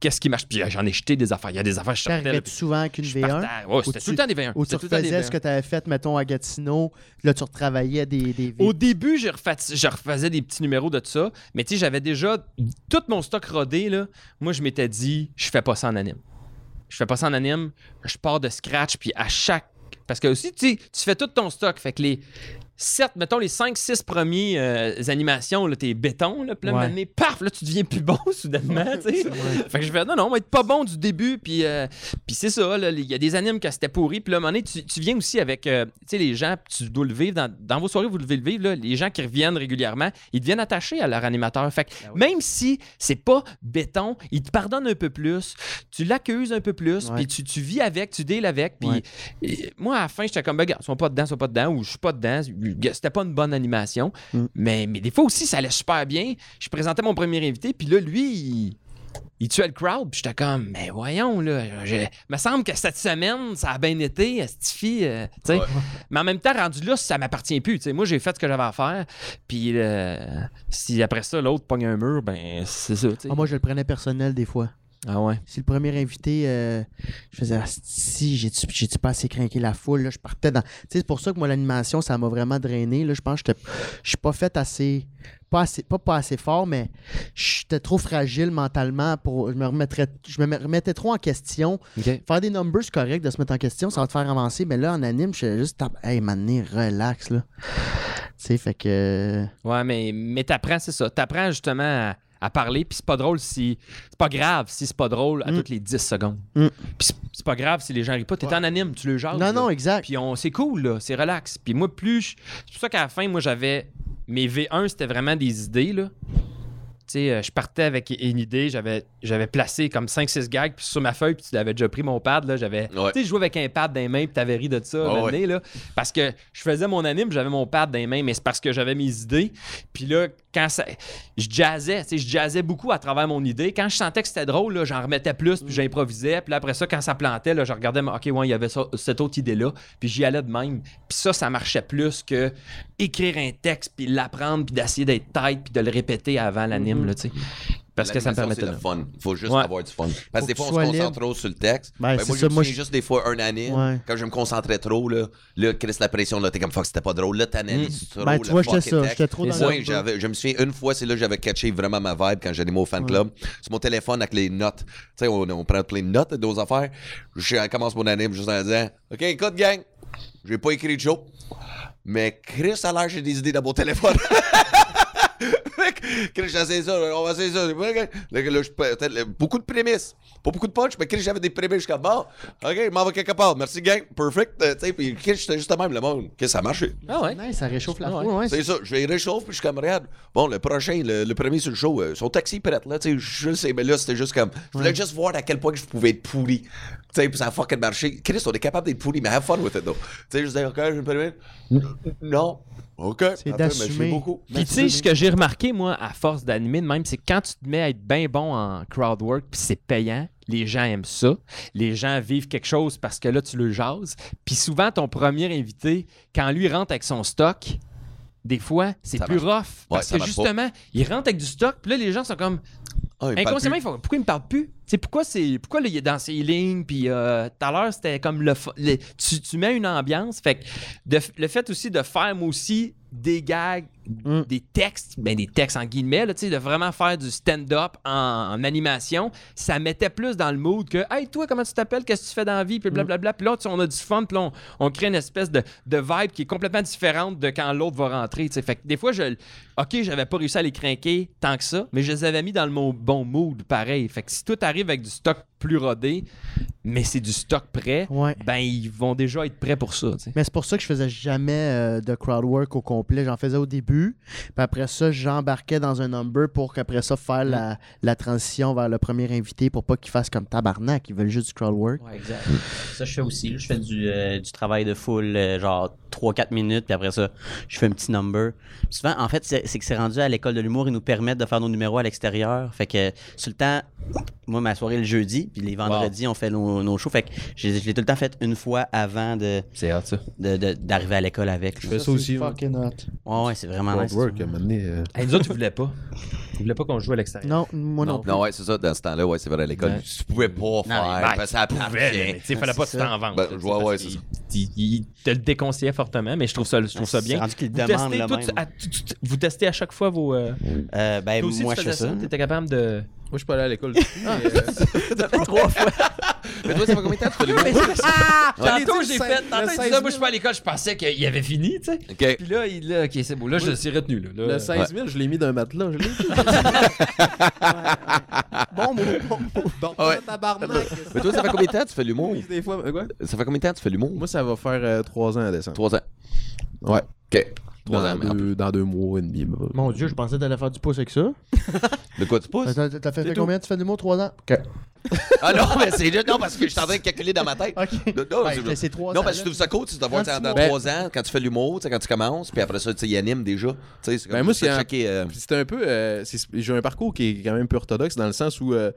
S2: qu'est-ce qui marche? Puis euh, j'en ai jeté des affaires. Il y a des affaires, je sortais, là,
S3: T'arrivais-tu
S2: puis
S3: souvent avec une
S2: je
S3: V1?
S2: partais. Ouais, c'était
S3: Ou
S2: tout le temps des V1.
S3: Ou tu
S2: C'était tout le temps des
S3: refaisais ce
S2: V1.
S3: que t'avais fait, mettons, à Gatineau. Là, tu retravaillais des, des V.
S2: Au début, je, refat- je refaisais des petits numéros de tout ça, mais tu sais, j'avais déjà tout mon stock rodé. Là. Moi, je m'étais dit, je fais pas ça en anime. Je fais pas ça en anime, je pars de scratch, puis à chaque. Parce que aussi, tu sais, tu fais tout ton stock. Fait que les. Certes, mettons les 5-6 premiers euh, animations, là, t'es béton, là, puis là,
S3: Ouais.
S2: un moment donné, paf, là, tu deviens plus bon [laughs] soudainement, tu
S3: [laughs]
S2: sais. Fait que je fais, non, non, on va être pas bon du début, puis euh, puis c'est ça, là, il y a des animes que c'était pourri. Puis là, à un moment donné, tu, tu viens aussi avec, euh, tu sais, les gens, tu dois le vivre, dans, dans vos soirées, vous devez le vivre, là, les gens qui reviennent régulièrement, ils deviennent attachés à leur animateur. Fait que
S3: Ben
S2: même si c'est pas béton, ils te pardonnent un peu plus, tu l'accuses un peu plus,
S3: Ouais.
S2: puis tu, tu vis avec, tu deals avec. Puis
S3: Ouais.
S2: et moi, à la fin, j'étais comme, ben, gars, ils sont pas dedans, ils sont pas dedans, ou je suis pas dedans, c'était pas une bonne animation.
S3: Mm.
S2: Mais, mais des fois aussi, ça allait super bien. Je présentais mon premier invité, puis là, lui, il il tuait le crowd, puis j'étais comme, mais voyons, là, je- me semble que cette semaine, ça a bien été, Stifi, euh, tu sais.
S1: Ouais.
S2: Mais en même temps, rendu là, ça m'appartient plus, tu sais. Moi, j'ai fait ce que j'avais à faire, puis euh, si après ça, l'autre pogne un mur, ben, c'est ça, tu sais.
S3: Ah, moi, je le prenais personnel des fois.
S2: Ah ouais.
S3: Si le premier invité, euh, je faisais Ah, si j'ai-tu j'ai-tu pas assez craqué la foule, là, je partais dans. Tu sais, c'est pour ça que moi, l'animation, ça m'a vraiment drainé. Là, je pense que j'étais- je suis pas fait assez. Pas, assez, pas, pas assez fort, mais j'étais trop fragile mentalement pour. Je me remettrais, je me remettais trop en question. Faire des numbers, c'est correct de se mettre en question, ça va te faire avancer, mais là, en anime, je suis juste. tab- Hey, mané, relax, là. Tu sais, fait que.
S2: Ouais, mais, mais t'apprends, c'est ça. T'apprends justement à, à parler, puis c'est pas drôle si. C'est pas grave si c'est pas drôle à
S3: Mm.
S2: toutes les 10 secondes.
S3: Mm.
S2: Puis c'est- c'est pas grave si les gens rient pas. T'es en anime, tu le jases. là.
S3: Non, non, exact.
S2: Ah, Puis on, c'est cool, là, c'est relax. Puis moi, plus. je- C'est pour ça qu'à la fin, moi, j'avais. Mes V1, c'était vraiment des idées, là. Tu sais, euh, je partais avec une idée, j'avais, j'avais placé comme 5-6 gags, puis sur ma feuille, puis tu l'avais déjà pris mon pad, là, j'avais.
S1: Ouais.
S2: Tu sais, je jouais avec un pad dans les mains, puis t'avais ri de ça, un
S1: Ah
S2: moment donné, là. Parce que je faisais mon anime, j'avais mon pad dans les mains, mais c'est parce que j'avais mes idées. Puis là, quand ça. Je jazzais, tu sais, je jazzais beaucoup à travers mon idée. Quand je sentais que c'était drôle, là, j'en remettais plus,
S1: Mm.
S2: puis j'improvisais. Puis là, après ça, quand ça plantait, là, je regardais, OK, ouais, il y avait ça- cette autre idée-là, puis j'y allais de même. Puis ça, ça marchait plus que écrire un texte, puis l'apprendre, puis d'essayer d'être tête, puis de le répéter avant l'anime, là, tu sais. Parce que ça me
S1: Mm-hmm. L'animation,
S2: permettait de.
S1: c'est le fun. Faut juste
S2: Ouais.
S1: avoir du fun. Parce que des
S3: que
S1: fois,
S3: tu
S1: on se
S3: sois
S1: concentre
S3: libre.
S1: trop sur le texte.
S3: Ben,
S1: Ben,
S3: c'est
S1: moi,
S3: ça,
S1: j'ai
S3: moi,
S1: signé
S3: je-
S1: juste des fois un anime.
S3: Ouais.
S1: Quand je me concentrais trop, là, là, Chris, la pression, là, t'es comme fuck, c'était pas drôle. Là, t'analyses trop.
S3: Ben,
S1: le
S3: tu vois, j'étais
S1: fucking
S3: ça,
S1: texte.
S3: j'étais trop
S2: Et
S3: dans
S2: ça,
S1: Moi,
S3: le-
S1: j'avais, je me souviens une fois, c'est là que j'avais catché vraiment ma vibe quand j'animais au fan club. Sur mon téléphone avec les notes. Tu sais, on, on prend plein de notes de nos affaires. Je commence mon anime juste en disant OK, écoute, gang, j'ai pas écrit de show, mais Chris, à l'air, j'ai des idées dans mon téléphone. [laughs] Fait que, Chris, j'essaie ça, on va essayer ça. Là, là, je peux- peut-être, là, beaucoup de prémices. Pas beaucoup de punch, mais Chris, j'avais des prémices jusqu'à bord. OK, je m'en vais quelque part. Merci, gang. Perfect. Euh, tu sais, puis Chris, j'étais juste de même, le monde. Chris, ça a marché.
S2: Ah ouais?
S3: Nice, ça réchauffe la
S2: Ouais.
S3: foule, ouais,
S1: C'est ça, je les réchauffe, puis je suis comme, regarde, bon, le prochain, le, le premier sur le show, euh, son taxi est prêt, là, tu sais, je le sais, mais là, c'était juste comme, je voulais juste voir à quel point que je pouvais être pourri. Tu sais, puis ça a fucking marché. Chris, on est capable d'être pourri, mais have fun with it, though. Tu sais, je disais, OK, je me permets. Non. OK. parfait,
S3: d'assumer.
S1: Ben, Mais beaucoup.
S2: Puis tu sais, ce que j'ai remarqué, moi, à force d'animer de même, c'est que quand tu te mets à être bien bon en crowd work, puis c'est payant, les gens aiment ça. Les gens vivent quelque chose parce que là, tu le jases. Puis souvent, ton premier invité, quand lui rentre avec son stock, des fois, c'est
S1: Ça
S2: plus
S1: marche.
S2: rough. Parce
S1: ça
S2: que
S1: marche pas.
S2: justement, il rentre avec du stock, puis là, les gens sont comme.
S1: Ah, il parle
S2: Inconsciemment,
S1: plus.
S2: ils font Pourquoi il me parle plus Tu sais, pourquoi c'est pourquoi là, il est dans ses lignes, puis euh, tout à l'heure, c'était comme le, fo- le- tu, tu mets une ambiance. Fait que de f- le fait aussi de faire, moi aussi, des gags,
S3: Mm.
S2: des textes, ben des textes en guillemets, là, tu sais, de vraiment faire du stand-up en, en animation, ça mettait plus dans le mood que Hey, toi, comment tu t'appelles, qu'est-ce que tu fais dans la vie, puis
S1: Mm.
S2: blablabla. Puis là, tu sais, on a du fun, puis là, on, on crée une espèce de, de vibe qui est complètement différente de quand l'autre va rentrer. tu sais. Fait que des fois, je. OK, j'avais pas réussi à les craquer tant que ça, mais je les avais mis dans le mo- bon mood, pareil. Fait que si tout arrive avec du stock plus rodé, mais c'est du stock prêt,
S3: Ouais.
S2: ben ils vont déjà être prêts pour ça. tu sais.
S3: Mais c'est pour ça que je faisais jamais euh, de crowd work au complet. J'en faisais au début. Puis après ça, j'embarquais dans un number pour qu'après ça, faire la, la transition vers le premier invité pour pas qu'ils fassent comme tabarnak. Ils veulent juste du crowd work.
S6: Ouais, exact. Ça, je fais aussi. là. Je fais du, euh, du travail de full, euh, genre 3-4 minutes, puis après ça, je fais un petit number. Puis souvent, en fait, c'est c'est que c'est rendu à l'école de l'humour, ils nous permettent de faire nos numéros à l'extérieur. Fait que, sur le temps, moi, ma soirée est le jeudi, puis les vendredis, on fait nos, nos shows. Fait que, je, les- je l'ai tout le temps fait une fois avant de
S2: C'est hot, ça.
S6: de- de- d'arriver à l'école avec. là.
S4: fais ça aussi. moi.
S3: Fucking hot.
S6: Ouais, ouais, c'est vraiment
S1: Ah,
S4: Crowd
S6: nice.
S4: work, à un moment donné, euh,
S2: Hey, nous autres, ils voulaient pas. Ils voulaient pas qu'on joue à l'extérieur.
S3: Non, moi non, plus.
S1: Non, ouais, c'est ça, dans ce temps-là, ouais, c'est vrai, à l'école, tu pouvais pas faire,
S2: ben,
S1: parce que ça
S2: Ouais,
S1: appartient.
S2: mais tu sais, fallait pas que tu t'en ventes.
S1: Ben,
S2: tu sais,
S1: ouais,
S2: parce
S1: ouais,
S2: que
S1: c'est ça.
S2: il- il- il te le déconseillait fortement, mais je trouve ça, je trouve ça
S6: Ah, C'est
S2: bien.
S6: rendu qu'il
S2: Vous
S6: demande
S2: testez,
S6: le
S2: toi,
S6: même.
S2: tu- à- tu- tu- vous testez à chaque fois vos. euh,
S6: Euh, ben,
S2: toi aussi,
S6: moi,
S2: tu
S6: je fais
S2: faisais
S6: ça.
S2: ça. T'étais capable de.
S4: Moi, je suis pas allé à l'école. du tout, mais, euh,
S1: Mais toi, ça fait combien de temps que tu fais le humour?
S2: [laughs] Tantôt, j'ai fait. Tantôt, il disait, moi, je suis pas à l'école, je pensais qu'il avait fini, tu sais.
S1: OK.
S2: Puis là, il là, ok, c'est beau. Là, je suis retenu. Là, Là,
S4: Le 16 000, je l'ai mis d'un matelas. Je l'ai
S3: [laughs] Bon, bon,
S4: Donc,
S1: Ah ouais.
S4: tabarnak.
S1: Mais toi, ça fait combien de temps que tu fais l'humour?
S4: Des fois, euh, quoi?
S1: Ça fait combien de temps que tu fais l'humour?
S4: Moi, ça va faire 3 ans à décembre.
S1: Trois ans.
S4: Ouais.
S1: OK.
S4: Dans,
S1: Trois ans, mais en plus.
S4: deux, dans deux mois et demi. bah.
S3: Mon Dieu, je pensais que t'allais faire du pouce avec ça.
S1: De quoi tu pousses?
S3: T'as t'as fait, fait combien Tu fais du mot 3 ans Ok.
S1: Ah non, [laughs] mais c'est juste, non, parce que je suis en train de calculer dans ma tête. Non, non,
S3: Ben,
S1: c'est-
S3: c'est- c'est trois
S1: Non,
S3: ans,
S1: parce que je
S3: là.
S1: trouve ça cool, tu sais, de voir
S3: Un
S1: tu sais,
S3: petit
S1: dans
S4: mois.
S1: trois ans, quand tu fais l'humour, tu sais, quand tu commences, puis après ça, tu sais, il anime déjà. Tu sais, c'est comme
S4: Ben, moi,
S1: ça,
S4: c'est un-
S1: checker, euh,
S4: Puis C'était un peu. euh, c'est- J'ai un parcours qui est quand même peu orthodoxe dans le sens où. euh,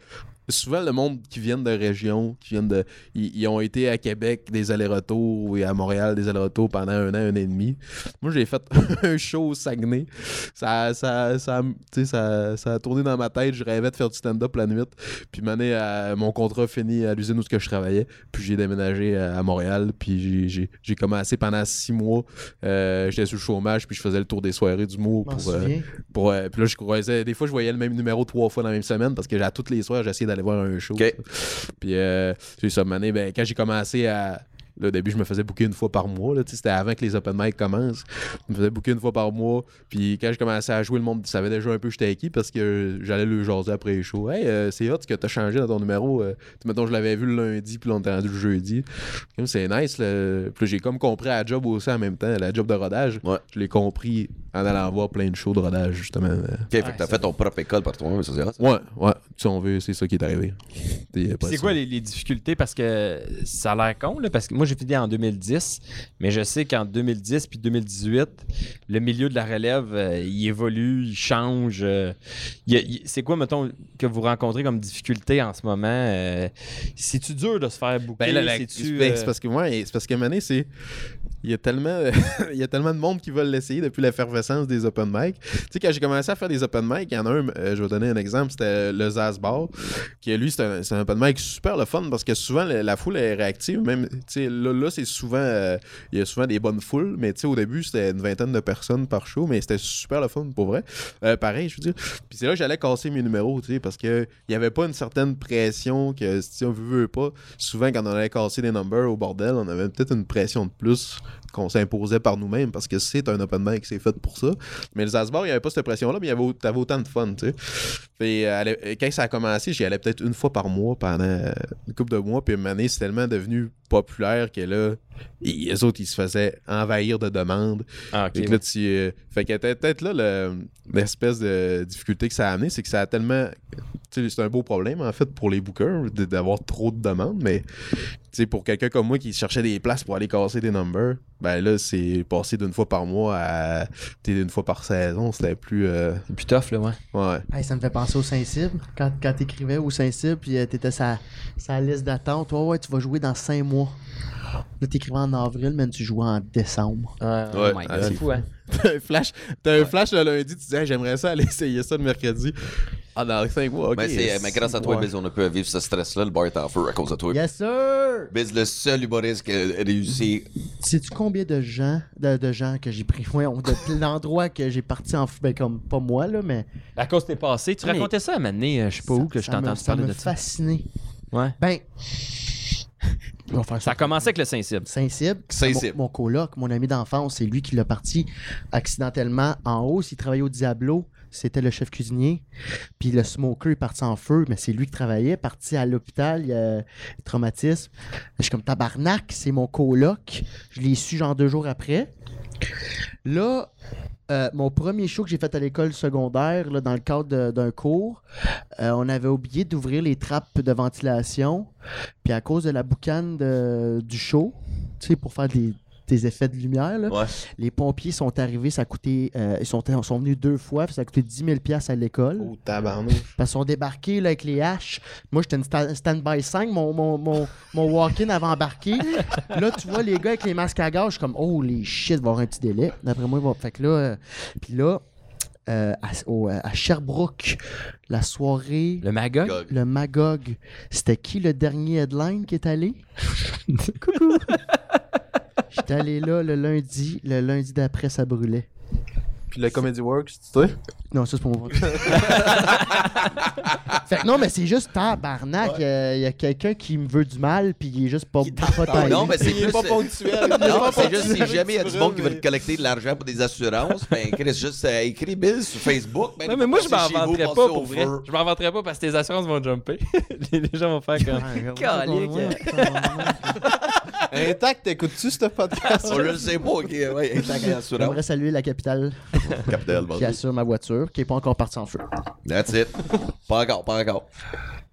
S4: Souvent, le monde qui vient de régions, qui viennent de. Ils, ils ont été à Québec des allers-retours et à Montréal des allers-retours pendant un an, un an et demi. Moi, j'ai fait [laughs] un show au Saguenay. Ça, ça, ça, tu sais, ça, ça a tourné dans ma tête. Je rêvais de faire du stand-up la nuit. Puis, mané, euh, mon contrat fini à l'usine où ce que je travaillais. Puis, j'ai déménagé euh, à à Montréal. Puis, j'ai- j'ai- j'ai commencé pendant six mois. Euh, J'étais sur le chômage. Puis, je faisais le tour des soirées du mot
S3: Je m'en
S4: pour, euh,
S3: souviens.
S4: pour, euh, puis là, je croisais. Des fois, je voyais le même numéro trois fois dans la même semaine parce que à toutes les soirs, j'essayais d'aller voir un show.
S1: OK.
S4: Puis, euh, c'est ça, mané, ben, quand j'ai commencé à. Là, au début, je me faisais booker une fois par mois. là, tu sais, C'était avant que les open mic commencent. Je me faisais booker une fois par mois. Puis quand je commençais à jouer, le monde savait déjà un peu que j'étais qui parce que euh, j'allais le jaser après les shows. Hey, euh, c'est hot ce que t'as changé dans ton numéro. euh. Tu sais, mettons, je l'avais vu le lundi, puis là, on était rendu le jeudi. Comme c'est nice. là. Puis là, j'ai comme compris à la job aussi en même temps, la job de rodage.
S1: Ouais.
S4: Je l'ai compris en allant voir plein de shows de rodage, justement. euh.
S2: Ah,
S1: OK, fait que t'as fait ton propre école par toi-même, ça c'est hot.
S4: Ouais, ouais. Si on veut, c'est ça qui est arrivé.
S2: C'est quoi les, les difficultés? Parce que ça a l'air con, là, parce que moi, j'ai fini en 2010, mais je sais qu'en 2010 puis 2018, le milieu de la relève, euh, il évolue, il change. euh, il y a- il- c'est quoi, mettons, que vous rencontrez comme difficulté en ce moment? euh, c'est-tu dur de se faire boucler?
S4: Ben là, la-
S2: C'est-tu,
S4: ben,
S2: euh,
S4: c'est parce que moi, c'est parce que Mané, c'est. Il y, a tellement, [laughs] il y a tellement de monde qui veulent l'essayer depuis l'effervescence des open mic. Tu sais, quand j'ai commencé à faire des open mic, il y en a un, euh, je vais donner un exemple, c'était euh, le Zaz Bar, qui lui, c'est un, c'est un open mic super le fun parce que souvent, la, la foule est réactive. Même, tu sais, là, là, c'est souvent, euh, il y a souvent des bonnes foules, mais tu sais, au début, c'était une vingtaine de personnes par show, mais c'était super le fun pour vrai. Euh, pareil, je veux dire. Puis c'est là que j'allais casser mes numéros, tu sais, parce que il n'y avait pas une certaine pression que, si on veut, veut pas, souvent quand on allait casser des numbers au bordel, on avait peut-être une pression de plus qu'on s'imposait par nous-mêmes parce que c'est un open mic, c'est fait pour ça. Mais le Zasbar, il n'y avait pas cette pression-là, mais il y avait, au- t'avais autant de fun, tu sais. Puis, euh, à l'é- euh, quand ça a commencé, j'y allais peut-être une fois par mois pendant euh, une couple de mois, puis une année, c'est tellement devenu populaire que là, i- les autres, ils se faisaient envahir de demandes.
S2: Ah, ok,
S4: Fait que là, tu, euh, fait que t'as- peut-être là, le- l'espèce de difficulté que ça a amené, c'est que ça a tellement. tu sais, C'est un beau problème, en fait, pour les bookers de- d'avoir trop de demandes, mais tu sais, pour quelqu'un comme moi qui cherchait des places pour aller casser des numbers, ben là, c'est passé d'une fois par mois à tu sais, d'une fois par saison, c'était plus. euh,
S2: c'est plus tough, là, ouais.
S9: [laughs]
S4: ouais.
S3: Hey, ça me fait penser au Saint-Cybe. Quand, quand t'écrivais au Saint-Cybe, puis euh, t'étais sa, sa liste d'attente. Ouais, ouais, tu vas jouer dans cinq mois. Là, t'écrivais en avril, mais tu jouais en décembre.
S1: Ouais.
S6: my
S4: Ah,
S6: God.
S4: c'est
S2: fou, hein?
S9: [laughs]
S4: T'as un flash, t'as un flash le lundi, tu dis Hey, j'aimerais ça aller essayer ça le mercredi. Ah, dans 5 mois, ok.
S1: Mais, Ben, c'est- euh, mais grâce à toi,
S3: Ouais.
S1: Biz, on a pu vivre ce stress-là. Le bar est en feu à cause de toi.
S3: Yes, sir!
S1: Biz, le seul humoriste qui a réussi.
S3: Sais-tu combien de gens, de, de gens que j'ai pris, ouais, ou de l'endroit que j'ai parti en fou, ben, comme pas moi, là, mais.
S2: La cause t'est passée. Tu
S7: Mais-
S2: racontais ça à un moment donné, euh, je sais pas
S3: ça-
S2: où, que je
S3: ça me-
S2: t'entends
S3: ça
S2: parler
S3: me
S2: de ça.
S3: fasciné.
S2: Ouais.
S3: Ben. On va faire
S2: Ça a commencé avec le sensible.
S3: Saint-Cybe.
S1: Saint-Cybe.
S3: Mon, mon coloc, mon ami d'enfance, c'est lui qui l'a parti accidentellement en hausse. Il travaillait au Diablo. C'était le chef cuisinier. Puis le smoker est parti en feu, mais c'est lui qui travaillait. Parti à l'hôpital, il y a traumatisme. Je suis comme tabarnak, c'est mon coloc. Je l'ai su genre deux jours après. Là, euh, mon premier show que j'ai fait à l'école secondaire, là, dans le cadre de- d'un cours, euh, on avait oublié d'ouvrir les trappes de ventilation. Puis à cause de la boucane de- du show, tu sais, pour faire des, des effets de lumière, là,
S1: Ouais.
S3: les pompiers sont arrivés, ça a coûté, euh, ils sont, sont venus deux fois, puis ça a coûté 10 000 piastres à l'école.
S4: Oh, tabarnouche.
S3: Parce qu'ils Ben, sont débarqués là, avec les haches. Moi, j'étais une sta- stand-by 5, mon, mon, mon, mon walk-in avait embarqué. là, tu vois les gars avec les masques à gaz, je suis comme, oh les shit, il va y avoir un petit délai. D'après moi, il va. Fait que là, euh, puis là, euh, à, au- à Sherbrooke, la soirée,
S2: Le Magog.
S1: Gog.
S3: le Magog, c'était qui le dernier headline qui est allé? Coucou! J'étais allé là le lundi, le lundi d'après, ça brûlait.
S4: Puis le Comedy Works, tu sais?
S3: Non, ça c'est pour moi. fait que non, mais c'est juste tabarnak. Il y a quelqu'un qui me veut du mal, puis il est juste pas, pas taillé.
S1: Non, mais c'est
S9: Il est
S1: plus. euh,
S9: pas ponctuel.
S1: Non, c'est juste si jamais il y a du monde qui veut te
S9: le
S1: collecter de l'argent pour des assurances, ben Chris, juste euh, écris Bill sur Facebook. Ben,
S2: Non, mais moi, je
S1: passez
S2: m'en
S1: chez vous,
S2: vanterais pas
S1: passez au
S2: pour vrai.
S1: feu.
S2: Je m'en vanterais pas parce que tes assurances vont jumper. [laughs] les les gens vont faire comme. Calique.
S9: Intact, t'écoutes-tu ce podcast?
S1: On le sait pas, ok. Ouais, intact en assurance.
S3: J'aimerais saluer la capitale
S1: Capital, bon.
S3: qui assure ma voiture, qui est pas encore partie en feu.
S1: That's it. Pas encore, pas encore.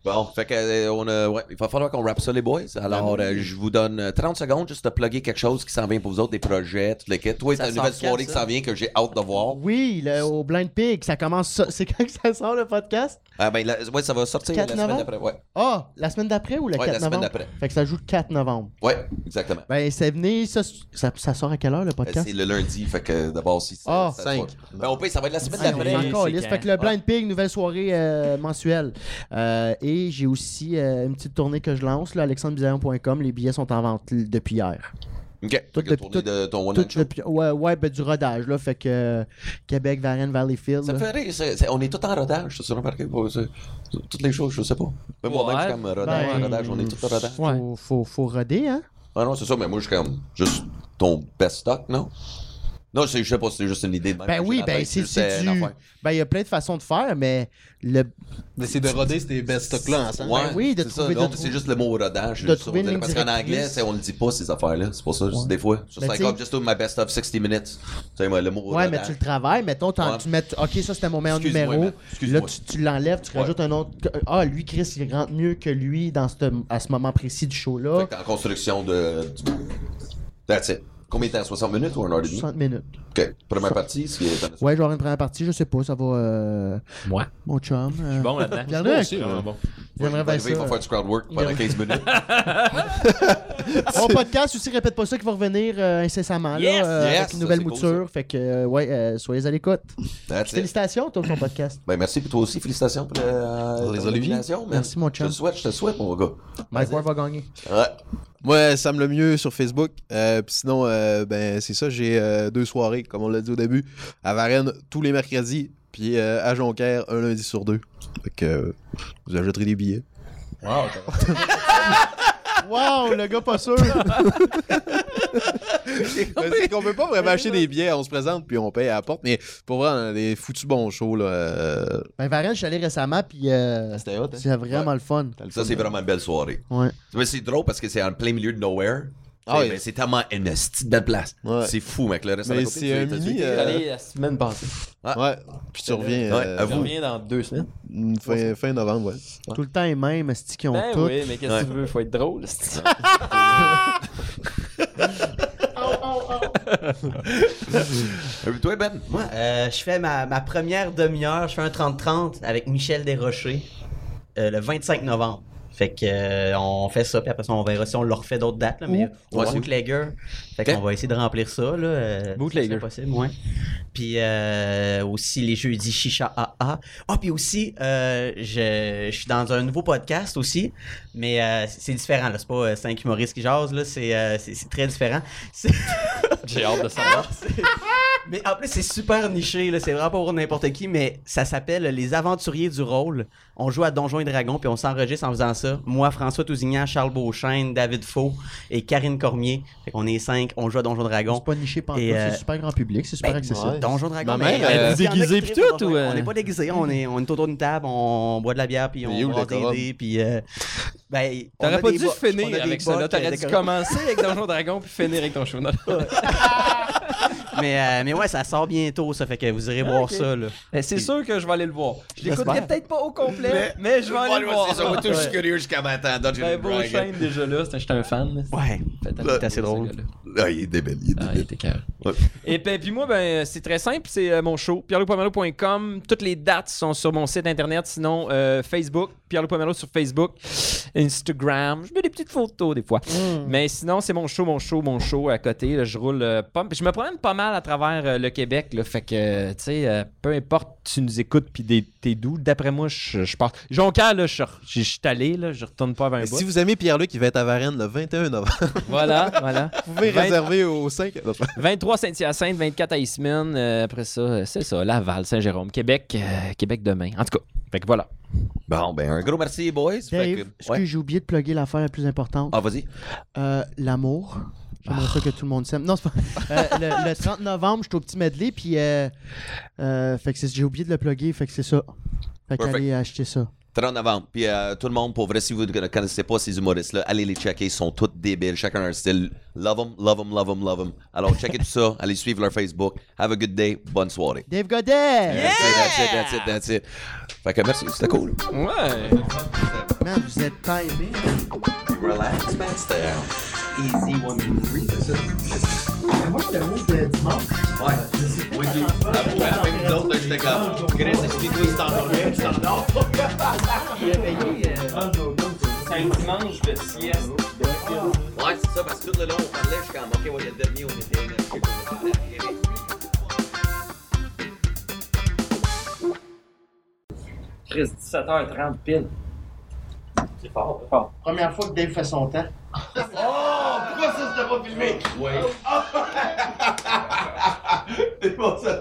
S1: Bon, fait que, euh, on a- ouais, il va falloir qu'on rappe ça, les boys. Alors, euh, je vous donne euh, 30 secondes juste de plugger quelque chose qui s'en vient pour vous autres, des projets, tout les quêtes. Toi,
S6: Ça
S1: t'as une nouvelle
S6: sort quand,
S1: soirée qui
S6: ça?
S1: s'en vient que j'ai hâte de voir.
S3: Oui, le- au Blind Pig, ça commence. ça- C'est quand que ça sort le podcast?
S1: Ah, ben, la- ouais, ça va sortir la
S3: 4
S1: semaine
S3: novembre?
S1: d'après. Ouais.
S3: Ah, la semaine d'après ou le
S1: Ouais, la
S3: 4
S1: semaine
S3: novembre?
S1: d'après.
S3: Fait que ça joue le 4 novembre.
S1: ouais, exactement.
S3: Ben, c'est venu. Ça, ça, ça sort à quelle heure le
S1: Euh,
S3: podcast?
S1: C'est le lundi, fait que d'abord, si c'est.
S3: Ah,
S1: ça-
S4: cinq.
S1: Ben, on paye, ça va être la semaine
S3: Ah, on est
S1: d'après.
S3: encore
S2: c'est
S3: liste.
S2: quand?
S3: Fait que le Blind Pig, nouvelle soirée euh, mensuelle. Euh, et j'ai aussi euh, une petite tournée que je lance, là, alexandrebizarron.com. Les billets sont en vente l- depuis hier.
S1: Ok.
S3: Tout
S1: Fait que
S3: depuis-
S1: tourner de ton one
S3: Tout
S1: man show.
S3: depuis- ouais, ouais, ben, du rodage, là. Fait que euh, Québec, Varennes, Valleyfield.
S1: Ça me
S3: là.
S1: fait rire, c'est- c'est- on est tout en rodage, ça, c'est remarqué. pour- c'est- Toutes les choses, je sais pas. Mais moi-même, je suis comme rodage,
S3: Ben,
S1: rodage, on est tout en rodage.
S3: Faut, faut, faut roder, hein?
S1: Ah non, c'est ça, mais moi, je suis comme juste ton best stock, non? Non, c'est- je sais pas, c'est juste une idée de même.
S3: Ben
S1: que j'ai
S3: oui,
S1: dans la
S3: ben
S1: tête,
S3: c'est
S1: juste, euh,
S3: c'est
S1: une
S3: du.
S1: affaire.
S3: Ben il y a plein de façons de faire, mais le,
S9: Mais c'est de roder ces best stocks-là ensemble.
S1: Ouais,
S3: oui, de
S1: c'est
S3: trouver-
S1: ça,
S3: de
S1: non, mais
S3: trou-
S1: c'est juste le mot rodage.
S3: de
S1: juste ça,
S3: trouver
S1: on dirait,
S3: une
S1: parce
S3: ligne
S1: qu'en anglais,
S3: directrice.
S1: c'est- on le dit pas, ces affaires-là. C'est pour ça, juste des fois. Ça,
S3: Ben,
S1: C'est
S3: t'sais-
S1: encore juste ma best of 60 minutes. Tu sais, moi, le mot
S3: Ouais,
S1: rodage.
S3: mais tu le travailles, mettons, t'en-
S1: Ouais.
S3: tu mets. Ok, ça c'était mon meilleur
S1: Excuse-moi,
S3: numéro.
S1: man.
S3: Là,
S1: Excuse-moi.
S3: tu, tu l'enlèves, tu rajoutes un autre. Ah, lui, Chris, il rentre mieux que lui dans cette- à ce moment précis du show-là.
S1: Fait que en construction de. du- That's it. Combien de temps 60 minutes ou 1 heure et demie
S3: 60 minutes.
S1: Ok. Première partie, ce qui est.
S3: Ouais, je vais avoir une première partie, je sais pas, ça va. euh,
S2: Moi.
S3: Mon chum. euh,
S2: Bon là-dedans.
S3: Pierre-Luc,
S2: bon.
S3: j'aimerais bien
S1: Arrivé, Il va
S3: ça.
S1: faire du crowd work pendant 15 minutes.
S3: Mon podcast aussi, répète pas ça, qui va revenir euh, incessamment, là,
S2: Yes,
S3: euh,
S1: yes,
S3: avec une
S1: ça,
S3: nouvelle
S1: c'est cool,
S3: mouture. fait que, euh, ouais, euh, soyez à l'écoute.
S1: That's it.
S3: Félicitations, toi, pour ton podcast.
S1: [coughs] Ben merci, puis toi aussi, félicitations pour euh,
S4: Les
S1: ton
S4: Olivier.
S1: nomination, man.
S3: Merci, mon
S1: Je te
S3: chum.
S1: le souhaite, je te le souhaite, mon gars.
S3: Mike Ward
S1: [laughs]
S3: va gagner.
S1: Ouais.
S4: Moi, Sam le mieux sur Facebook. Euh, puis sinon, euh, ben c'est ça, j'ai euh, deux soirées, comme on l'a dit au début, à Varennes tous les mercredis, puis euh, à Jonquière un lundi sur deux. Fait que euh, vous ajouterez
S10: [laughs]
S4: des billets.
S3: Wow, le gars pas sûr.
S4: C'est qu'on peut pas vraiment acheter des billets, on se présente puis on paye à la porte, mais pour vrai, on a des foutus bons shows là. euh,
S3: ben, Varenne, je suis allé récemment, puis euh,
S4: C'était hot, hein?
S3: c'est vraiment le fun.
S1: Ça, c'est vraiment une belle soirée.
S3: Ouais.
S1: Mais c'est drôle parce que c'est en plein milieu de nowhere.
S4: Ah
S1: T'sais,
S4: oui.
S1: ben, c'est tellement une petite belle place.
S4: Ouais.
S1: C'est fou, mec. Le reste à
S4: Mais
S1: côté,
S4: c'est
S1: tu-
S4: un
S1: tu-
S4: mini,
S1: tu-
S4: euh,
S2: Allez, la semaine passée.
S4: Ouais, puis tu reviens
S1: Ouais,
S4: euh,
S1: à vous.
S2: Reviens dans deux semaines.
S4: mm, fin, fin novembre, ouais.
S3: Tout le temps les mêmes, cest qui ont
S2: Ben
S3: tout.
S2: oui, mais qu'est-ce que tu veux? Faut être drôle. c'est-
S1: Euh, Toi, Ben, moi,
S6: Euh, je fais ma, ma première demi-heure, je fais un 30-30 avec Michel Desrochers euh, le 25 novembre. Fait que euh, on fait ça, puis après ça, on verra si on leur refait d'autres dates. là, mais on
S1: Ouais,
S6: va
S1: c'est où?
S6: bootlegger. Fait
S1: Ok.
S6: qu'on va essayer de remplir ça. Là, euh,
S2: Bootlegger.
S6: si c'est possible, ouais. Puis euh, aussi les jeudis Chicha AA. Ah, puis aussi, euh, je, je suis dans un nouveau podcast aussi, mais euh, c'est c'est différent. là. C'est pas euh, cinq humoristes qui jasent, là, c'est euh, c'est- c'est très différent. [laughs] C'est-
S2: J'ai hâte de savoir.
S6: mais en plus, c'est super niché, là. c'est vraiment pas pour n'importe qui, mais ça s'appelle Les Aventuriers du rôle. On joue à Donjons et Dragons, puis on s'enregistre en faisant ça. Moi, François Tousignan, Charles Beauchesne, David Faux et Karine Cormier. Fait qu'on est cinq, on joue à Donjons et Dragons.
S3: C'est pas niché par
S6: Et, euh,
S3: c'est super grand public, c'est super
S6: Ben,
S3: accessible.
S6: ouais. Donjons et Dragons.
S4: Ma mère,
S6: mais-
S4: euh,
S6: mais il y en a qui
S2: déguisé
S6: trippent
S2: puis
S6: sur
S2: tout,
S6: Donjons.
S2: ou, euh?
S6: On n'est pas déguisé, on est, on est autour d'une table, on boit de la bière, puis
S4: Il est où,
S6: on
S4: le
S6: brasse des
S4: décorum?
S6: dés, puis... euh, ben, on a
S2: T'aurais pas
S6: des
S2: dû
S6: bocs, on a des
S2: finir avec ça. là.
S6: bocs, euh,
S2: T'aurais dû
S6: décorum.
S2: commencer avec Donjon Dragon puis finir avec ton show. [laughs] Non, non.
S6: Mais, euh, mais ouais, ça sort bientôt, ça fait que vous
S3: Ah,
S6: irez voir
S2: ok.
S6: ça, là.
S2: Mais c'est sûr que je vais aller le voir. Je l'écouterai
S6: J'espère.
S2: peut-être pas au complet, mais je vais aller le voir.
S1: C'est ça, moi, tout, je suis
S2: Ouais.
S1: curieux jusqu'à maintenant. Dungeon
S2: Ben,
S1: and Dragon.
S2: Beauchesne, déjà là, c'est- j'étais un fan. mais c'est-
S6: Ouais.
S2: Fait, t'as-
S1: Ouais.
S2: t'as assez drôle.
S1: Ah, il est débile, il est
S2: Ah,
S1: débile.
S2: il était carré.
S1: Ouais.
S2: Et ben, puis moi, ben, c'est très simple, c'est euh, mon show, pierreloupamelo.com. Toutes les dates sont sur mon site internet, sinon euh, Facebook, pierreloupamelo sur Facebook, Instagram. Je mets des petites photos des fois.
S10: Mm.
S2: Mais sinon, c'est mon show, mon show, mon show à côté. là, je roule euh, pas- Je me promène pas mal à travers euh, le Québec. là, fait que, euh, tu sais, euh, peu importe, tu nous écoutes puis des- t'es doux. D'après moi, je je pars. Jonquière, là, je je- je suis allé, là, je retourne pas vers un bout.
S10: Si vous aimez Pierre-Luc, il va être à Varennes le 21 novembre.
S2: Voilà, voilà.
S10: [laughs] Vous pouvez
S2: Vingt-
S10: réserver au 5.
S2: 23 Saint-Hyacinthe, 24 à Eastman, euh, après ça, euh, c'est ça, Laval, Saint-Jérôme, Québec, euh, Québec demain. En tout cas, fait que voilà.
S1: Bon, ben, un gros merci, boys. Fait
S3: Dave,
S1: que-
S3: excuse,
S1: ouais.
S3: j'ai oublié de plugger l'affaire la plus importante.
S1: Ah, vas-y.
S3: Euh, L'amour. J'aimerais ça que tout le monde s'aime. Non, c'est
S1: [laughs]
S3: pas. Euh, le, le 30 novembre, je suis au petit medley, puis. euh, euh, fait que c'est- j'ai oublié de le plugger, fait que c'est ça. Fait
S1: Perfect.
S3: qu'allez acheter ça.
S1: 30 novembre. Puis euh, tout le monde, pour vrai, si vous ne connaissez pas ces humoristes-là, allez les checker. Ils sont tous débiles. Chacun a un style. Love them, love them, love them, love them. Alors, checkez tout ça. Allez suivre leur Facebook. Have a good day. Bonne soirée.
S3: Dave Godet!
S1: That's it, that's it, that's it, that's it. Fait que merci, c'était cool.
S2: Ouais!
S3: Man, vous êtes timé.
S1: Relax, man, c'était easy one, two, three. That's it.
S3: Moi, le mot de dimanche.
S1: Ouais. Oui, oui. Avoue, avec nous autres, là, j'étais comme, Chris, explique-nous, c'est en anglais, puis c'est en or. [laughs]
S2: C'est un dimanche de sieste.
S1: Ouais, c'est ça, parce que tout le long, on parlait, je suis comme, OK, ouais, le dernier, on était là, on était là.
S2: Chris, 17h30 pile. C'est fort, c'est fort.
S3: Première fois que Dave fait son temps.
S1: Pourquoi ça, c'était pas filmé? Oui. C'est bon, ça.